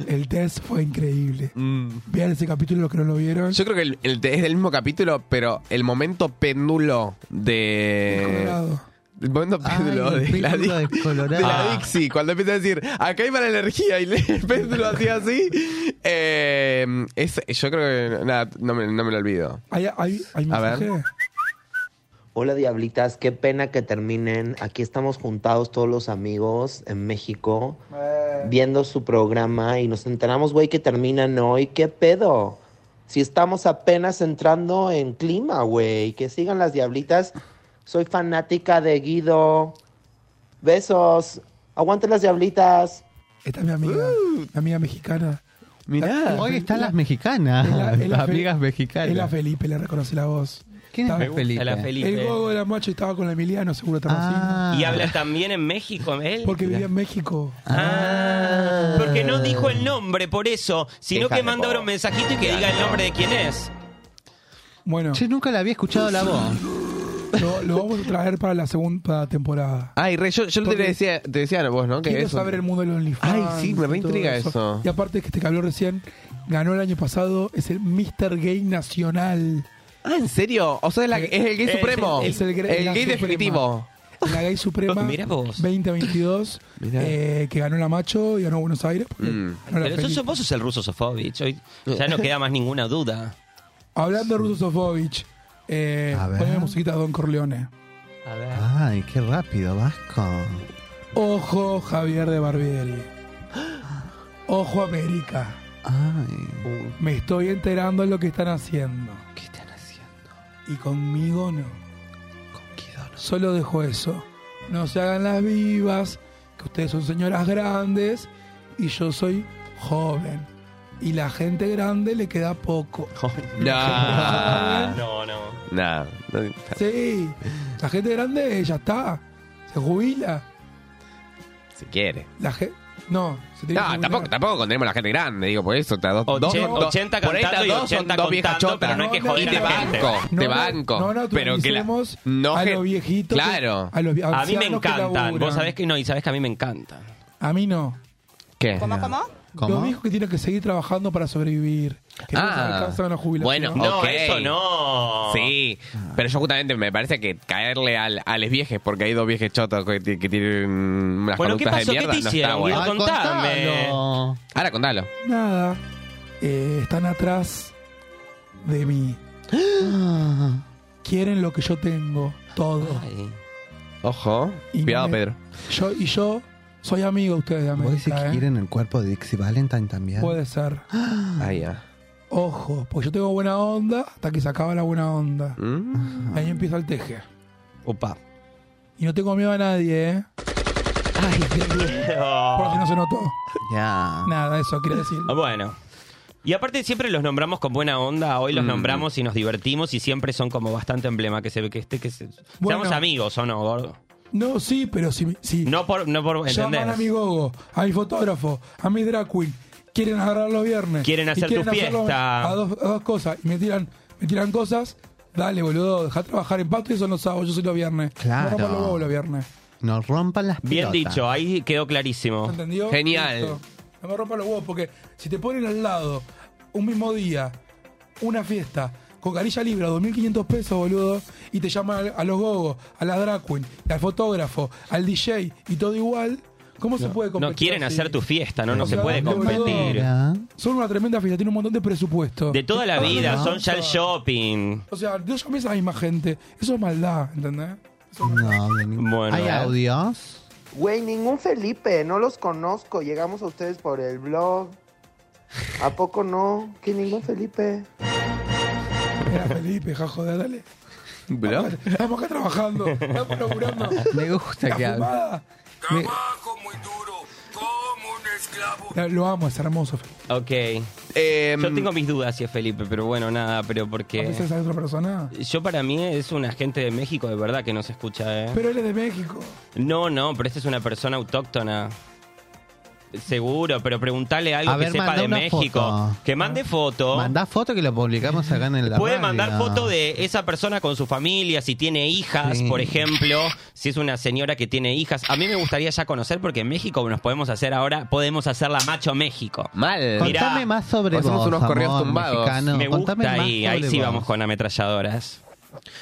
E: El test fue increíble.
B: Mm.
E: Vean ese capítulo los que no lo vieron.
C: Yo creo que el, el- es del mismo capítulo, pero el momento péndulo de.
E: Colorado.
C: El momento péndulo
B: el
C: de, la
B: péndulo
C: di-
B: de Colorado.
C: de la
B: Ah.
C: Dixie. Cuando empieza a decir, acá hay mala energía y le- el péndulo hacía así. Eh, es- yo creo que. Nada, no me, no me lo olvido.
E: ¿Hay, hay, hay
C: A ver.
E: mensaje?
M: Hola diablitas, qué pena que terminen. Aquí estamos juntados todos los amigos en México viendo su programa y nos enteramos, güey, que terminan hoy. ¿Qué pedo? Si estamos apenas entrando en clima, güey. Que sigan las diablitas. Soy fanática de Guido. Besos. Aguanten las diablitas.
E: Esta es mi amiga, mi amiga mexicana.
B: Uh. Mirá,
E: La-
B: hoy están [laughs]
E: la-
B: las mexicanas,
E: es la- es la
B: las
E: Fe-
B: amigas
E: Es la
B: mexicanas.
E: Felipe, le reconoce la voz.
B: ¿Quién es
E: Estaba-
B: Me gusta Felipe? la Felipe.
E: El gogo de la macho estaba con la Emiliano, seguro
B: Ah.
E: estaba así.
F: Y habla también en México, él.
E: Ah. Porque vivía en México.
F: Ah, porque no dijo el nombre, por eso, sino
E: Déjame,
F: que manda ahora un mensajito y que diga el nombre de quién es.
E: Bueno.
B: Yo nunca la había escuchado la voz.
E: Lo, lo vamos a traer para la segunda temporada.
C: Ay, re, yo, yo te
E: Porque
C: decía, te decía a vos, ¿no? Que
E: Quiero
C: eso-
E: saber el mundo del OnlyFans.
C: Ay, sí, me
E: y todo
C: reintriga eso.
E: Y aparte, que este que habló recién ganó el año pasado, es el Mr. Gay Nacional.
C: Ah, ¿en serio? O sea, es, la- es el gay
E: Es-
C: supremo.
E: es el,
C: El
E: la
C: gay
E: suprema.
C: definitivo.
E: La
C: [laughs]
E: gay suprema
F: Mirá vos.
E: 2022,
F: Mirá.
E: eh, que ganó la macho y ganó Buenos Aires.
C: Mm.
E: porque ganó la
F: Pero
E: Felipe.
F: entonces vos sos el ruso Sofovich. Hoy ya no queda más ninguna duda.
E: Hablando de Russo Sofovich, eh, poneme musiquita de Don Corleone.
B: Ay, qué rápido, Vasco.
E: Ojo Javier de Barbieri. Ojo América. Me estoy enterando de lo que están haciendo. ¿Qué están haciendo? Y conmigo no. Solo dejo eso. No se hagan las vivas, que ustedes son señoras grandes y yo soy joven. Y la gente grande le queda [laughs] poco. [laughs]
C: Nah.
F: No, no.
C: Nah. no-
E: Sí, la gente grande ya está. Se jubila.
C: Si quiere.
E: La gente. No, se tiene que
C: No,
E: jubilar.
C: tampoco, tampoco condenemos a la gente grande, digo, por eso está dos, dos,
F: 80
C: dos- por ahí está
F: cantando y
C: dos, son
F: 80
C: dos viejas
F: contando,
C: chotas.
F: pero no hay que
C: Y
F: joder
C: te
F: a la gente.
C: banco,
F: No,
C: te
F: no,
C: banco. pero
F: no
C: que la,
E: naturalicemos
C: no
E: a
C: que-
E: los viejitos que-
C: Claro.
E: a los vie-
F: A mí me
E: ancianos que
F: encantan.
E: laburan.
F: Vos sabés que no, y sabés que a mí me encantan.
E: A mí no.
C: ¿Qué?
E: Los viejos que tienen que seguir trabajando para sobrevivir. Que no se alcanzan a la jubilación.
C: Ah. Bueno, ok. Sí, pero yo justamente me parece que caerle al, a les viejes, porque hay dos viejes chotos que, ti- que tienen unas
F: Bueno, ¿qué
C: conductas
F: pasó?
C: de
F: ¿Qué
C: mierda, no
F: te
C: está
F: hicieron?
C: bueno.
F: Digo, contame.
C: Ahora contalo.
E: Nada. Eh, están atrás de mí. Quieren lo que yo tengo. Todo.
C: Ojo,
E: Y no
C: cuidado,
E: me-
C: Pedro.
E: Yo, y yo soy amigo de ustedes de
B: ¿Vos decís
E: América.
B: que
E: ¿eh?
B: quieren el cuerpo de Dixie Valentine también?
E: Puede ser.
C: Ah, ya.
E: Ojo, porque yo tengo buena onda hasta que se acaba la buena
B: Ah.
E: onda.
N: ah.
E: Ahí empieza el teje.
F: Opa.
E: Y no tengo miedo a nadie, ¿eh? Ay, qué
F: miedo.
E: Por si no se notó.
B: Ya.
E: Nada, eso quiere decir.
F: Ah, Bueno. Y aparte siempre los nombramos con buena onda,
C: Mm.
F: hoy los nombramos y nos divertimos y siempre son como bastante emblema que se que este que se,
E: Bueno.
F: seamos amigos o no, gordo.
E: No, sí, pero si. si
F: No por no por entender.
E: llaman a mi gogo, a mi fotógrafo, a mi drag queen, quieren agarrar los viernes.
F: Quieren
E: y
F: hacer tu
E: hacerlo
F: fiesta.
E: A dos, a dos cosas. Y me tiran, me tiran cosas. Dale, boludo, deja trabajar en pato y eso los sábados, yo soy los viernes.
B: Claro.
E: No rompan los huevos los viernes.
B: Nos rompan las
F: Bien
B: pelotas.
F: dicho, ahí quedó clarísimo.
E: ¿Entendió? Listo. No me rompa los huevos porque si te ponen al lado un mismo día, una fiesta, con carilla libre, a 2.500 pesos, boludo, y te llaman a, a los gogos, a la drag queen, al fotógrafo, al DJ y todo igual, ¿cómo se puede competir?
F: No quieren
E: así?
F: hacer tu fiesta, no no
E: O
F: se
E: sea,
F: puede
E: dale, boludo.
F: competir.
E: Son una tremenda fiesta, tienen un montón de presupuesto.
F: De toda la
E: Ah,
F: vida,
E: no.
F: son ya el shopping.
E: O sea, yo llamé a esa misma gente. Eso es maldad, ¿entendés?
F: Bueno.
B: ¿Hay audios?
M: Güey, ningún Felipe, no los conozco. Llegamos a ustedes por el blog. ¿A poco no? Que ningún Felipe.
E: Era Felipe, ja, joder, dale.
C: ¿Blog?
E: Estamos acá trabajando, estamos laburando.
B: Me gusta que hable.
E: fumada.
B: Me-
E: Lo amo, es hermoso.
F: Ok.
B: Em,
F: Yo tengo mis dudas si es Felipe, pero bueno, nada, pero
E: A
F: porque...
E: veces hay otra persona.
F: Yo para mí es un agente de México de verdad que nos escucha, ¿eh?
E: Pero él es de México.
F: No, no, pero esta es una persona autóctona. Seguro, pero preguntale algo
B: A
F: que
B: ver,
F: sepa
B: manda
F: de
B: una
F: México.
B: foto.
F: Que
E: Ah.
F: mande foto.
B: Mandá foto que lo publicamos acá en la
F: Puede
B: radio.
F: mandar foto de esa persona con su familia, si tiene hijas,
B: Sí.
F: por ejemplo, si es una señora que tiene hijas. A mí me gustaría ya conocer porque en México nos podemos hacer ahora, podemos hacer la macho México.
C: Mal.
B: Contame más sobre
C: Hacemos
B: vos,
C: unos correos
B: amor
C: tumbados.
B: mexicano.
F: Me
B: Contame
F: gusta
B: más
F: ahí, ahí
B: sobre
F: sí
B: vos.
F: vamos con ametralladoras.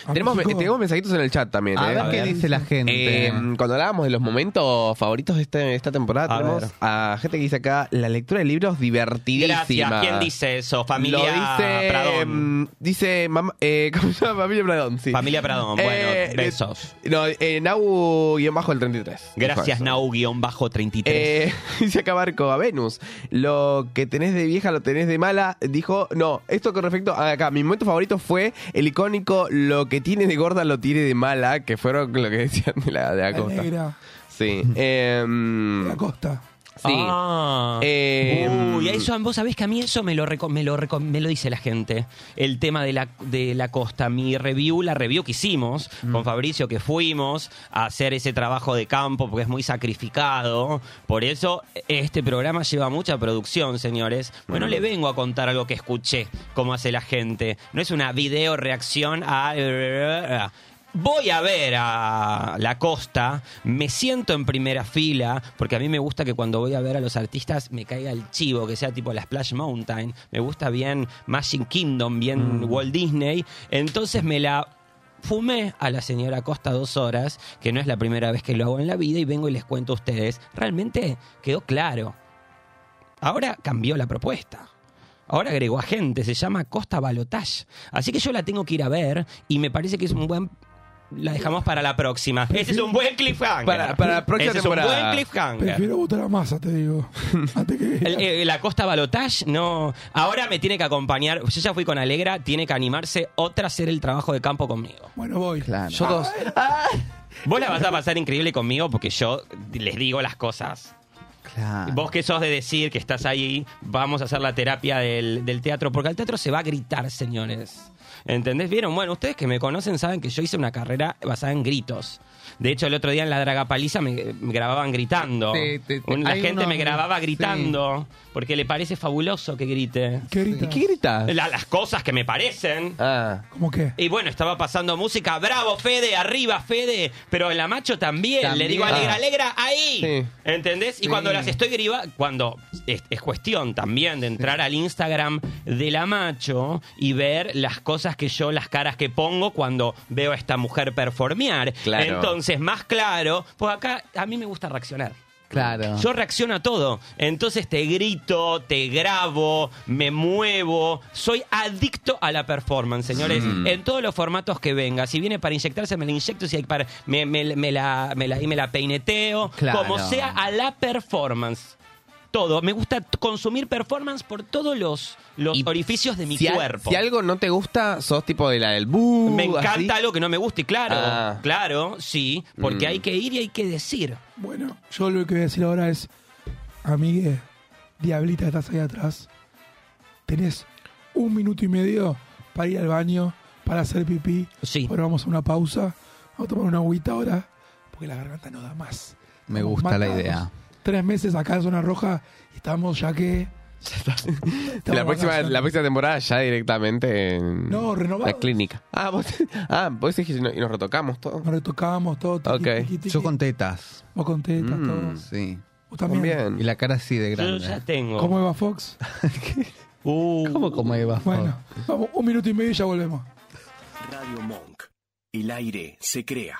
F: Ah,
C: Tenemos,
F: pues,
C: me- tenemos mensajitos en el chat también.
B: A
C: ¿eh?
B: ver qué dice la gente.
C: Eh, cuando hablábamos de los momentos favoritos de, este- de esta temporada,
F: A
C: tenemos
F: ver.
C: a gente que dice acá la lectura de libros divertidísima.
F: Gracias. ¿Quién dice eso? Familia
C: Lo dice,
F: Pradón.
C: mm, Dice, mamá, eh, [laughs] ¿cómo se llama? Familia Pradón, sí.
F: Familia Pradón, bueno,
C: Eh,
F: besos.
C: No, eh, Nau guión bajo el 33.
F: Gracias, Nau-33.
C: Eh, [laughs] dice acá Barco, a Venus, lo que tenés de vieja lo tenés de mala, dijo, no, esto con respecto a acá, mi momento favorito fue el icónico, lo que tiene de gorda lo tiene de mala, que fueron lo que decían de la, de la
E: La
C: costa.
E: negra.
C: Sí. em,
E: Costa.
C: sí.
F: Ah.
C: Em,
F: Uy, eso, vos sabés que a mí eso me lo, reco- me lo, reco- me lo dice la gente. El tema de la, de la costa. Mi review, la review que hicimos con Fabricio, que fuimos a hacer ese trabajo de campo porque es muy sacrificado. Por eso este programa lleva mucha producción, señores. Bueno, no le vengo a contar algo que escuché, como hace la gente. No es una video reacción a... Voy a ver a la costa, me siento en primera fila, porque a mí me gusta que cuando voy a ver a los artistas me caiga el chivo, que sea tipo la Splash Mountain, me gusta bien Magic Kingdom, bien Walt Disney, entonces me la fumé a la señora Costa dos horas, que no es la primera vez que lo hago en la vida, y vengo y les cuento a ustedes, realmente quedó claro, ahora cambió la propuesta. Ahora agregó a gente, se llama Costa Balotage. Así que yo la tengo que ir a ver y me parece que es un buen... La dejamos para la próxima. Ese es un buen cliffhanger.
C: Para- para la próxima
F: Ese Es
C: temporada.
F: un buen cliffhanger.
E: Prefiero votar a masa, te
C: [laughs]
E: digo.
F: El- eh, la Costa Balotage, no... Ahora me tiene que acompañar. Yo ya fui con Alegra, tiene que animarse otra a hacer el trabajo de campo conmigo.
E: Bueno, voy.
C: Yo dos.
F: Vos la vas a pasar increíble conmigo porque yo les digo las cosas. Vos que sos de decir que estás ahí, vamos a hacer la terapia del, del teatro, porque al teatro se va a gritar, señores. ¿Entendés? Vieron, bueno, ustedes que me conocen saben que yo hice una carrera basada en gritos. De hecho, el otro día en la Dragapaliza me, me grababan gritando.
B: Te- te- te-
F: Un- la
B: hay
F: gente
B: unos-
F: me grababa
B: sí.
F: gritando porque le parece fabuloso que grite.
E: ¿Qué grita?
C: ¿Qué Ah. grita?
F: La- las cosas que me parecen.
E: ¿Cómo qué?
F: Y bueno, estaba pasando música. Bravo, Fede, arriba, Fede. Pero en la macho también.
C: También.
F: Le digo alegra,
C: Ah.
F: alegra, ahí.
C: Sí.
F: ¿Entendés?
C: Sí.
F: Y cuando las estoy griba, cuando es, es cuestión también de entrar al Instagram de la macho y ver las cosas que yo, las caras que pongo cuando veo a esta mujer performear.
B: Claro.
F: Entonces, más claro, pues acá a mí me gusta reaccionar.
C: Ah.
B: Claro.
F: Yo reacciono a todo. Entonces te grito, te grabo, me muevo. Soy adicto a la performance, señores.
B: Mm.
F: En todos los formatos que venga. Si viene para inyectarse, me la inyecto. Si hay para, me, me- me la, me, la, y me la peineteo.
B: Claro.
F: Como sea, a la performance. Todo. Me gusta t- consumir performance por todos los, los orificios de mi
C: si, al-
F: cuerpo.
C: si algo no te gusta, sos tipo de la del bu.
F: me encanta
C: así.
F: algo que no me guste, claro.
C: Ah.
F: Claro, sí. Porque
C: Mm.
F: hay que ir y hay que decir.
E: Bueno, yo lo que voy a decir ahora es, amigue, diablita que estás ahí atrás, tenés un minuto y medio para ir al baño, para hacer pipí.
F: Sí.
E: Ahora vamos a una pausa, vamos a tomar una agüita ahora, porque la garganta no da más.
B: Me
E: Estamos
B: gusta la
E: matados.
B: idea.
E: Tres meses acá en zona roja y estamos ya que...
C: La
E: estamos
C: próxima,
E: vacacionando.
C: la próxima temporada ya directamente en
E: No,
C: la
E: renovados.
C: clínica. Ah, vos, ah, vos decís que no- y nos retocamos todo.
E: Nos retocamos todo. tiqui,
C: Ok. Mm.
E: tiqui, tiqui.
B: Yo con tetas.
E: Vos con tetas, todo.
B: Sí.
E: Vos también.
B: Y la cara así de grande. eh.
F: Yo ya tengo.
E: Como Eva Fox.
B: ¿Cómo como Eva?
E: Bueno, vamos, un minuto y medio y ya volvemos.
O: Radio Monk. El aire se crea.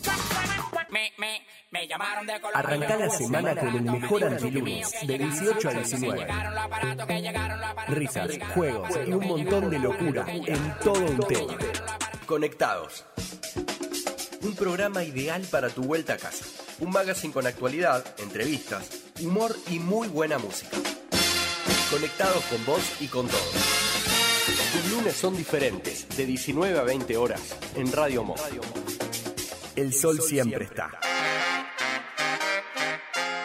A: Me, me, me llamaron de Colombia.
O: Arranca la semana con el mejor antilunes, de 18 a 19. Risas, juegos y un montón de locura en todo un tema. Conectados. Un programa ideal para tu vuelta a casa. Un magazine con actualidad, entrevistas, humor y muy buena música. Conectados con vos y con todos. Tus lunes son diferentes, de 19 a 20 horas, en Radio Monk. El sol siempre está.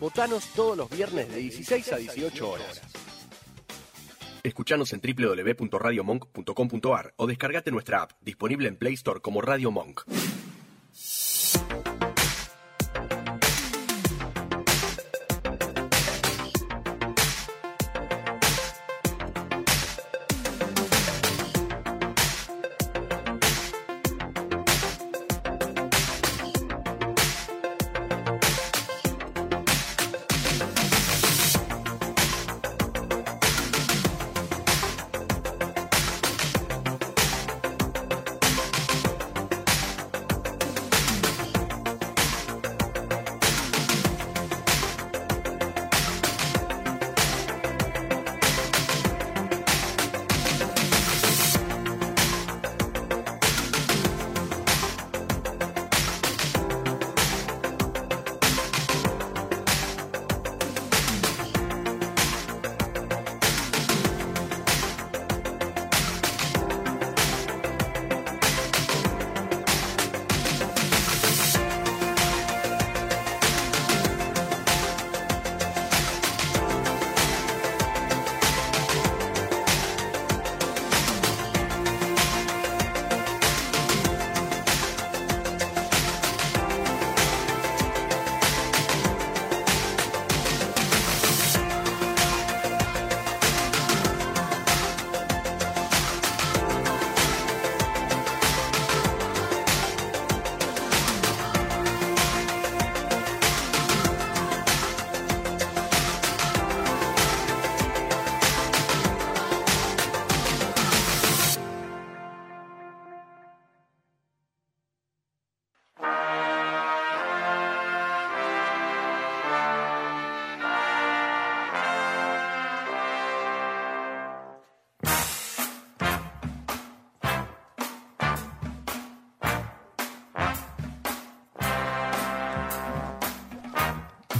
O: Votanos todos los viernes de 16 a 18 horas. Escuchanos en www.radiomonk.com.ar o descargate nuestra app, disponible en Play Store como Radio Monk.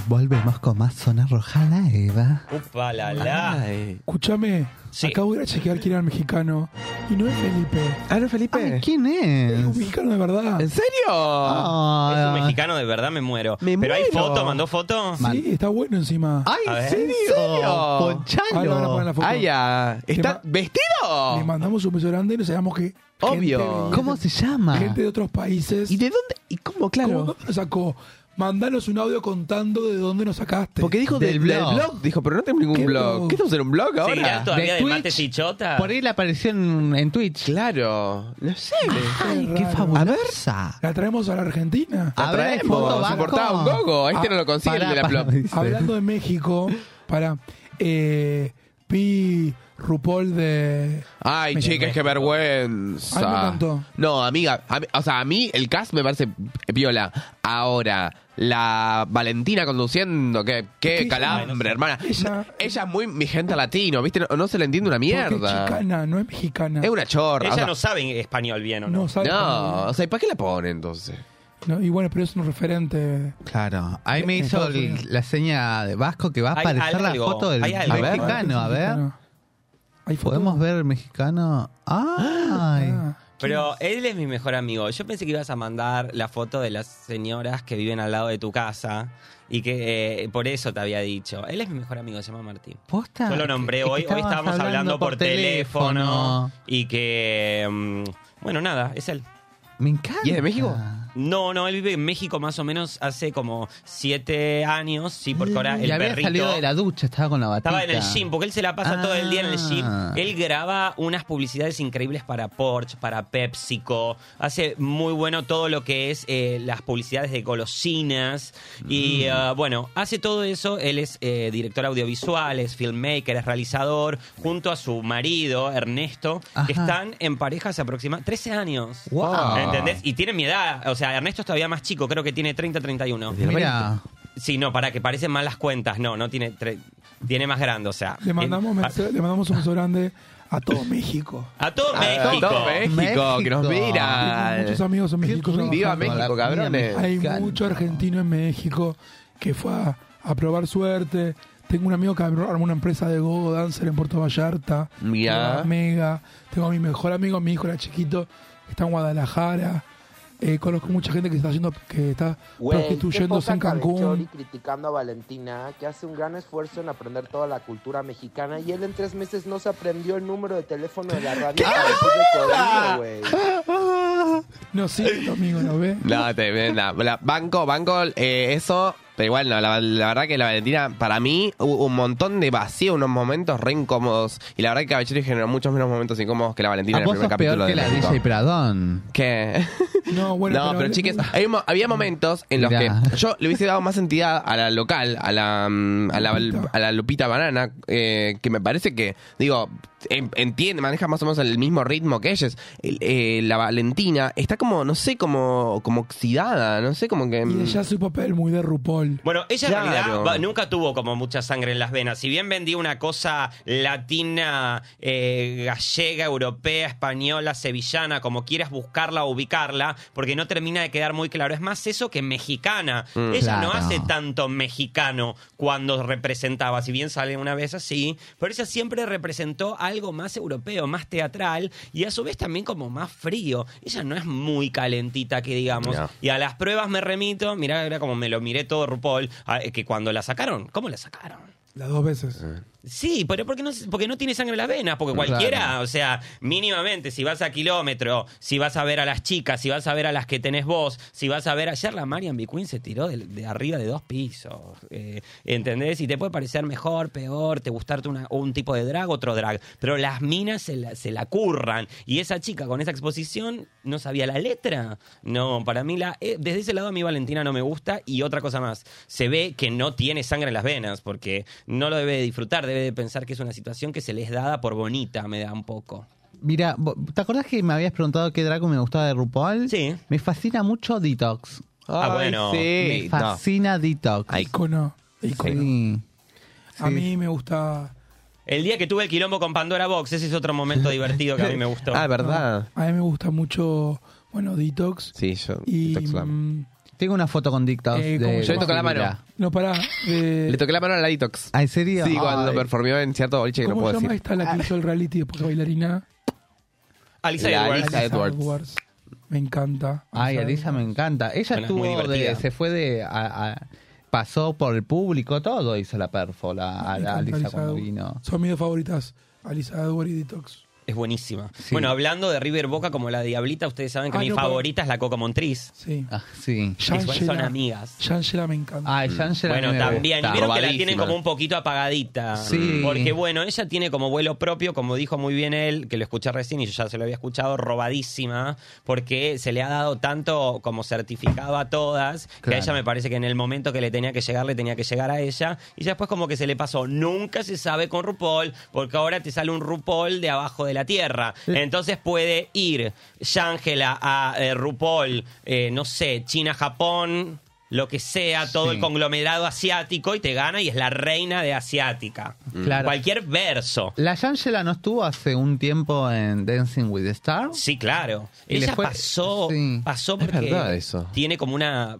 B: Volvemos con más zona rojada, Eva.
F: Upa, la, la.
E: Escúchame, acabo de ir a chequear quién era el mexicano. Y no es Felipe.
B: ¿Ah, no Felipe? ¿Quién es?
E: un mexicano de verdad.
B: ¿En
C: serio?
B: Ah,
F: Es un mexicano, de verdad me muero.
E: Me
F: Pero hay
E: muero.
F: foto, mandó foto.
E: Sí, está bueno encima.
F: Ay, A ¿en ver. serio?
E: Ponchalo. Ahora van a poner la foto.
C: Ay, Ah, ya. ¿Está vestido?
E: Le mandamos un beso grande y no sabemos que.
C: Obvio.
E: ¿Cómo se llama? Gente de otros países. ¿Y
C: de dónde? ¿Y cómo, claro?
E: ¿Dónde nos sacó? Mandanos un audio contando de dónde nos sacaste.
C: Porque dijo del, del blog. Dijo, pero no tengo ningún
E: ¿Qué
C: blog.
E: blog?
C: ¿Qué estamos en un blog ahora?
F: ¿Seguirá todavía de, mates y chota?
B: Por ahí la apareció en, en Twitch.
C: Claro. No sé.
B: Ay, qué fabulosa.
E: La traemos a la Argentina.
B: A ver,
C: traemos,
B: foto,
C: se
B: Vasco.
C: portaba un gogo. Este
E: Ah,
C: no lo consigue el
E: pará,
C: de la
E: pará.
C: blog.
E: Hablando de México, para. Eh, vi RuPaul de.
C: Ay,
E: México.
C: chicas, qué vergüenza.
E: Ay, me encantó.
C: No, amiga, a mí- o sea, a mí el cast me parece viola. Ahora, la Valentina conduciendo, qué, qué
E: ella-
C: calambre, hermana.
E: Ella,
C: ella es muy mi gente latino, ¿viste? No, no se le entiende una
E: Porque es
C: mierda.
E: chicana, no es mexicana.
C: Es una chorra.
F: Ella
C: o sea-
F: no sabe español bien, ¿o no?
E: No sabe
C: No,
E: español.
C: o sea, ¿y para qué la pone entonces?
E: No, y bueno, pero es un referente.
B: Claro, ahí
C: Eh,
B: me
E: En
B: hizo
E: Estados
B: el-
E: Unidos.
B: la seña de Vasco que va a
E: Hay
B: aparecer
E: algo,
B: la foto del
E: hay algo.
B: del mexicano. A ver, ¿podemos ver el mexicano? ¡Ay!
E: Ah.
F: Pero él es mi mejor amigo. Yo pensé que ibas a mandar la foto de las señoras que viven al lado de tu casa y que eh, por eso te había dicho. Él es mi mejor amigo, se llama Martín.
B: ¿Posta?
F: Yo lo nombré
B: Es que
F: hoy. Hoy
B: estabas
F: estábamos hablando por teléfono
B: teléfono.
F: y que... mm, bueno, nada, es él.
B: Me encanta.
C: ¿Y es de México?
E: Ah.
F: No, no, él vive en México más o menos hace como siete años, sí, porque ahora el
B: Mm. y había
F: perrito...
B: salido de la ducha, estaba con la batita.
F: Estaba en el gym, porque él se la pasa todo el día en el gym.
B: Ah.
F: Él graba unas publicidades increíbles para Porsche, para PepsiCo. Hace muy bueno todo lo que es eh, las publicidades de golosinas. Y
B: Mm.
F: ah, bueno, hace todo eso. Él es eh, director audiovisual, es filmmaker, es realizador, junto a su marido, Ernesto, que están en pareja hace aproximadamente 13 años.
B: Wow.
F: ¿Entendés? Y tiene mi edad. O sea, Ernesto es todavía más chico, creo que tiene 30, 31.
B: los Mira.
F: Sí, no, para que parecen mal las cuentas. No, no tiene. tre- Tiene más grande, o sea.
E: Le mandamos,
F: en-
E: mensa- le mandamos un beso grande a todo México.
F: a, a todo
C: A
E: Ah,
F: México.
C: todo México, que nos México. mira.
E: Tengo muchos amigos en México.
C: Viva
E: trabajando.
C: México, cabrones.
E: Hay mucho argentino en México que fue a, a probar suerte. Tengo un amigo que abrió- armó una empresa de gogo dancer en Puerto Vallarta.
C: Mirá.
E: Tengo a Mega. Tengo a mi mejor amigo, mi hijo era chiquito, que está en Guadalajara. Eh, conozco mucha gente que está yendo, que está
M: Güey,
E: prostituyéndose
M: qué
E: en
M: poca Cavechori
E: Cancún.
M: criticando a Valentina, que hace un gran esfuerzo en aprender toda la cultura mexicana y él en tres meses no se aprendió el número de teléfono de la radio. para decirle que odio, güey.
E: No, sí, tu amigo, ¿no ve?
C: No, tremenda. La- banco, banco, eh, eso. Pero igual, no, la, la verdad que la Valentina, para mí, hubo un montón de vacío, unos momentos re incómodos. Y la verdad que Caballero generó muchos menos momentos incómodos que la Valentina
B: Ah,
C: en el
B: vos
C: primer
B: sos
C: capítulo
B: peor que
C: de
B: la
C: México.
B: DJ Pradón.
C: ¿Qué?
E: [laughs] No, bueno,
C: no, pero, chiques, hay mo- había momentos en los que yo le hubiese dado más entidad a la local, a la, mm, a la, a la Lupita Banana, eh, que me parece que, digo, en- entiende, maneja más o menos el mismo ritmo que ellas. El- eh, la Valentina está como, no sé, como, como oxidada, no sé, como que...
M: Mm.
C: mm,
E: Y ella hace un papel muy de RuPaul.
F: Bueno, ella en
E: Claro.
F: realidad va- nunca tuvo como mucha sangre en las venas. Si bien vendía una cosa latina, eh, gallega, europea, española, sevillana, como quieras buscarla o ubicarla, porque no termina de quedar muy claro. Es más eso que mexicana.
B: Mm.
F: ella no
B: Claro.
F: hace tanto mexicano cuando representaba. Si bien sale una vez así, pero ella siempre representó algo más europeo, más teatral y a su vez también como más frío. Ella no es muy calentita, que digamos.
C: No.
F: Y a las pruebas me remito, mirá, era como me lo miré todo RuPaul, a- que cuando la sacaron, ¿cómo la sacaron?
E: Las dos veces.
M: Eh.
F: Sí, pero porque no, porque no tiene sangre en las venas, porque cualquiera, o sea, mínimamente, si vas a kilómetro, si vas a ver a las chicas, si vas a ver a las que tenés vos, si vas a ver, ayer la Marian B. Queen se tiró de, de arriba de dos pisos, eh, ¿entendés? Y te puede parecer mejor, peor, te gustarte una- un tipo de drag, otro drag, pero las minas se la, se la curran, y esa chica con esa exposición no sabía la letra, no, para mí la, eh, desde ese lado a mí Valentina no me gusta, y otra cosa más, se ve que no tiene sangre en las venas, porque no lo debe de disfrutar, debe de pensar que es una situación que se les dada por bonita, me da un poco.
B: Mira, vo- ¿te acordás que me habías preguntado qué Draco me gustaba de RuPaul? Sí. Me fascina mucho Detox.
F: Ah, Ay, bueno. sí.
B: Me
F: No.
B: fascina Detox.
E: Icono.
B: Sí.
E: A mí me gusta.
F: El día que tuve el quilombo con Pandora Box, ese es otro momento divertido que a mí me
E: [laughs]
F: gustó.
E: Ah,
B: Ah,
E: A mí me gusta mucho, bueno, Detox.
C: Sí, yo.
E: Y.
C: Detox la amo.
E: mm,
B: Tengo una foto con Detox.
E: eh, ¿cómo
B: de...
E: se llama? No, pará. eh, de-
C: Le toqué la mano a la Detox.
B: Ah, ¿En serio?
C: Sí, cuando
B: Ay.
C: performió en cierto boliche que no
E: ¿Cómo se
C: puedo
E: llama
C: decir.
E: esta
B: Ah.
E: la que hizo el reality después de bailarina?
F: Alisa
C: La
F: Edwards.
C: Alisa Edwards.
E: Me encanta.
B: Ay, Ah, Alisa me encanta. Ella
F: Bueno, es muy
B: estuvo de-
F: divertida.
B: se fue de... a- a- pasó por el público, todo hizo la perfola a,
E: Me
B: la
E: encanta
B: Alisa cuando
E: Edwards.
B: vino.
E: Son mis dos favoritas. Alisa Edward y Detox.
F: Es buenísima. Bueno, hablando de River Boca como la Diablita, ustedes saben que
E: Ah,
F: mi
E: no, pero-
F: favorita es la Coco Montriz.
E: Sí.
B: Ah, sí.
F: Igual son amigas.
E: Shangela me encanta.
B: Ay, Shangela
F: bueno,
B: me
F: también.
B: gusta.
F: Vieron que la
B: Robadísima.
F: tienen como un poquito apagadita.
B: Sí.
F: Porque, bueno, ella tiene como vuelo propio, como dijo muy bien él, que lo escuché recién y yo ya se lo había escuchado, robadísima, porque se le ha dado tanto como certificado a todas, que a
B: Claro.
F: ella me parece que en el momento que le tenía que llegar, le tenía que llegar a ella. Y ya después, como que se le pasó. Nunca se sabe con RuPaul, porque ahora te sale un RuPaul de abajo de la tierra. Entonces puede ir Shangela a eh, RuPaul, eh, no sé, China, Japón lo que sea, todo
B: Sí.
F: el conglomerado asiático y te gana y es la reina de asiática.
B: Claro.
F: Cualquier verso.
B: ¿La Shangela no estuvo hace un tiempo en Dancing with the Stars?
F: Sí, claro.
B: Y le
F: Ella
B: fue-
F: pasó, pasó
B: Es
F: porque
B: verdad eso.
F: tiene como una,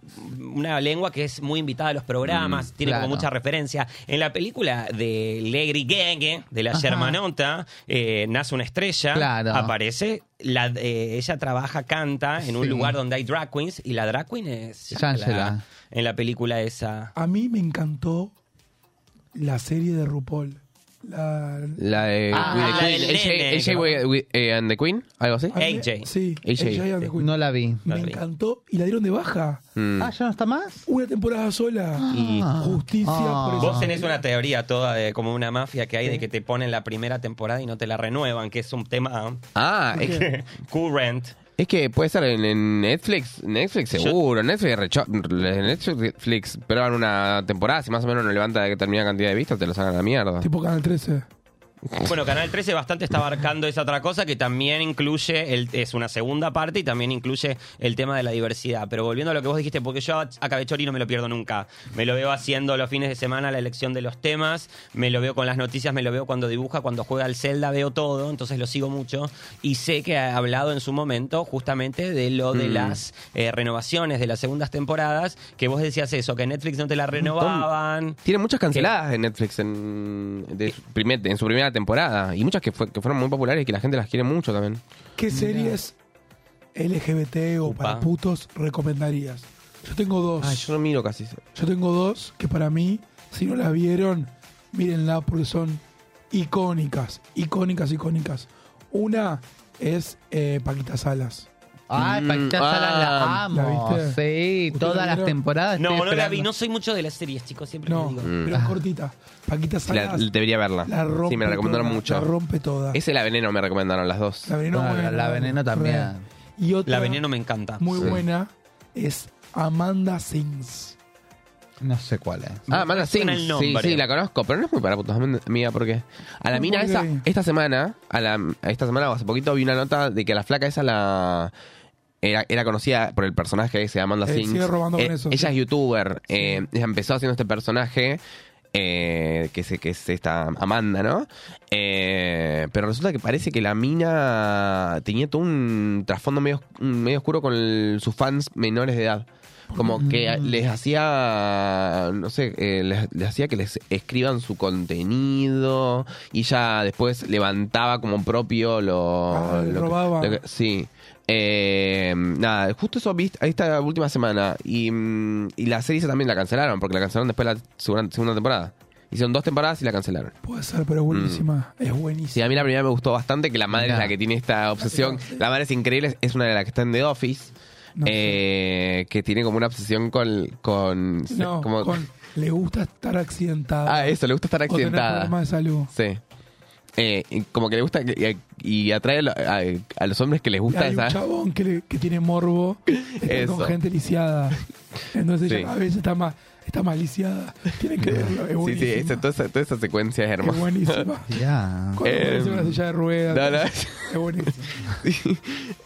F: una lengua que es muy invitada a los programas,
B: Mm,
F: tiene
B: claro.
F: como mucha referencia. En la película de Legri Gang, de la
B: Ajá.
F: Germanota, eh, nace una estrella,
B: Claro.
F: aparece, la, eh, ella trabaja, canta en un
B: Sí.
F: lugar donde hay drag queens y la drag queen es
B: Shangela.
F: En la película esa.
E: A mí me encantó la serie de RuPaul. La,
C: La de
E: Ah,
C: With the
E: la
C: Queen.
E: del
C: AJ,
E: nene,
C: AJ with- with- eh, and the Queen, algo así.
E: AJ. Sí, AJ and
F: este.
E: the Queen.
B: No la vi.
E: Me
C: [laughs]
E: encantó y la dieron de baja.
C: Mm.
B: Ah, ¿ya no está más? Ah.
E: Una temporada sola.
F: Y-
E: Justicia por eso.
F: Vos tenés una teoría toda de como una mafia que hay de que te ponen la primera temporada y no te la renuevan, que es un tema [laughs]
C: Ah, es que,
F: que- current.
C: es que puede estar en, en Netflix, Netflix
F: Yo-
C: seguro, Netflix, recho- Netflix prueban una temporada, si más o menos no levanta determinada cantidad de vistas, te lo sacan a la mierda.
E: Tipo Canal 13.
F: Bueno, Canal 13 bastante está abarcando esa otra cosa que también incluye, el, es una segunda parte y también incluye el tema de la diversidad. Pero volviendo a lo que vos dijiste, porque yo a, a Cabechori no me lo pierdo nunca. Me lo veo haciendo los fines de semana la elección de los temas, me lo veo con las noticias, me lo veo cuando dibuja, cuando juega al Zelda, veo todo, entonces lo sigo mucho. Y sé que ha hablado en su momento justamente de lo de
C: Mm.
F: las eh, renovaciones de las segundas temporadas, que vos decías eso, que Netflix no te la renovaban.
C: Tiene muchas canceladas en Netflix en, de su primer- en su primera temporada y muchas que, fue- que fueron muy populares y que la gente las quiere mucho también.
B: Ah,
E: ¿Qué series LGBT o para putos recomendarías? Yo tengo dos.
C: Ay, yo no miro casi.
E: Yo tengo dos que para mí, si no las vieron, mírenla porque son icónicas, icónicas, icónicas. Una es eh, Paquita Salas.
F: Mm,
B: Ay, Paquita
F: ah.
B: Salas la amo.
E: ¿La viste?
B: sí, todas las temporadas.
F: No,
B: estoy
F: no la
B: esperando.
F: vi, no soy mucho de las series, chicos, siempre
E: No, Mm. Ah.
F: lo digo.
E: pero es cortita. Paquita
C: La-
E: Salas.
C: debería verla.
E: La rompe
C: sí, me la recomendaron
E: toda,
C: mucho.
E: La rompe toda.
C: Ese y la veneno me recomendaron las dos.
E: La Veneno, Ah, la- bueno, la Veneno también. re. Y otra
F: La veneno me encanta.
E: muy
C: Sí.
E: buena es Amanda Sings.
B: No sé cuál es.
C: Ah, Amanda Sings.
B: Suena el
C: Sí,
B: nombre.
C: sí, la conozco, pero no es muy para putos, amiga, porque a la
E: No,
C: mina
E: porque-
C: esa, esta semana, a la, a esta semana o hace poquito vi una nota de que la flaca esa la era, era conocida por el personaje que se llama Amanda
E: Eh,
C: Sings.
E: sigue robando con
C: Eh,
E: eso,
C: Ella
E: sí.
C: es youtuber, eh, ella empezó haciendo este personaje. eh, que, se, que es esta Amanda, ¿no? Eh, pero resulta que parece que la mina tenía todo un trasfondo medio, medio oscuro con el- sus fans menores de edad. Como que
E: Mm.
C: a- les hacía, no sé, eh, les, les hacía que les escriban su contenido y ya después levantaba como propio lo...
E: Ah,
C: lo que-
E: robaba.
C: lo que- sí. Eh, nada, justo eso vi esta última semana y, mm, y la serie esa también la cancelaron porque la cancelaron después de la segunda, segunda temporada. Hicieron dos temporadas y la cancelaron.
E: Puede ser, pero es buenísima.
C: Mm.
E: Es buenísima.
C: Sí, a mí la primera me gustó bastante, que la madre
E: Mirá.
C: es la que tiene esta obsesión. La madre es increíble, es una de las que está en The Office. eh, que tiene como una obsesión con. con [laughs]
E: No,
C: como-
E: con- le gusta estar accidentada.
C: Ah, eso, le gusta estar
E: O tener
C: accidentada.
E: problemas de salud.
C: Sí. Eh, y como que le gusta. que- y, y atrae a, lo- a- a los hombres que les gusta
E: Hay
C: esa.
E: un chabón que, le- que tiene morbo de estar
C: Eso.
E: con gente lisiada. Entonces
C: Sí.
E: ella a veces está más, está más lisiada. Tienen que verlo. Es
C: sí, sí,
E: buenísimo.
C: esa- toda, esa, toda esa secuencia es hermosa.
E: buenísima.
B: Ya.
E: Cuando
C: Eh,
E: aparece una silla de ruedas.
C: no, no.
E: Es buenísimo.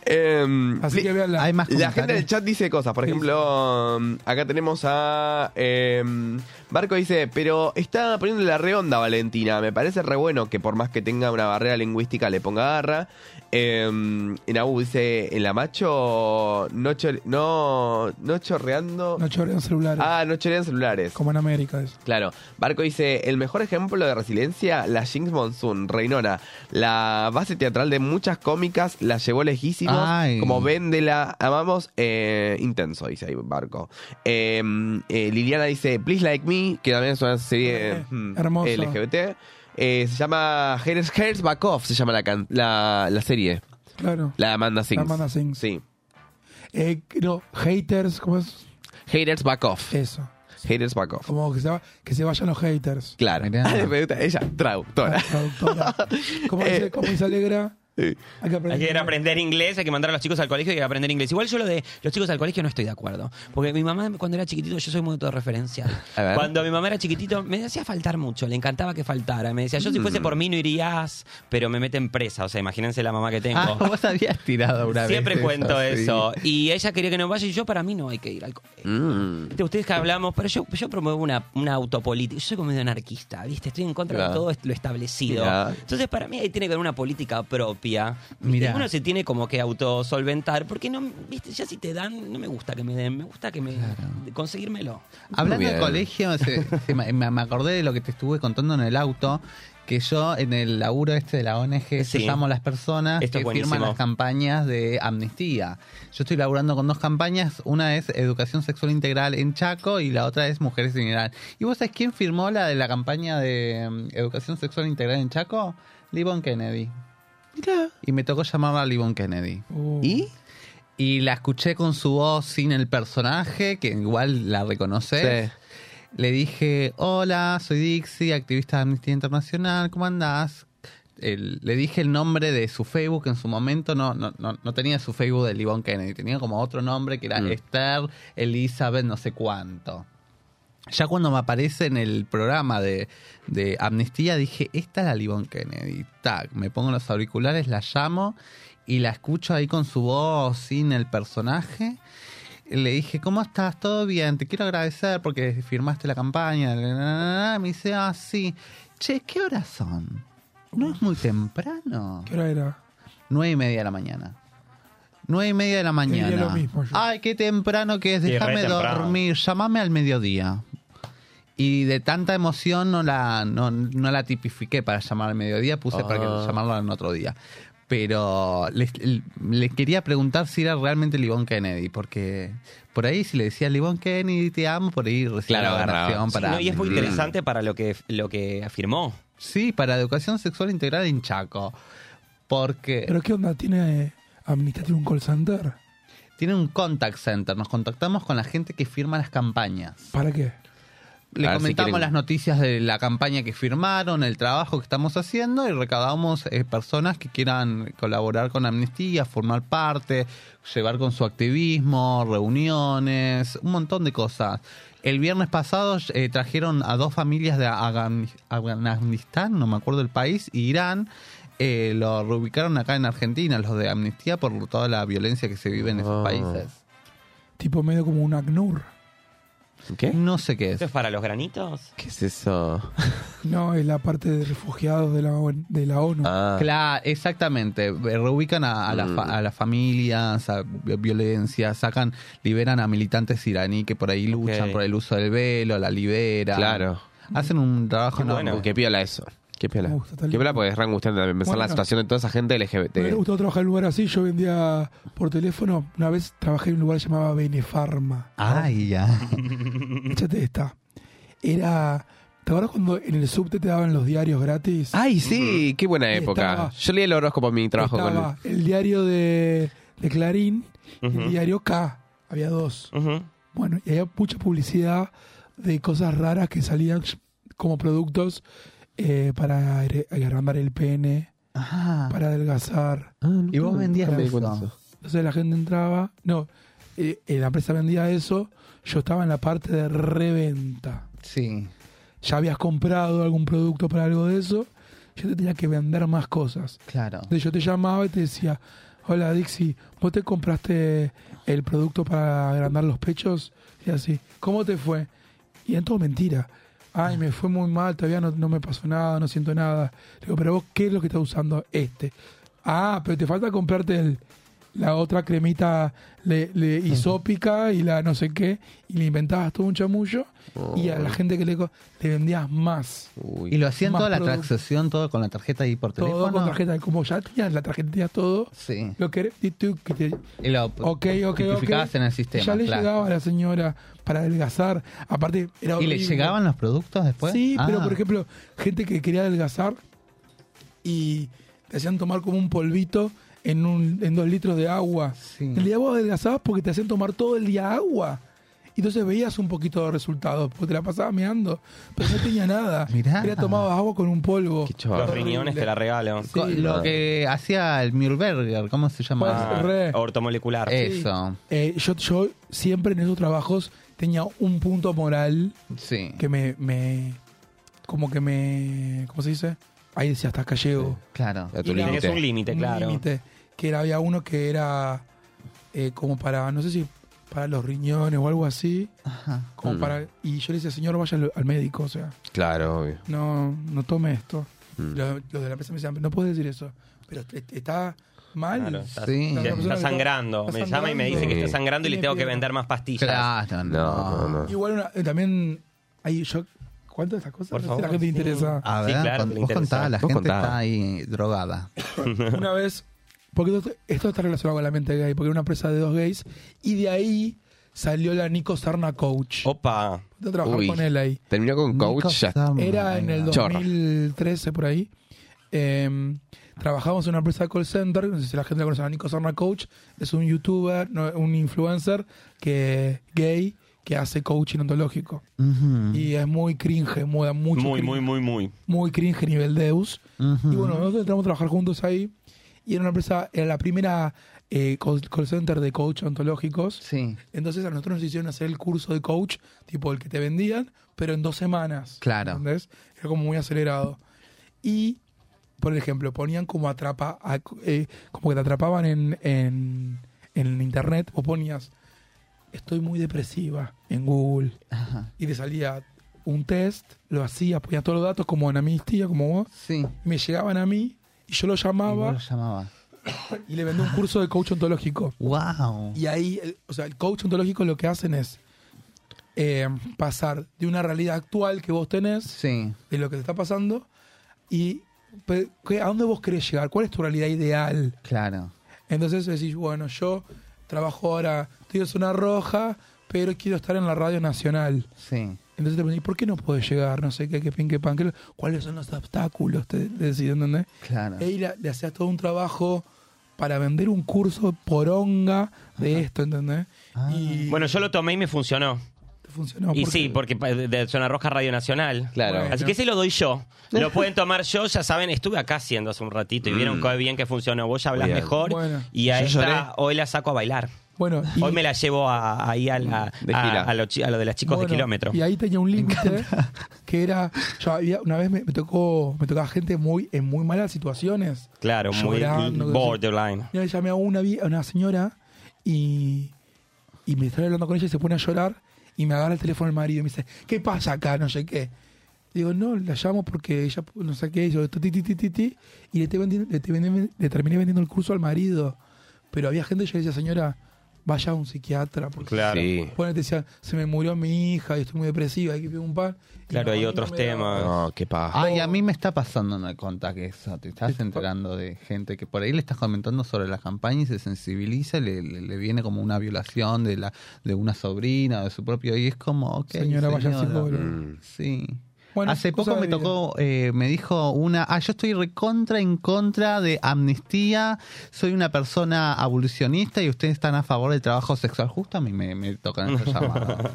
C: Em,
E: Así
C: li-
E: que veanla. Hay más
C: La
E: comentarios.
C: gente del chat dice cosas. Por ejemplo, mm, acá tenemos a. em, Barco dice: Pero está poniendo la redonda Valentina. Me parece re bueno que por más que tenga una barrera lingüística le ponga garra. Em, en Abu dice: En la macho. No, chor- no, no chorreando.
E: No chorean celulares.
C: Ah, no chorean celulares.
E: Como en América eso.
C: Claro. Barco dice, el mejor ejemplo de resiliencia, la Jinx Monsoon, Reinona. La base teatral de muchas cómicas la llevó lejísimos.
B: Ay.
C: Como véndela, amamos, eh, intenso, dice ahí Barco. Eh, eh, Liliana dice, Please Like Me, que también es una serie
E: Eh,
C: mm,
E: hermosa.
C: LGBT. Eh, se llama Hairs Hairs Back Off, se llama la, can- la, la serie.
E: Claro.
C: La de Amanda Sings.
E: La Amanda Sings.
C: Sí.
E: Eh, no, haters, ¿cómo es?
C: Haters Back Off.
E: Eso.
C: Haters Back Off.
E: Como que se, va- que se vayan los haters.
C: Claro. [laughs] Me gusta ella, traductora.
E: Traductora. Como dice, como dice Alegra, hay que
F: Hay
E: aprender.
F: que ir a aprender inglés, hay que mandar a los chicos al colegio y aprender inglés. Igual yo lo de los chicos al colegio no estoy de acuerdo. Porque mi mamá, cuando era chiquitito, yo soy muy autorreferencial.
C: A ver.
F: Cuando mi mamá era chiquitito, me hacía faltar mucho, le encantaba que faltara. Me decía, yo si
C: Mm.
F: fuese por mí no irías, pero me meten presa. O sea, imagínense la mamá que tengo.
B: Ah, vos habías tirado una
F: Siempre
B: vez
F: cuento
B: sí.
F: eso. Y ella quería que no vaya y yo para mí no hay que ir al colegio.
B: Mm.
F: Viste, Ustedes que hablamos, pero yo, yo promuevo una, una autopolítica. Yo soy como medio anarquista, ¿viste? Estoy en contra
C: Mirá.
F: de todo est- lo establecido.
C: Mirá.
F: Entonces, para mí ahí tiene que haber una política propia.
B: Mirá.
F: Mira. Uno se tiene como que autosolventar, porque no, ¿viste? Ya si te dan, no me gusta que me den, me gusta que me. conseguírmelo.
B: Hablando de
F: del
B: colegio, se- se me, me acordé de lo que te estuve contando en el auto, que yo en el laburo este de la ONG
F: Sí.
B: llamo a las personas
F: Esto es
B: que
F: buenísimo.
B: firman las campañas de amnistía. Yo estoy laburando con dos campañas, una es educación sexual integral en Chaco y la otra es mujeres en Irán. ¿Y vos sabés quién firmó la de la campaña de mm, educación sexual integral en Chaco? Livon Kennedy. Y me tocó llamarla a Livon Kennedy. ¿Y? Y la escuché con su voz sin el personaje, que igual la reconoces. Le dije, hola, soy Dixie, activista de Amnistía Internacional, ¿cómo andás? El- le dije el nombre de su Facebook en su momento, no, no, no, no tenía su Facebook de Livon Kennedy, tenía como otro nombre que era
F: Mm.
B: Esther Elizabeth no sé cuánto. Ya cuando me aparece en el programa de, de Amnistía, dije, esta es la Livon Kennedy. Tac, me pongo los auriculares, la llamo y la escucho ahí con su voz, sin el personaje. Le dije, ¿cómo estás? ¿Todo bien? Te quiero agradecer porque firmaste la campaña. la, la, la, la. Me dice, ah, sí. Che, ¿qué horas son? No es muy temprano.
E: ¿Qué hora era?
B: Nueve y media de la mañana. Nueve y media de la mañana.
E: lo mismo
B: Ay, qué temprano que es.
E: Sí, re
B: Déjame
E: temprano.
B: dormir. Llámame al mediodía. Y de tanta emoción no la, no, no la tipifiqué para llamar al mediodía, puse para que
F: Ah.
B: llamarla en otro día. Pero les, les quería preguntar si era realmente Livon Kennedy, porque por ahí si le decía Livon Kennedy te amo, por ahí recibía
F: Claro,
B: la
F: agarraba.
B: donación
F: Sí,
B: para... Mm.
F: no, y
C: Mm.
F: es muy interesante para lo que, lo que afirmó.
B: Sí, para educación sexual integral en Chaco. Porque...
E: ¿Pero qué onda? ¿Tiene Amnistía tiene un call center?
B: Tiene un contact center. Nos contactamos con la gente que firma las campañas.
E: ¿Para qué?
B: Le
E: A ver si
B: comentamos
E: quieren-
B: las noticias de la campaña que firmaron, el trabajo que estamos haciendo y recaudamos eh, personas que quieran colaborar con Amnistía, formar parte, llevar con su activismo, reuniones, un montón de cosas. El viernes pasado eh, trajeron a dos familias de Afgan- Afganistán, no me acuerdo el país, y Irán. eh, lo reubicaron acá en Argentina, los de Amnistía, por toda la violencia que se vive en esos países.
E: Tipo medio como un ACNUR.
B: ¿Qué? No sé qué es.
F: ¿Esto es para los granitos?
C: ¿Qué es eso?
E: No, es la parte de refugiados de la, ON- de la ONU.
B: Ah, Claro, exactamente. Eh, Reubican a, a la fa- a las familias, a vi- violencia, sacan, liberan a militantes iraní que por ahí luchan
C: Ok.
B: por el uso del velo, la liberan.
C: Claro.
B: Hacen un trabajo enorme.
C: Qué piola eso. Qué piola.
E: Me gusta, tal
C: Qué piola porque es re angustiante también pensar la
E: Bueno.
C: situación de toda esa gente LGBT.
E: Me hubiera gustado trabajar en un lugar así. Yo vendía por teléfono. Una vez trabajé en un lugar llamado Benefarma. [laughs]
B: Ay, ya.
E: Fíjate esta. Era. ¿Te acuerdas cuando en el subte te daban los diarios gratis?
C: Ay, sí, qué buena
E: Y
C: época.
E: estaba-
C: Yo leí el horóscopo en mi trabajo con
E: Estaba el diario de, de Clarín y
C: Ujú.
E: el diario K. Había dos. Bueno, y había mucha publicidad de cosas raras que salían como productos eh, para aire- agrandar el pene, para adelgazar.
B: Ah, ¿Y vos vendías
E: Para-
B: eso?
E: Entonces la gente entraba. No, eh, eh, la empresa vendía eso. Yo estaba en la parte de reventa.
B: Sí.
E: Ya habías comprado algún producto para algo de eso. Yo te tenía que vender más cosas.
B: Claro.
E: Entonces yo te llamaba y te decía, hola Dixie, ¿vos te compraste el producto para agrandar los pechos? Y así, ¿cómo te fue? Y en todo mentira. Ay, me fue muy mal, todavía no, no me pasó nada, no siento nada. Le digo, pero vos, ¿qué es lo que estás usando? Este. Ah, pero te falta comprarte el- la otra cremita le, le- isópica y la no sé qué. Y le inventabas todo un chamullo y a la gente que le, co- le vendías más.
B: y lo hacían
E: Más
B: toda la
E: producto.
B: transacción, todo con la tarjeta ahí por
E: Todo
B: teléfono.
E: con tarjeta. Como ya tenías la tarjeta, tenías todo.
B: Sí.
E: Lo que y tú que te-
B: Y lo
E: Ok, ok, ok.
B: justificabas en el sistema.
E: ya le
B: claro.
E: llegaba a la señora para adelgazar. Aparte, era
B: ¿Y le
E: horrible.
B: llegaban los productos después?
E: Sí, pero
B: Ah.
E: por ejemplo, gente que quería adelgazar y te hacían tomar como un polvito en, un, en dos litros de agua. En realidad vos adelgazabas porque te hacían tomar todo el día agua. Y entonces veías un poquito de resultados, porque te la pasabas meando, pero no tenía nada.
B: [laughs] Mirá.
E: Era tomabas agua con un polvo.
F: Los riñones te la regalo.
B: Co- Lo que hacía el Mühlberger, ¿cómo se llama?
F: Ah, ortomolecular.
B: Eso.
E: Eh, yo, yo siempre en esos trabajos tenía un punto moral
B: Sí.
E: que me, me- como que me ¿cómo se dice? ahí decía hasta acá llego
B: Claro.
E: Y era-
F: Tenés un límite,
E: un
F: claro.
E: límite, que era, había uno que era eh, como para no sé si para los riñones o algo así
B: Ajá.
E: como
C: Mm.
E: para y yo le decía señor vaya al, al médico o sea
C: Claro, obvio.
E: no no tome esto
C: Mm.
E: Lo- los, de la empresa me decían no puedes decir eso pero est- está mal
F: Claro, está,
E: La
F: está-
E: persona
F: está
E: que está-
F: sangrando.
E: está
F: me llama y me dice
E: sangrando.
F: que
E: Sí.
F: está sangrando y le
E: Tiene
F: tengo que
E: fiebre.
F: vender más pastillas.
B: Claro, no.
C: no, no.
E: Igual una- eh, también hay yo ¿Cuántas de estas cosas?
F: Por
E: No sé, la
F: favor,
E: gente le
F: sí.
E: interesa.
B: A ver, con- vos contá, la gente está ahí drogada.
E: [laughs] una vez, porque esto, esto está relacionado con la mente gay, porque era una empresa de dos gays, y de ahí salió la Nico Sarna Coach.
F: Opa.
E: [laughs] Yo trabajé
C: Uy,
E: con él ahí.
C: Terminó con coach. ya-
E: Era en el
C: Chorra.
E: 2013, por ahí. Eh, trabajábamos en una empresa de call center, no sé si la gente la conoce, a Nico Sarna Coach, es un youtuber, no, un influencer que gay que hace coaching ontológico. Y es muy cringe, muda mucho
F: Muy,
E: cringe
F: muy, muy, muy.
E: muy cringe nivel Deus. Y bueno, nosotros entramos a trabajar juntos ahí. Y era una empresa, era la primera eh, call call center de coach ontológicos. Entonces a nosotros nos hicieron hacer el curso de coach, tipo el que te vendían, pero en dos semanas.
B: Claro.
E: ¿Entendés? Era como muy acelerado. Y, por ejemplo, ponían como atrapa, a- eh, como que te atrapaban en, en, en internet, o ponías, estoy muy depresiva en Google. Y te salía un test, lo hacía, ponía todos los datos como en amnistía, como vos. Me llegaban a mí y yo lo llamaba.
B: Y vos lo llamaba.
E: Y le vendí un curso de coach ontológico.
B: ¡Wow!
E: Y ahí, el- o sea, el coach ontológico lo que hacen es eh, pasar de una realidad actual que vos tenés, de lo que te está pasando, y pe- ¿qué- a dónde vos querés llegar, cuál es tu realidad ideal.
B: Claro.
E: Entonces decís, bueno, yo trabajo ahora, estoy en zona roja, pero quiero estar en la radio nacional.
B: Sí.
E: Entonces te preguntás, ¿por qué no podés llegar? No sé qué, qué pin, qué pan, qué- cuáles son los obstáculos, te, te decís, ¿entendés?
B: Claro.
E: Y ahí la- le hacías todo un trabajo para vender un curso poronga de esto, ¿entendés?
B: Ah.
E: Y
F: Bueno, yo lo tomé y me funcionó.
E: funcionó.
F: y
E: porque-
F: sí, porque pa- de de Zona Roja Radio Nacional.
E: Claro. Bueno.
F: Así que ese lo doy yo. Lo
E: [laughs]
F: pueden tomar yo, ya saben, estuve acá haciendo hace un ratito y
C: Mm.
F: vieron qué bien que funcionó. Vos ya hablás
E: Bien.
F: mejor
E: Bueno.
F: y a
E: Yo
F: esta
E: lloré.
F: hoy la saco a bailar.
E: Bueno,
F: Hoy me la llevo a- ahí a, la- a-
E: gira.
F: a lo, chi- a lo de las chicos
E: Bueno,
F: de kilómetro.
E: Y ahí tenía un límite que era. Yo había- una vez me, me tocó me tocaba gente muy en muy malas situaciones.
F: Claro, muy
E: Llorando,
F: borderline.
E: Yo le llamé a una, vie- a una señora y, y me estaba hablando con ella y se pone a llorar y me agarra el teléfono el marido y me dice, ¿qué pasa acá? No sé qué. Digo, no, la llamo porque ella no sé qué, yo, ti, ti, ti, ti, ti, y le, estoy vendiendo- le, estoy vendiendo- le terminé vendiendo el curso al marido. Pero había gente que yo le decía, señora, vaya a un psiquiatra. Porque
F: Claro. Sí.
E: Bueno, te decía, se me murió mi hija y estoy muy depresiva, hay que pedir un pan. Y
F: Claro,
E: no,
F: hay
E: a mí
F: otros
E: no me da-
F: temas.
B: No, qué paja. Ay, a mí me está pasando en el contacto eso. Te estás enterando de gente que por ahí le estás comentando sobre la campaña y se sensibiliza, le, le- le viene como una violación de la de una sobrina, de su propio. Y es como, ok.
E: Señora, vaya al psicólogo.
B: Mm. Sí.
E: Bueno,
B: Hace
E: cosa
B: poco me
E: de vida.
B: tocó, eh, me dijo una, ah, yo estoy recontra en contra de amnistía, soy una persona abolicionista y ustedes están a favor del trabajo sexual. Justo a mí me, me tocan esas llamadas.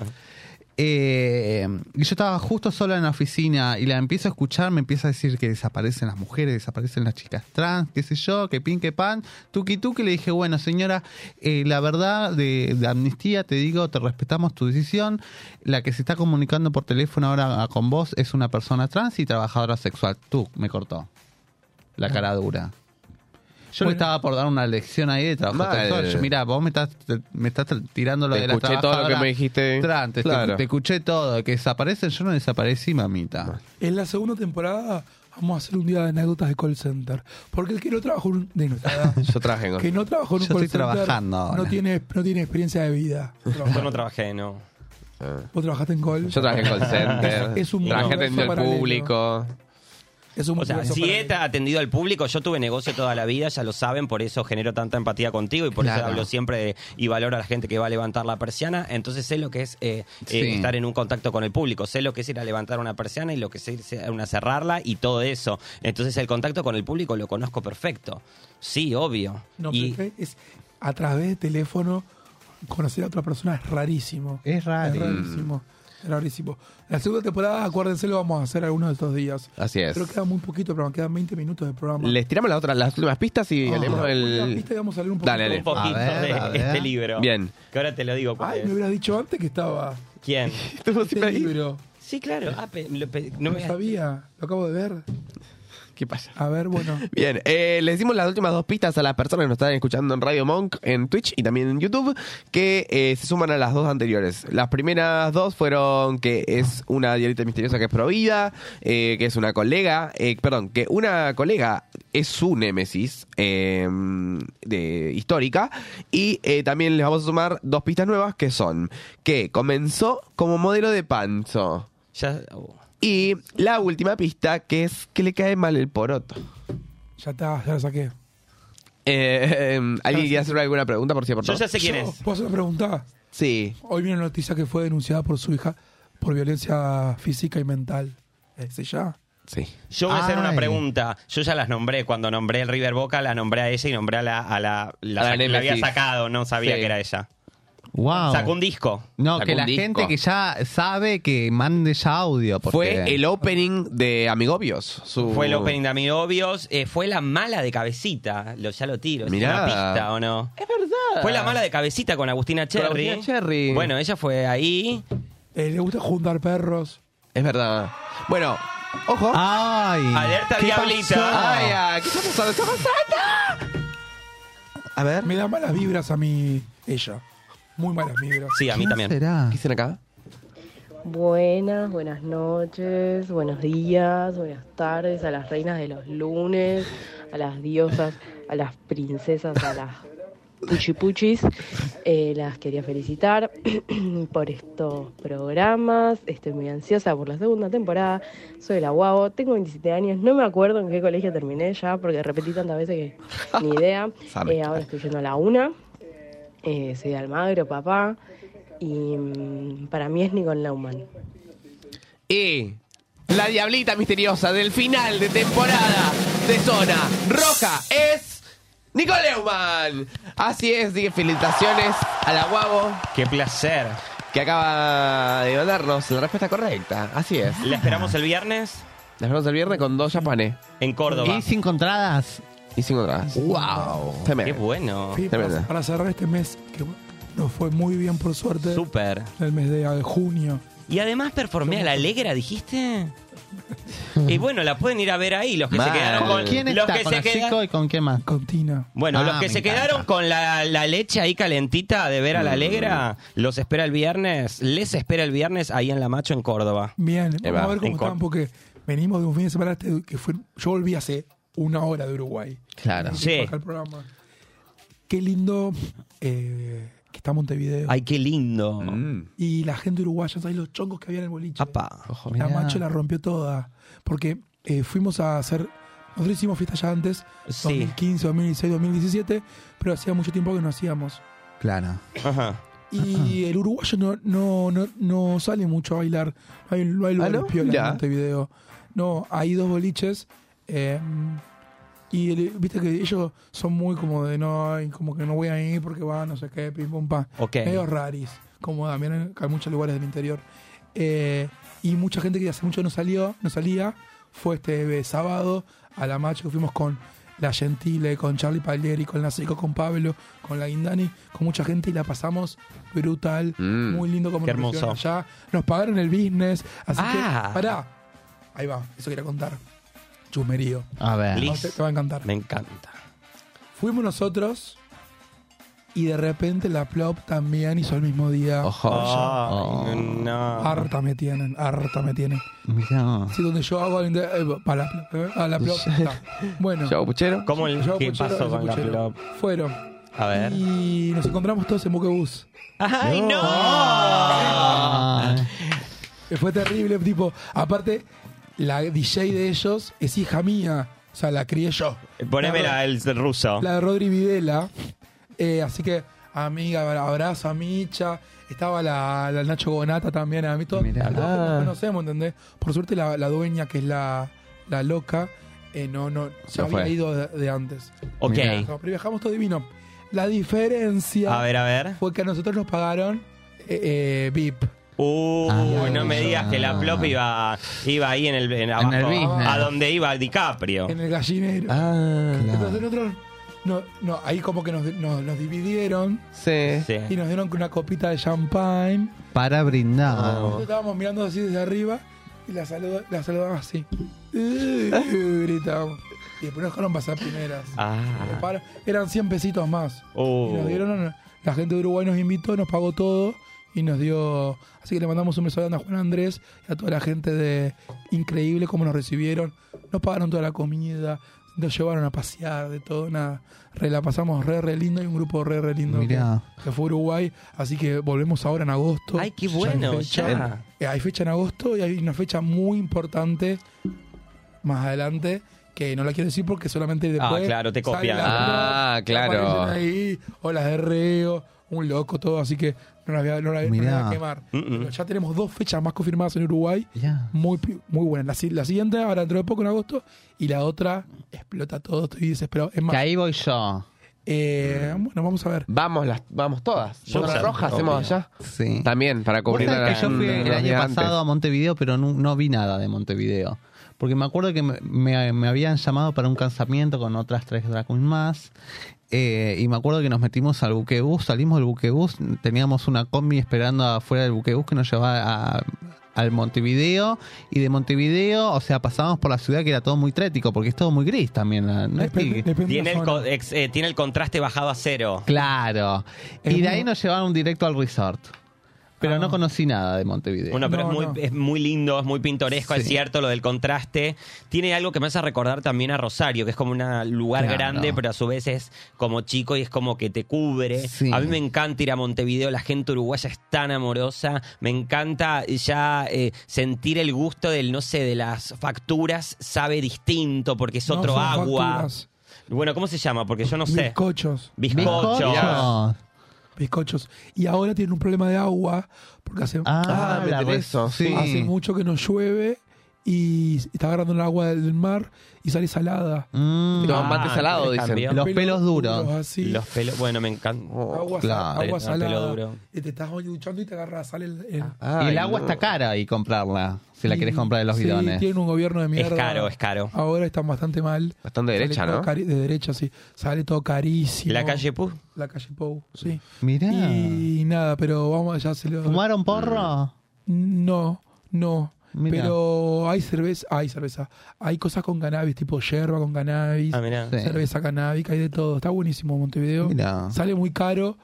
B: Eh, y yo estaba justo sola en la oficina y la empiezo a escuchar, me empieza a decir que desaparecen las mujeres, desaparecen las chicas trans, qué sé yo, que pin, que pan, tuki tuki. Le dije, bueno, señora, eh, la verdad de, de amnistía, te digo, te respetamos tu decisión. La que se está comunicando por teléfono ahora ah, con vos es una persona trans y trabajadora sexual. Tú, me cortó. La
C: Ah.
B: cara dura. Yo le estaba por dar una lección ahí de trabajo
C: Mal.
B: sexual. Yo, mira, vos me estás, te- me estás tirando lo
C: Te
B: de la
C: escuché todo lo que
B: trabajadora
C: me dijiste.
B: trans, te- te-
C: Claro.
B: te escuché todo, que desaparecen, yo no desaparecí, mamita.
E: En la segunda temporada vamos a hacer un día de anécdotas de call center. Porque el que no trabajó en un-
C: [laughs]
E: de nuestra edad,
C: Yo traje con.
E: que no trabajó en un
C: Yo
E: call
C: estoy
E: center,
C: trabajando
E: no
C: ahora.
E: tiene, no tiene experiencia de vida.
F: Yo no trabajé, no.
E: Vos trabajaste en call.
C: Yo trabajé en call center.
E: [laughs] Es, es un
C: trabajé
E: universo
C: atendiendo al
E: paralelo.
C: público.
E: Es un
F: O sea,
E: universo
F: si
E: paralelo.
F: he ta- atendido al público, yo tuve negocio toda la vida, ya lo saben, por eso genero tanta empatía contigo y por eso
B: Claro.
F: hablo siempre de- y valoro a la gente que va a levantar la persiana. Entonces sé lo que es eh, eh,
B: Sí.
F: estar en un contacto con el público, sé lo que es ir a levantar una persiana y lo que es ir a una cerrarla y todo eso. Entonces el contacto con el público lo conozco perfecto. Sí, obvio.
E: No,
F: y
E: pero es a través de teléfono conocer a otra persona es rarísimo.
B: Es raro.
E: Es rarísimo. Es rarísimo. La segunda temporada, acuérdense, lo vamos a hacer alguno de estos días.
C: Así es.
E: Pero queda muy poquito, pero quedan 20 minutos de programa.
C: Les tiramos las otras, las últimas pistas y
E: Ah.
C: leemos
E: La
C: el.
E: pista y vamos a leer un poquito.
C: Dale, dale.
F: un poquito de este libro.
C: Bien.
F: Que ahora te lo digo. cuál
E: Ay,
F: es.
E: me hubieras dicho antes que estaba.
F: ¿Quién?
E: este libro.
F: Sí, claro. Ah, pe- lo pe- no
E: No
F: me-
E: sabía, lo acabo de ver.
C: ¿Qué pasa?
E: A ver, bueno.
C: Bien, eh, les dimos las últimas dos pistas a las personas que nos están escuchando en Radio Monk, en Twitch y también en YouTube, que eh, se suman a las dos anteriores. Las primeras dos fueron que es una diablita misteriosa que es provida, eh, que es una colega, eh, perdón, que una colega es su némesis eh, de, histórica. Y eh, también les vamos a sumar dos pistas nuevas que son que comenzó como modelo de panzo.
F: Ya,
C: Y la última pista, que es que le cae mal el poroto.
E: Ya está, ya lo saqué.
C: Eh, em, ¿Alguien quiere hacer alguna pregunta por si por
E: Yo, ¿Puedo hacer una pregunta?
C: Sí.
E: Hoy viene una noticia que fue denunciada por su hija por violencia física y mental. ¿Es ella?
C: Sí.
F: Yo voy a hacer una
E: Ay.
F: pregunta. Yo ya las nombré. Cuando nombré el River Boca, la nombré a ella y nombré a la. A la, la,
B: A la
F: sa- la había
B: Nemesis.
F: sacado, no sabía
B: Sí.
F: que era ella.
B: Wow.
F: Sacó un disco.
B: No,
F: Sacó
B: que
F: un
B: la
F: disco.
B: gente que ya sabe que mande ya audio. porque-
C: Fue el opening de Amigobios. Su...
F: Fue el opening de Amigobios. Eh, fue la mala de cabecita. Lo, ya lo tiro. ¿Es
C: Mirá.
F: una pista o no?
C: Es verdad.
F: Fue la mala de cabecita con Agustina Cherry.
C: Agustina Cherry.
F: Bueno, ella fue ahí.
E: Eh, le gusta juntar perros.
C: Es verdad. Bueno, ojo.
B: Ay.
F: Alerta diablita.
C: Ay, ay, ¿qué está pasando? ¿Está pasando? A ver.
E: Me da malas vibras a mí ella. Muy malas vibras.
F: Sí, a mí también.
C: ¿Qué dicen acá?
P: Buenas, buenas noches, buenos días, buenas tardes a las reinas de los lunes, a las diosas, a las princesas, a las puchipuchis. Eh, las quería felicitar [clears throat] por estos programas. Estoy muy ansiosa por la segunda temporada. Soy la guavo, tengo 27 años, no me acuerdo en qué colegio terminé ya porque repetí tantas veces que ni idea.
A: Sabe.
P: Eh, ahora estoy yendo a la una. Eh, soy de Almagro, papá. Y mm, para mí es Nicole Lauman.
C: Y la diablita misteriosa del final de temporada de Zona Roja es Nicoleuman. Así es, dije felicitaciones a la guabo.
F: Qué placer.
C: Que acaba de darnos la respuesta correcta. Así es.
F: La esperamos el viernes.
C: La esperamos el viernes con dos chapanes.
F: En Córdoba.
B: Y sin contradas.
C: Y sin otras.
B: Wow.
C: Tremendo.
F: Qué bueno.
E: Sí, para, para cerrar este mes, que nos fue muy bien por suerte.
F: Súper.
E: El mes de de junio.
F: Y además performé a la Alegra, dijiste. y bueno, la pueden ir a ver ahí, los que
B: Mal.
F: se quedaron con.
B: ¿Quién
F: los
B: está?
F: que
B: ¿Con Ah,
F: se
B: la
F: quedan-
B: Zico y con quién más?
E: Con Tina.
F: Bueno, los que se quedaron con la, la leche ahí calentita de ver a
B: Mm.
F: la Alegra, los espera el viernes, les espera el viernes ahí en La Macho, en Córdoba.
E: Bien,
F: Ahí
E: vamos
F: va,
E: a ver
F: en
E: cómo
F: cor-
E: están, porque venimos de un fin de semana este que fue. Yo volví hace una hora de Uruguay.
B: Claro.
E: Vine para acá al programa. Qué lindo eh, que está Montevideo.
F: Ay, qué lindo.
B: Mm.
E: Y la gente uruguaya, ¿sabes los chongos que había en el boliche?
F: Apa.
E: la
F: mirá.
E: macho la rompió toda. Porque eh, fuimos a hacer. Nosotros hicimos fiestas ya antes,
F: Sí.
E: 2015, 2016, 2017, pero hacía mucho tiempo que no hacíamos.
B: Claro.
F: Ajá. Ah.
E: Y el uruguayo no, no, no, no sale mucho a bailar. No hay, no hay lugares
C: ¿Ah, no?
E: piola
C: Ya.
E: en Montevideo. este No, hay dos boliches. eh, y el- viste que ellos son muy como de no, ay, como que no voy a ir porque va, no sé qué, pim pum pam.
F: Ok.
E: Medio raris. Como también en- hay muchos lugares del interior. Eh, y mucha gente que hace mucho no salió, no salía. Fue este eh, sábado a la macho que fuimos con la Gentile, con Charlie Paglieri, con la Seco, con Pablo, con la Guindani, con mucha gente y la pasamos brutal,
F: Mm,
E: muy lindo como
F: qué
E: nos recibieron
F: hermoso.
E: allá. Nos pagaron el business, así
F: Ah.
E: que pará. Ahí va, eso quería contar. Chusmerío.
B: A ver.
E: No,
F: Liz.
E: te, te va a encantar.
F: Me encanta.
E: Fuimos nosotros y de repente la Plop también hizo el mismo día.
F: Ay, Ah, no.
E: Harta me tienen, harta me tienen.
B: Mirá.
E: Sí, donde yo hago al inter- eh, para la Plop. eh, a la Plop. está. Bueno.
C: Yo, puchero.
F: ¿Cómo el-
E: Yo,
F: qué
E: puchero,
F: pasó
E: yo,
F: con la
E: puchero.
F: flop?
E: Fueron.
F: A ver.
E: Y nos encontramos todos en Buquebus.
F: ¡Ay, no!
E: Eh, Fue terrible, tipo. Aparte, la DJ de ellos es hija mía. O sea, la crié yo.
F: Poneme
E: La-
F: la, el ruso.
E: la de Rodri Videla. Eh, así que, amiga, abrazo a Micha. Estaba la, la Nacho Bonata también. A mí todo. todos nos conocemos, ¿entendés? Por suerte, la, la dueña, que es la, la loca, eh, no, no, se
F: No
E: había
F: fue.
E: ido de, de antes.
F: Ok.
E: Pero viajamos todo divino. La diferencia.
F: A ver, a ver.
E: Fue que a nosotros nos pagaron eh, eh, VIP.
F: Uh, no me digas que la flop iba, iba ahí en el, Ah. en abajo,
E: el business.
F: a donde iba DiCaprio.
E: En el gallinero. Entonces nosotros, no, no, ahí como que nos, nos- nos dividieron
C: Sí.
E: y nos dieron una copita de champagne.
B: Para brindar.
E: Nosotros estábamos mirando así desde arriba y la, saluda- la saludamos así. Uh, gritábamos. Y después nos dejaron pasar primeras.
F: Ah.
E: Para- eran 100 pesitos más. Y
F: Uh.
E: nos dieron, la gente de Uruguay nos invitó, nos pagó todo y nos dio. Así que le mandamos un beso grande a Juan Andrés y a toda la gente de Increíble cómo nos recibieron. Nos pagaron toda la comida, Nos llevaron a pasear, de todo, nada. Re, la pasamos re, re lindo. Hay un grupo re, re lindo
B: Mirá.
E: Que, que fue a Uruguay. Así que volvemos ahora en agosto.
F: Ay, qué
E: Ya hay
F: bueno,
E: fecha.
F: ya.
E: Eh, hay fecha en agosto y hay una fecha muy importante más adelante que no la quiero decir porque solamente después.
F: Ah, claro, te
E: sale
F: copian.
E: la-
F: Ah,
E: la-
F: claro.
E: aparecen Ahí, olas de reo, un loco, todo. Así que no las voy a, no las- no las voy a
B: Mirá.
E: quemar.
F: Mm,
B: Mm-mm.
E: Pero ya tenemos dos fechas más confirmadas en Uruguay. Muy, pi- muy buenas. La, si- la siguiente ahora dentro de poco en agosto y la otra explota todo. Estoy desesperado. Es más,
B: Que ahí voy yo.
E: eh, bueno, vamos a ver.
C: Vamos, las, vamos todas.
B: Yo
C: Zona
B: sé,
C: roja
B: obvio.
C: hacemos allá.
B: Sí.
C: También, para
B: Vos
C: cubrir
B: sabés
C: la-
B: que yo fui
C: la-
B: el
C: los
B: año
C: días
B: pasado
C: antes.
B: a Montevideo, pero no, no vi nada de Montevideo. Porque me acuerdo que me, me- me habían llamado para un casamiento con otras tres drag queens más. eh, y me acuerdo que nos metimos al buquebús, salimos del buquebús, teníamos una combi esperando afuera del buquebús que nos llevaba a- al Montevideo. Y de Montevideo, o sea, pasábamos por la ciudad que era todo muy trético, porque es todo muy gris también. ¿no? No es que-
F: Tiene el, co- ex- eh, tiene el contraste bajado a cero.
B: Claro. Y de ahí nos llevaron directo al resort.
E: Ah.
B: Pero no conocí nada de Montevideo.
F: Bueno, pero es, muy, es muy lindo, es muy pintoresco, es cierto, lo del contraste. Tiene algo que me hace recordar también a Rosario, que es como un lugar
B: Claro.
F: grande, pero a su vez es como chico y es como que te cubre.
B: Sí.
F: A mí me encanta ir a Montevideo, la gente uruguaya es tan amorosa. Me encanta ya eh, sentir el gusto del, no sé, de las facturas, sabe distinto porque es
E: No
F: otro
E: son
F: agua.
E: facturas.
F: Bueno, ¿cómo se llama? Porque yo no sé.
E: Bizcochos.
F: Bizcochos. Bizcochos.
E: Bizcochos. Y ahora tienen un problema de agua porque hace,
B: Ah, Ah, me la enteré.
C: eso, sí.
E: hace mucho que no llueve y está agarrando el agua del mar y sale salada.
B: Mm. Ah,
C: Toman mate salado, dicen.
B: Los pelos duros.
E: así.
F: Los pelos, bueno, me encanta.
B: Claro.
E: Agua, sal- agua
B: Los pelos
E: salada.
B: duros.
E: Y te estás duchando y te agarra, sale el... el-
B: y el agua está cara y comprarla, si la querés comprar de los
E: Sí,
B: bidones.
E: tienen un gobierno de mierda.
F: caro.
E: Ahora están bastante mal.
B: Están de
E: Sale
B: derecha,
E: todo
B: ¿no?
E: cari- De derecha, sí. Sale todo carísimo.
F: La calle Pou.
E: La calle Pou, sí.
B: Mirá.
E: Y nada, pero vamos, ya se lo... Mm,
B: ¿Fumaron porro?
E: No, no.
B: Mirá.
E: Pero hay cerveza, hay cerveza. Hay cosas con cannabis, tipo yerba con cannabis,
F: Ah, mirá. Sí.
E: cerveza cannábica, hay de todo. Está buenísimo Montevideo.
B: Mirá.
E: Sale muy caro.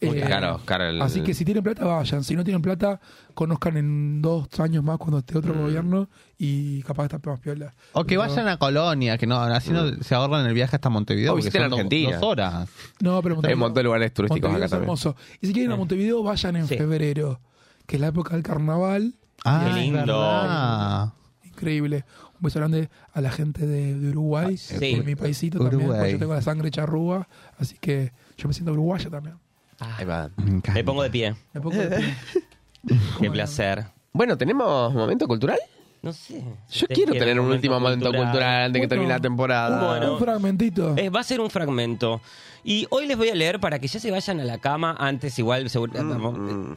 C: Muy
E: Eh,
C: caro, caro el-
E: Así que si tienen plata, vayan. Si no tienen plata, conozcan en dos años más cuando esté otro gobierno y capaz está más piola.
B: Mm. O que
E: Pero-
B: vayan a Colonia, que no, así no se ahorran el viaje hasta Montevideo.
C: O
B: porque
C: visiten
B: son do-
C: Argentina.
B: Dos horas.
E: No, pero
C: Hay un montón de lugares turísticos
E: Montevideo
C: acá
E: es
C: también.
E: hermoso. Y si quieren ir
B: Eh.
E: a Montevideo, vayan en febrero, que es la época del carnaval.
B: Ah,
E: Y ahí-
B: es verdad.
E: Increíble. Un beso grande a la gente de, de Uruguay, de mi paisito también.
B: Ah, Uruguay.
E: porque Yo tengo la sangre charrúa, así que yo me siento uruguaya también.
C: Ahí va.
F: Me pongo de pie.
B: [laughs]
E: Me pongo de pie.
F: Qué placer.
C: Bueno, ¿tenemos momento cultural?
F: No
C: Yo
F: sé. Ustedes
C: quiero
F: quieren
C: tener un
F: momento
C: último momento
F: cultural.
C: cultural, antes de que
F: Bueno.
C: termine la temporada.
F: Bueno.
E: Un fragmentito.
F: Eh, va a ser un fragmento. Y hoy les voy a leer para que ya se vayan a la cama antes, igual, seguro.
C: Mm,
F: eh,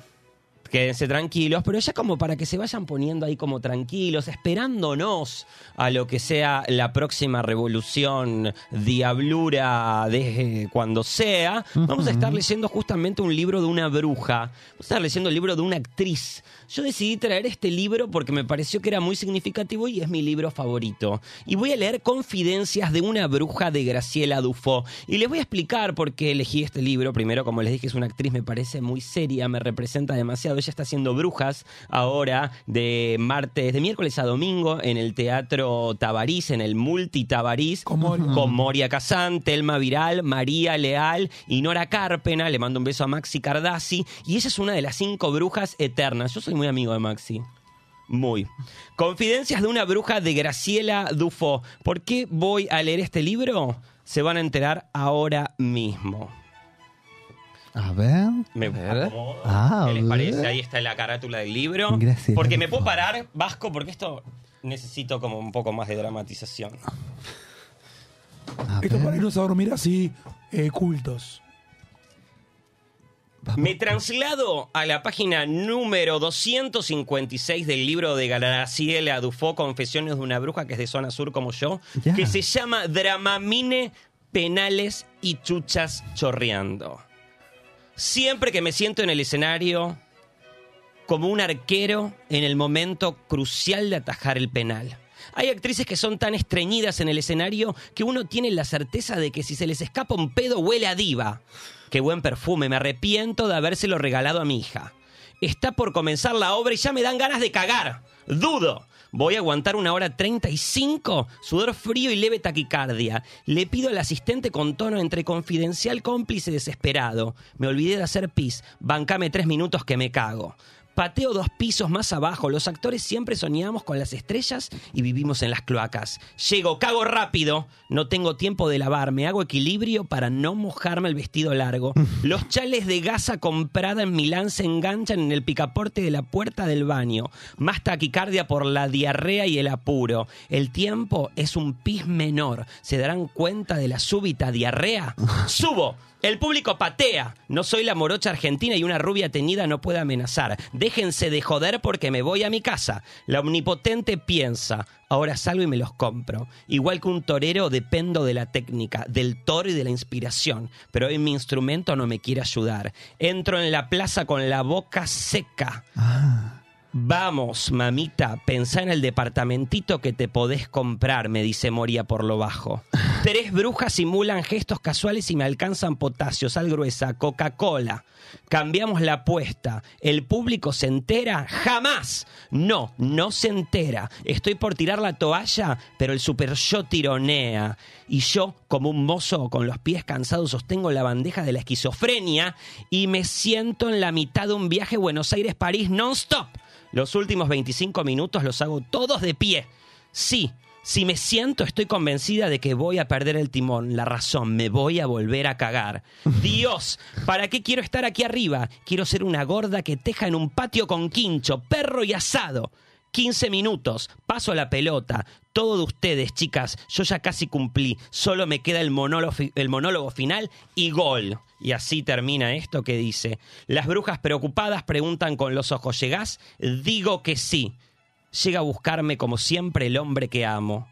F: Quédense tranquilos, pero ya como para que se vayan poniendo ahí como tranquilos, esperándonos a lo que sea la próxima revolución, diablura, de cuando sea. Vamos a estar leyendo justamente un libro de una bruja. Vamos a estar leyendo el libro de una actriz. Yo decidí traer este libro porque me pareció que era muy significativo y es mi libro favorito. Y voy a leer Confidencias de una bruja de Graciela Dufo. Y les voy a explicar por qué elegí este libro. Primero, como les dije, es una actriz, me parece muy seria, me representa demasiado. Ella está haciendo brujas ahora de martes, de miércoles a domingo en el Teatro Tabarís, en el Multi Tabarís, con Moria Casán, Telma Viral, María Leal y Nora Carpena. Le mando un beso a Maxi Cardassi. Y ella es una de las cinco brujas eternas. Yo soy muy amigo de Maxi. Muy. Confidencias de una bruja de Graciela Dufo. ¿Por qué voy a leer este libro? Se van a enterar ahora mismo.
B: A ver.
F: Me acomodo.
B: Ah,
F: ¿Qué les
B: a
F: parece?
B: ver.
F: Ahí está la carátula del libro.
B: Graciela
F: porque me puedo parar, Vasco, porque esto necesito como un poco más de dramatización.
E: Esto es para irnos a dormir así, eh, cultos.
F: Me traslado a la página número 256 del libro de Graciela Dufo, Confesiones de una bruja que es de zona sur como yo,
B: Ya.
F: que se llama Dramamine, Penales y Chuchas Chorreando. Siempre que me siento en el escenario, como un arquero en el momento crucial de atajar el penal. Hay actrices que son tan estreñidas en el escenario que uno tiene la certeza de que si se les escapa un pedo huele a diva. Qué buen perfume, me arrepiento de habérselo regalado a mi hija. Está por comenzar la obra y ya me dan ganas de cagar. Dudo. Voy a aguantar una hora 35, sudor frío y leve taquicardia. Le pido al asistente con tono entre confidencial, cómplice, desesperado. Me olvidé de hacer pis. Bancame tres minutos que me cago. Pateo dos pisos más abajo. Los actores siempre soñamos con las estrellas y vivimos en las cloacas. Llego, cago rápido. No tengo tiempo de lavarme. Hago equilibrio para no mojarme el vestido largo. Los chales de gasa comprada en Milán se enganchan en el picaporte de la puerta del baño. Más taquicardia por la diarrea y el apuro. El tiempo es un pis menor. ¿Se darán cuenta de la súbita diarrea? Subo. El público patea. No soy la morocha argentina y una rubia tenida no puede amenazar. Déjense de joder porque me voy a mi casa. La omnipotente piensa. Ahora salgo y me los compro. Igual que un torero dependo de la técnica, del toro y de la inspiración. Pero hoy mi instrumento no me quiere ayudar. Entro en la plaza con la boca seca.
A: Ah.
E: Ah.
F: Vamos, mamita, pensá en el departamentito que te podés comprar, me dice Moria por lo bajo. Tres brujas simulan gestos casuales y me alcanzan potasio, sal gruesa, Coca-Cola. Cambiamos la apuesta. ¿El público se entera? ¡Jamás! No, no se entera. Estoy por tirar la toalla, pero el super yo tironea. Y yo, como un mozo con los pies cansados, sostengo la bandeja de la esquizofrenia y me siento en la mitad de un viaje Buenos Aires-París non-stop. Los últimos 25 minutos los hago todos de pie. Sí, si me siento, estoy convencida de que voy a perder el timón, la razón, me voy a volver a cagar. Dios, ¿para qué quiero estar aquí arriba? Quiero ser una gorda que teja en un patio con quincho, perro y asado. 15 minutos, paso la pelota. Todo de ustedes, chicas, yo ya casi cumplí. Solo me queda el monólogo, el monólogo final y gol. Y así termina esto que dice. Las brujas preocupadas preguntan con los ojos, ¿llegás? Digo que sí. Llega a buscarme como siempre el hombre que amo.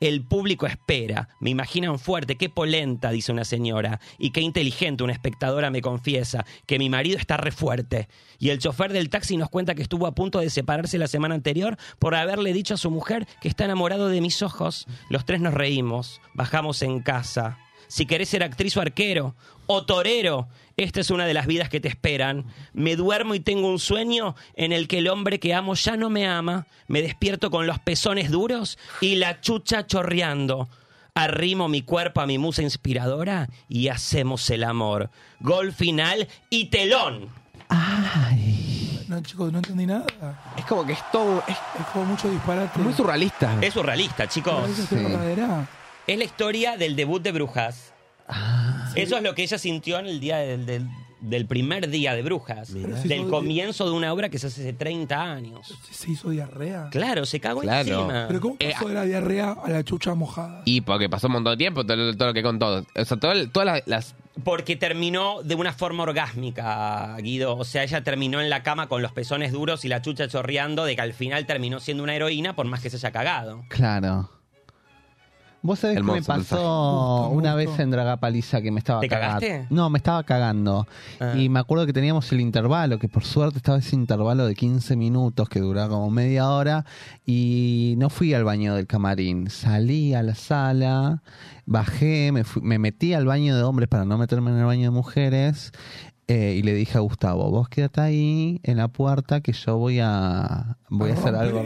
F: El público espera, me imaginan fuerte, qué polenta, dice una señora, y qué inteligente una espectadora me confiesa, que mi marido está re fuerte. Y el chofer del taxi nos cuenta que estuvo a punto de separarse la semana anterior por haberle dicho a su mujer que está enamorado de mis ojos. Los tres nos reímos, bajamos en casa. Si querés ser actriz o arquero, o torero, esta es una de las vidas que te esperan. Me duermo y tengo un sueño en el que el hombre que amo ya no me ama. Me despierto con los pezones duros y la chucha chorreando. Arrimo mi cuerpo a mi musa inspiradora y hacemos el amor. Gol final y telón.
E: No, chicos, no entendí nada.
C: Es como que es todo. Es,
E: como mucho disparate.
C: Muy surrealista.
F: Es surrealista, chicos.
E: Parece ser verdadera.
F: Es la historia del debut de Brujas. Eso es lo que ella sintió en el día del, del- del primer día de Brujas.
E: Pero si
F: Del
E: todo-
F: comienzo de una obra que se hace hace 30 años.
E: Se hizo diarrea.
F: Claro, se cagó
C: Claro.
F: encima.
E: Pero ¿cómo pasó de la diarrea a la chucha mojada?
C: Y porque pasó un montón de tiempo todo, lo- todo lo que contó. O sea, todo el- todas las, las-
F: Porque terminó de una forma orgásmica, Guido. O sea, ella terminó en la cama con los pezones duros y la chucha chorreando de que al final terminó siendo una heroína por más que se haya cagado.
B: Claro. Vos sabés que me
F: Hermoso
B: pasó
F: mensaje.
B: una vez en Dragapaliza que me estaba
F: ¿Te
B: cagando.
F: cagaste?
B: No, me estaba cagando. Y me acuerdo que teníamos el intervalo, que por suerte estaba ese intervalo de 15 minutos que duraba como media hora. Y no fui al baño del camarín. Salí a la sala, bajé, me, fui- me metí al baño de hombres para no meterme en el baño de mujeres. eh, y le dije a Gustavo, vos quédate ahí en la puerta que yo voy a voy a, hacer algo.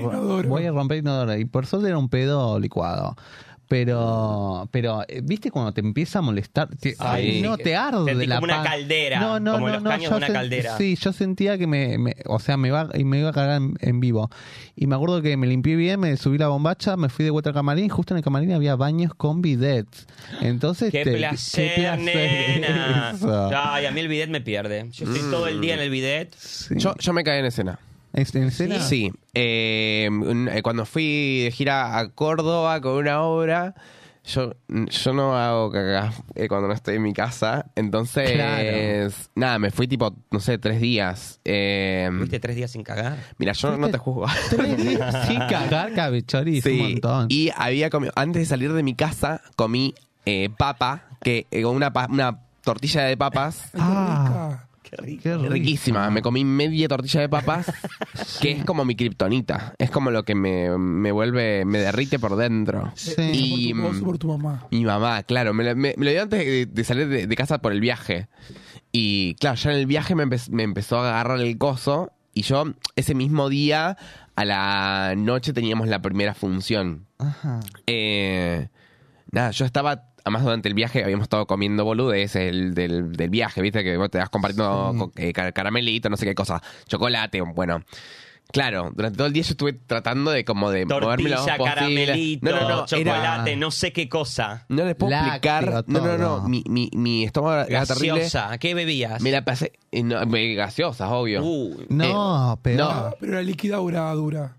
B: Voy a romper el inodoro. Y por suerte era un pedo licuado. Pero, pero, eh, ¿viste cuando te empieza a molestar? Te-
F: Sí.
B: no, te arde
F: Sentí
B: la
F: como una
B: pan-
F: caldera,
B: No, no,
F: como
B: no,
F: los
B: no,
F: caños
B: yo
F: de una
B: sen-
F: caldera.
B: Sí, yo sentía que me, me- o sea, me iba, y me iba a cagar en, en vivo. Y me acuerdo que me limpié bien, me subí la bombacha, me fui de vuelta al camarín. y Justo en el camarín había baños con bidets. Entonces,
F: ¡Qué
B: te-
F: placer,
B: placer
F: nena!
B: eso.
F: Ay, a mí el bidet me pierde. Yo estoy
C: Mm.
F: todo el día en el bidet.
C: Yo, yo me caí en escena.
B: ¿Es- ¿Este, ¿En escena?
C: Sí. Eh, un- eh, cuando fui de gira a Córdoba con una obra, yo, yo no hago cagás eh, cuando no estoy en mi casa. Entonces,
F: Claro.
C: nada, me fui tipo, no sé, tres días. Eh,
F: ¿Viste tres días sin cagar?
C: Mira, yo no te
B: [laughs]
C: juzgo. [laughs]
B: Sin cagar, cabechori, es un montón.
C: Y había comido, antes de salir de mi casa, comí eh, papa, que eh, con una, pa- una tortilla de papas.
E: Ah,
B: qué
C: Riquísima, me comí media tortilla de papas, que es como mi kriptonita, es como lo que me, me vuelve, me derrite por dentro. Y
E: Por tu,
C: mm,
E: por tu mamá.
C: mi mamá, claro, me, lo- me- me lo dio antes de, de salir de, de casa por el viaje. Y claro, ya en el viaje me, empe- me empezó a agarrar el coso Y yo, ese mismo día, a la noche teníamos la primera función.
B: Ajá.
C: Eh, nada, yo estaba, además durante el viaje habíamos estado comiendo boludes el, del, del viaje, viste, que vos te vas compartiendo
B: Sí.
C: co- eh, car- caramelito, no sé qué cosa, chocolate, bueno. Claro, durante todo el día yo estuve tratando de como de moverme lo más
F: Tortilla,
C: posible.
F: caramelito,
C: No, no, no, era-
F: chocolate, no sé qué cosa.
C: no les puedo explicar. No, no, no. Mi, mi, mi estómago era terrible.
F: Gaseosa, ¿qué bebías?
C: Me la pasé. eh, no, me- gaseosas, obvio.
F: Uh.
C: Eh,
E: No,
C: peor.
E: Pero la líquida dura.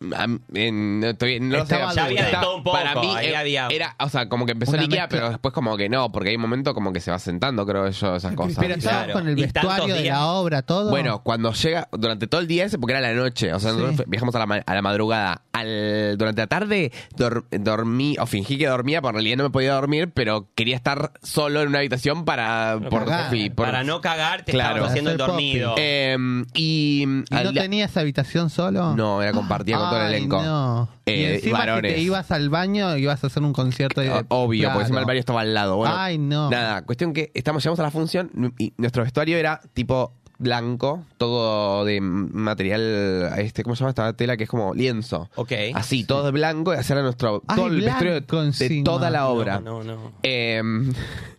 C: No, am- eh, no, estoy- no sé.
E: Estaba Ya había de
C: Está-
E: todo un poco,
C: Para mí
E: ahí
C: eh,
E: había-
C: era, o sea, como que empezó
B: Una
C: líquida,
B: mezcla.
C: pero después como que no, porque hay un momento como que se va sentando, creo yo, esas cosas.
B: Pero estabas con el vestuario de la obra, todo.
C: Bueno, cuando llega, durante todo el día ese, porque era la noche, o sea,
B: Sí.
C: nosotros viajamos a la, ma- a la madrugada. Al, durante la tarde dor- dormí, o fingí que dormía, porque en realidad no me podía dormir, pero quería estar solo en una habitación para... por-
B: cagar.
C: sí, por-
F: Para no cagar, te estabas haciendo el
B: Hacer popping.
F: dormido.
C: Eh, y
B: ¿Y no
C: al-
B: tenías habitación solo?
C: No, era compartida con todo el
B: Ay,
C: elenco.
B: No. y
C: Eh,
B: encima
C: varones.
B: que te ibas al baño y ibas a hacer un concierto. de-
C: O- Obvio,
B: Claro.
C: porque encima el baño estaba al lado. Bueno,
B: Ay, no.
C: Nada, cuestión que estamos, llegamos a la función y nuestro vestuario era tipo blanco, todo de material, este, ¿cómo se llama esta tela? Que es como lienzo.
F: Ok.
C: Así, todo de blanco, y ese era nuestro,
F: Ay,
C: todo el vestuario de-
F: blanco
C: de,
F: encima.
C: toda la obra.
F: No, no, no.
C: Eh,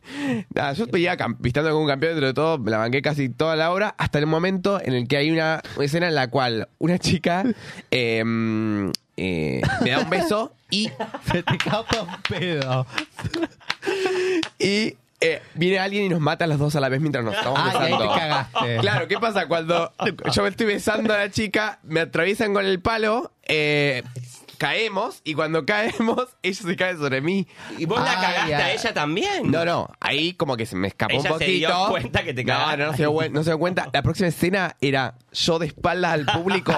C: [laughs] nada, yo estoy ya cam- pisteando con un campeón dentro de todo, me la banqué casi toda la obra, hasta el momento en el que hay una escena en la cual una chica [laughs] eh, eh, me da un beso
F: [laughs]
C: y
B: Se te capa un pedo.
C: y eh, viene alguien y nos mata a los dos a la vez mientras nos
F: Ah,
C: estamos
B: Ay, ahí
C: besando.
B: te cagaste.
C: Claro, ¿qué pasa? Cuando yo me estoy besando a la chica, me atraviesan con el palo, eh, caemos y cuando caemos, [laughs] ella se cae sobre mí.
F: ¿Y vos la cagaste a ella también?
C: No, no, ahí como que se me escapó
F: Ella
C: un
F: se
C: poquito.
F: dio cuenta que te
C: No,
F: cagaste.
C: no, no se, dio, cuen- no se dio cuenta. La próxima escena era yo de espaldas al
B: [laughs]
C: público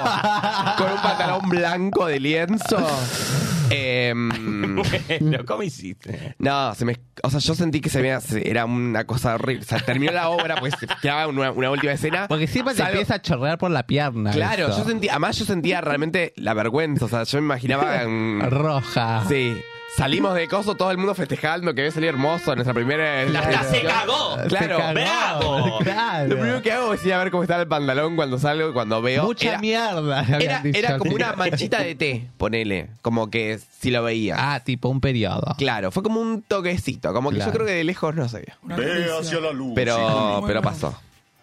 C: con un pantalón blanco de lienzo.
F: [laughs]
C: Em,
F: Bueno, ¿cómo hiciste?
C: no, se me, o sea, yo sentí que se me se- era una cosa horrible. O sea, terminó la obra, pues quedaba una, una última escena.
B: Porque siempre te
C: Salgo-
B: empieza a chorrear por la pierna.
C: Claro,
B: eso.
C: yo sentía, además yo sentía realmente la vergüenza. O sea, yo me imaginaba. mm,
B: Roja.
C: Sí. Salimos de coso, todo el mundo festejando que había salido hermoso en nuestra primera.
F: La-
C: eh,
F: la- se
C: eh,
F: cagó.
C: Claro.
F: Se cagó. Bravo.
B: Claro.
C: Lo primero que hago es ir a ver cómo está el pantalón cuando salgo, cuando veo.
B: Mucha
C: era-
B: mierda. le
C: Era,
B: habían dicho.
C: era como una manchita de té, ponele. Como que si lo veía.
B: Ah, tipo un periodo.
C: Claro, fue como un toquecito. Como que
B: Claro.
C: yo creo que de lejos no se vio.
E: Ve hacia la luz,
C: Pero,
E: hijo.
C: pero pasó.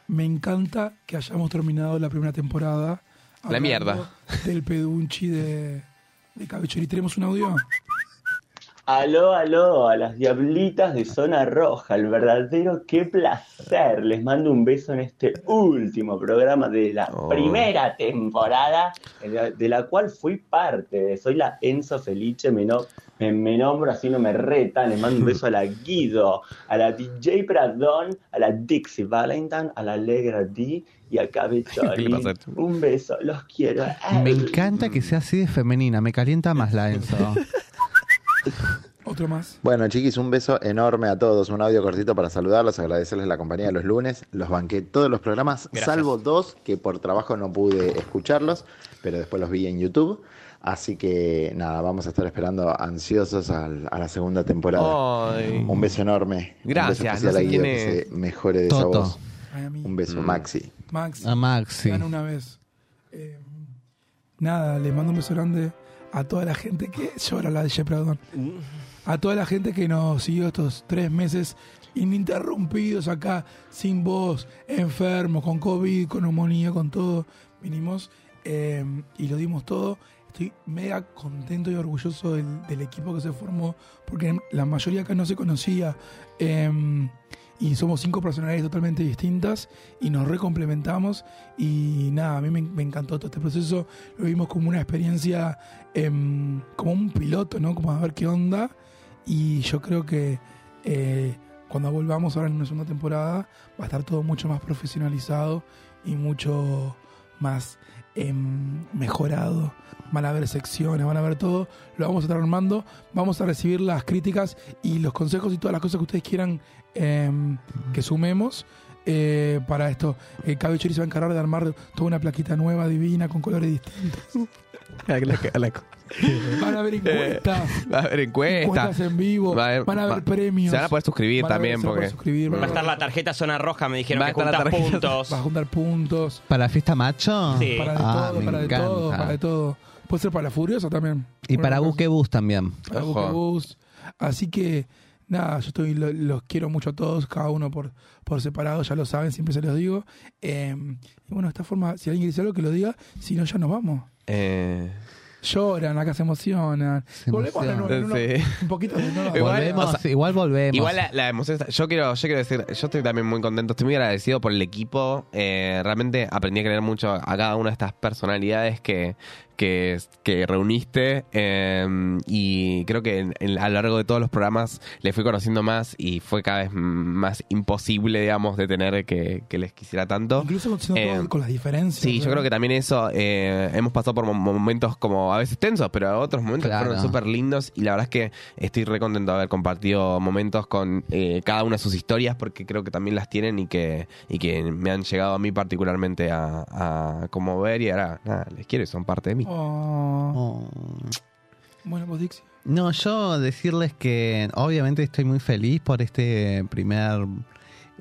E: Me encanta que hayamos terminado la primera temporada.
C: La
E: hablando
C: mierda.
E: Del pedunchi de, de Cabechori. ¿Tenemos un audio?
Q: Aló, aló, a las diablitas de zona roja, el verdadero qué placer. Les mando un beso en este último programa de la primera temporada, eh, de la- de la cual fui parte. Soy la Enzo Felice, me, no- me- me nombro así, no me retan. Les mando un beso a la Guido, a la DJ Pradón, a la Dixie Valentine, a la Alegra D y a Cabezori. Un beso, los quiero.
B: Me encanta que sea así de femenina. Me calienta más
C: [laughs]
B: la Enzo.
E: Otro más.
K: Bueno, chiquis, un beso enorme a todos. Un audio cortito para saludarlos, agradecerles la compañía de los lunes. Los banqué todos los programas,
R: Gracias.
K: salvo dos que por trabajo no pude escucharlos, pero después los vi en YouTube. Así que nada, vamos a estar esperando ansiosos al- a la segunda temporada.
C: Ay.
K: Un beso enorme.
C: Gracias,
K: Un beso especial
C: no
K: a
C: sé quién
K: Guido, que
C: es. Mm.
K: se mejore de esa
B: Toto.
K: voz. Un beso, Maxi.
E: Max.
B: A Maxi.
E: Gana una vez. Eh, nada, les mando un beso grande a toda la gente que llora la de Jeff Pradón.
F: Mm.
E: A toda la gente que nos siguió estos tres meses ininterrumpidos acá, sin voz, enfermos, con COVID, con neumonía, con todo. Vinimos eh, y lo dimos todo. Estoy mega contento y orgulloso del, del equipo que se formó, porque la mayoría acá no se conocía. Eh, y somos cinco personalidades totalmente distintas y nos recomplementamos y nada, a mí me, me encantó todo este proceso, lo vimos como una experiencia, em, como un piloto, ¿no? Como a ver qué onda y yo creo que eh, cuando volvamos ahora en una segunda temporada va a estar todo mucho más profesionalizado y mucho más em, mejorado. Van a ver secciones, van a ver todo, lo vamos a estar armando, vamos a recibir las críticas y los consejos y todas las cosas que ustedes quieran em, que sumemos. eh, para esto, eh,
B: [laughs]
E: Cabe Chori se va a encargar de armar toda una plaquita nueva, divina, con colores distintos.
C: A la- a la-
E: Van a ver encuestas.
C: Eh, Va a haber encuestas.
E: Encuestas en vivo,
C: Va
E: van a haber
C: va-
E: premios.
C: Se van a poder suscribir
E: Van a
C: también.
E: ver, se van a
C: porque
E: poder suscribir,
F: Va a
E: van
F: estar la tarjeta zona roja, me dijeron
C: Va
F: que
C: a estar la
F: juntas
C: tarjeta-
F: puntos.
E: Va a juntar puntos.
B: ¿Para la fiesta macho?
F: Sí.
E: Para de
B: Ah,
E: todo,
B: me
E: para de todo,
B: encanta.
E: para de todo. Puede ser para la Furiosa también.
B: Y
E: Una
B: para
E: cosa,
B: Buquebus también.
E: para Buquebus. Así que, nada, yo estoy, lo- los quiero mucho a todos, cada uno por, por separado, ya lo saben, siempre se los digo. Eh, y bueno, de esta forma, si alguien quiere decir algo, que lo diga, si no, ya nos vamos.
C: Eh,
E: Lloran, acá se emocionan. Volvemos a la
C: emocionan.
E: nueva, en
C: Sí.
E: uno- un poquito de nuevo.
B: Volvemos, igual volvemos.
C: Igual la, la emoción está- Yo quiero, yo quiero decir, yo estoy también muy contento, estoy muy agradecido por el equipo. eh, realmente aprendí a querer mucho a cada una de estas personalidades que, que, que reuniste. eh, y creo que en- en- a lo largo de todos los programas les fui conociendo más y fue cada vez más imposible, digamos, de tener que, que les quisiera tanto.
E: Incluso con, siendo
C: Eh,
E: todo con las diferencias.
C: Sí, yo
E: ¿verdad?
C: creo que también eso, eh, hemos pasado por mo- momentos como a veces tensos, pero otros momentos que
B: Claro.
C: fueron súper lindos y la verdad es que estoy re contento de haber compartido momentos con eh, cada una de sus historias porque creo que también las tienen y que, y que me han llegado a mí particularmente a, a conmover y ahora nada, les quiero y son parte de mí.
E: Oh. Bueno, pues Dixie.
B: No, yo decirles que obviamente estoy muy feliz por este primer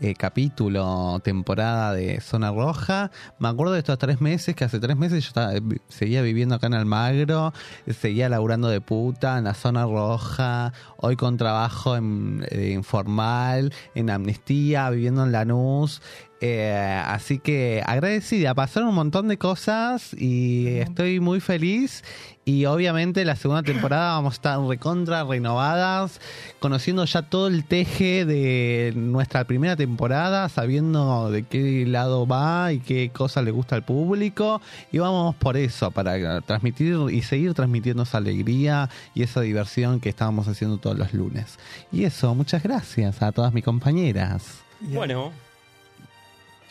B: eh, capítulo, temporada de Zona Roja. Me acuerdo de estos tres meses, que hace tres meses yo estaba- eh, vi- seguía viviendo acá en Almagro, seguía laburando de puta en la Zona Roja, hoy con trabajo en- eh, informal, en Amnistía, viviendo en Lanús. Eh, así que agradecida, pasaron un montón de cosas y estoy muy feliz. Y obviamente la segunda temporada vamos a estar recontra renovadas, conociendo ya todo el teje de nuestra primera temporada, sabiendo de qué lado va y qué cosa le gusta al público. Y vamos por eso, para transmitir y seguir transmitiendo esa alegría y esa diversión que estábamos haciendo todos los lunes. Y eso, muchas gracias a todas mis compañeras.
F: Bueno.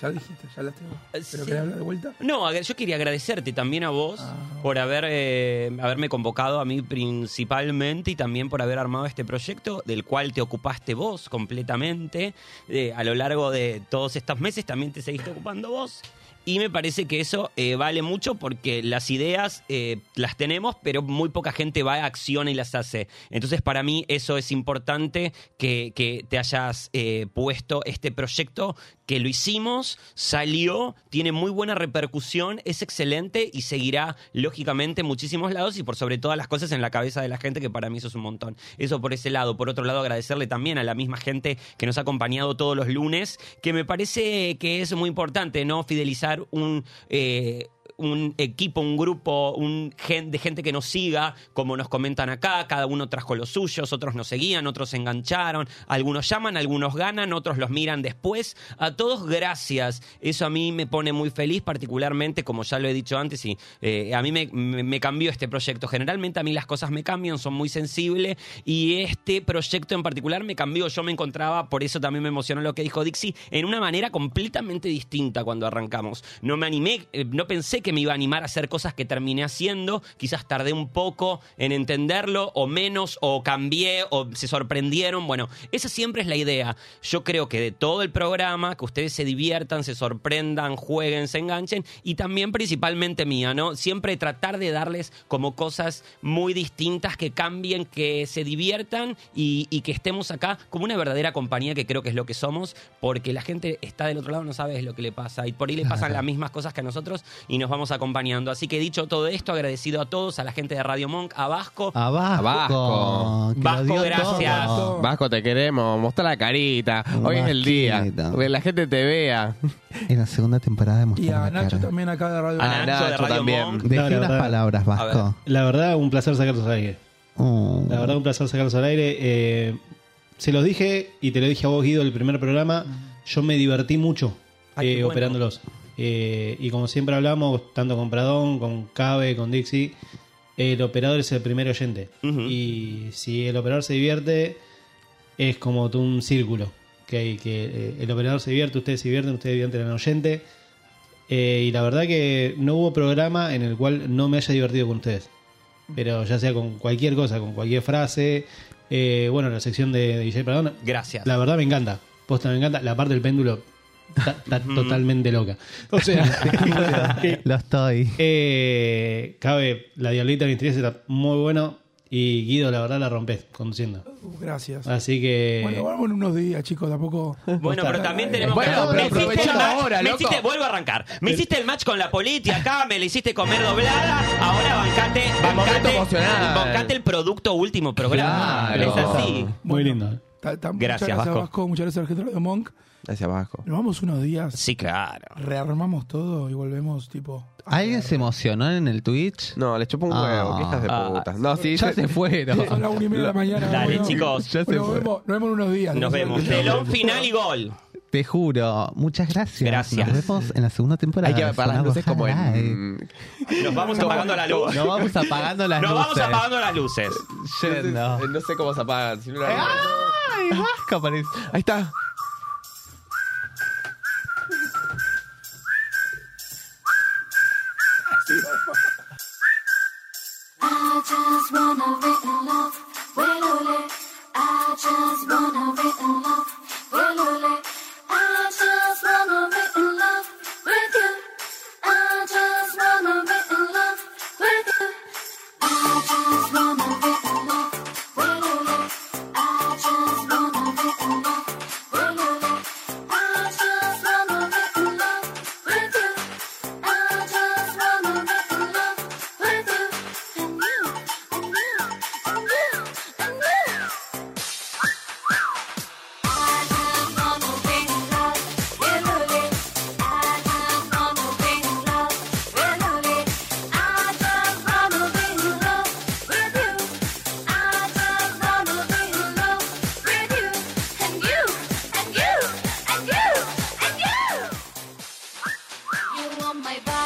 E: Ya lo dijiste, ya las tengo. ¿Pero
F: Eh,
E: Ah.
F: sí.
E: querés hablar de vuelta?
F: No, agra- yo quería agradecerte también a vos por haber, eh, haberme convocado a mí principalmente y también por haber armado este proyecto del cual te ocupaste vos completamente. Eh, a lo largo de todos estos meses también te seguiste ocupando vos. Y me parece que eso eh, vale mucho porque las ideas eh, las tenemos, pero muy poca gente va a acción y las hace. Entonces, para mí, eso es importante que, que te hayas eh, puesto este proyecto, que lo hicimos, salió, tiene muy buena repercusión, es excelente y seguirá, lógicamente, en muchísimos lados y por sobre todas las cosas en la cabeza de la gente, que para mí eso es un montón. Eso por ese lado. Por otro lado, agradecerle también a la misma gente que nos ha acompañado todos los lunes, que me parece que es muy importante, ¿no? Fidelizar un. eh, un equipo, un grupo, un gen de gente que nos siga, como nos comentan acá, cada uno trajo los suyos, otros nos seguían, otros se engancharon, algunos llaman, algunos ganan, otros los miran después. A todos gracias, eso a mí me pone muy feliz, particularmente, como ya lo he dicho antes, y eh, a mí me, me- me cambió este proyecto. Generalmente a mí las cosas me cambian, son muy sensibles, y este proyecto en particular me cambió. Yo me encontraba, por eso también me emocionó lo que dijo Dixie, en una manera completamente distinta cuando arrancamos. No me animé, eh, no pensé que me iba a animar a hacer cosas que terminé haciendo. Quizás tardé un poco en entenderlo, o menos, o cambié, o se sorprendieron. Bueno, esa siempre es la idea. Yo creo que de todo el programa, que ustedes se diviertan, se sorprendan, jueguen, se enganchen, y también principalmente mía, ¿no? Siempre tratar de darles como cosas muy distintas que cambien, que se diviertan y, y que estemos acá como una verdadera compañía, que creo que es lo que somos, porque la gente está del otro lado, no sabe lo que le pasa, y por ahí le pasan
B: Claro.
F: las mismas cosas que a nosotros y nos vamos acompañando. Así que dicho todo esto, agradecido a todos, a la gente de Radio Monk, a Vasco.
B: Abajo.
C: Vasco.
B: que lo
F: Vasco,
B: dio
F: gracias.
B: todo.
C: Vasco, te queremos, mostrá la carita, hoy es el día,
B: Vasquito.
C: que la gente te vea.
B: En la segunda temporada hemos
E: Y a Nacho también acá de Radio
C: A Nacho Nacho Radio también. Monk.
B: Decí
H: No, la
B: unas
H: verdad-
B: palabras, Vasco. Uh.
H: La verdad, un placer sacarlos al aire. La verdad, un placer sacarlos al aire. Eh, se los dije y te lo dije a vos, Guido, el primer programa. Yo me divertí mucho eh, operándolos. Eh, y como siempre hablamos, tanto con Pradón, con Cabe, con Dixie, el operador es el primer oyente. Y si el operador se divierte, es como tú un círculo. Que, hay, que eh, el operador se divierte, ustedes se divierten, ustedes divierten al oyente. Eh, y la verdad que no hubo programa en el cual no me haya divertido con ustedes. Pero ya sea con cualquier cosa, con cualquier frase. eh, bueno, la sección de, de DJ Pradón.
F: Gracias.
H: La verdad me encanta. Posta me encanta. La parte del péndulo Está, [laughs] está totalmente loca. O [laughs] sea, que,
B: Lo estoy.
H: eh, cabe, la diablita misteriosa está muy bueno. Y Guido, la verdad, la rompes conduciendo.
E: Gracias.
H: Así que.
E: Bueno, vamos en unos días, chicos, tampoco.
F: Bueno, pero también tenemos
E: Bueno,
F: que-
E: no, no,
F: me hiciste
E: aprovechando
F: el match,
E: ahora,
F: me
E: loco.
F: hiciste- vuelvo a arrancar. Me hiciste el match con la politi acá, me la hiciste comer doblada. Ahora bancate, bancate,
E: emocional.
F: bancate el producto último programa.
C: Claro.
F: Es así.
H: Muy lindo.
E: Ta- ta-
F: Gracias,
E: muchas gracias
F: Vasco.
E: Vasco. Muchas gracias, Argentino de Monk.
C: Gracias, Vasco.
E: Nos vamos unos días,
F: Sí, claro.
E: rearmamos todo y volvemos, tipo.
B: ¿Alguien se emocionó en el Twitch?
C: No, le chupó un huevo, que hijas de puta. No, sí,
B: ya
C: se- [laughs]
B: se fueron.
E: Son las una y media de la mañana.
B: Dale,
E: boludo.
B: chicos. Ya se
E: Bueno, nos
B: fue.
E: vemos, nos vemos en unos días.
B: Nos
E: Gracias.
B: vemos.
F: Telón final y gol.
B: Te juro. Muchas gracias.
F: Gracias.
B: Nos vemos en la segunda temporada.
C: Hay que apagar las
B: Zona
C: luces como
B: Bajada
C: [laughs]
B: Live.
C: en...
F: Nos vamos apagando la luz.
B: Nos vamos apagando las
F: Nos vamos
B: luces.
F: apagando las luces.
B: Yendo.
C: No sé cómo se apagan. si no
B: Ah.
C: la-
B: ¡Ay, Vasco aparece!
C: Ahí está.
A: I just wanna be in love with Lule. I just wanna be in love with Lule. I just wanna be in love with you. I just wanna be in love with you. I just wanna be in love with Lule. I just wanna be in love with Lule. I just wanna be in love with you. I just wanna be in love with you. And you, and you, and you, and you. I just wanna be in love with Lule. I just wanna be in love with Lule. I just wanna be in love with you. I just wanna be in love with you. And you, and you, and you, and you. You want my body.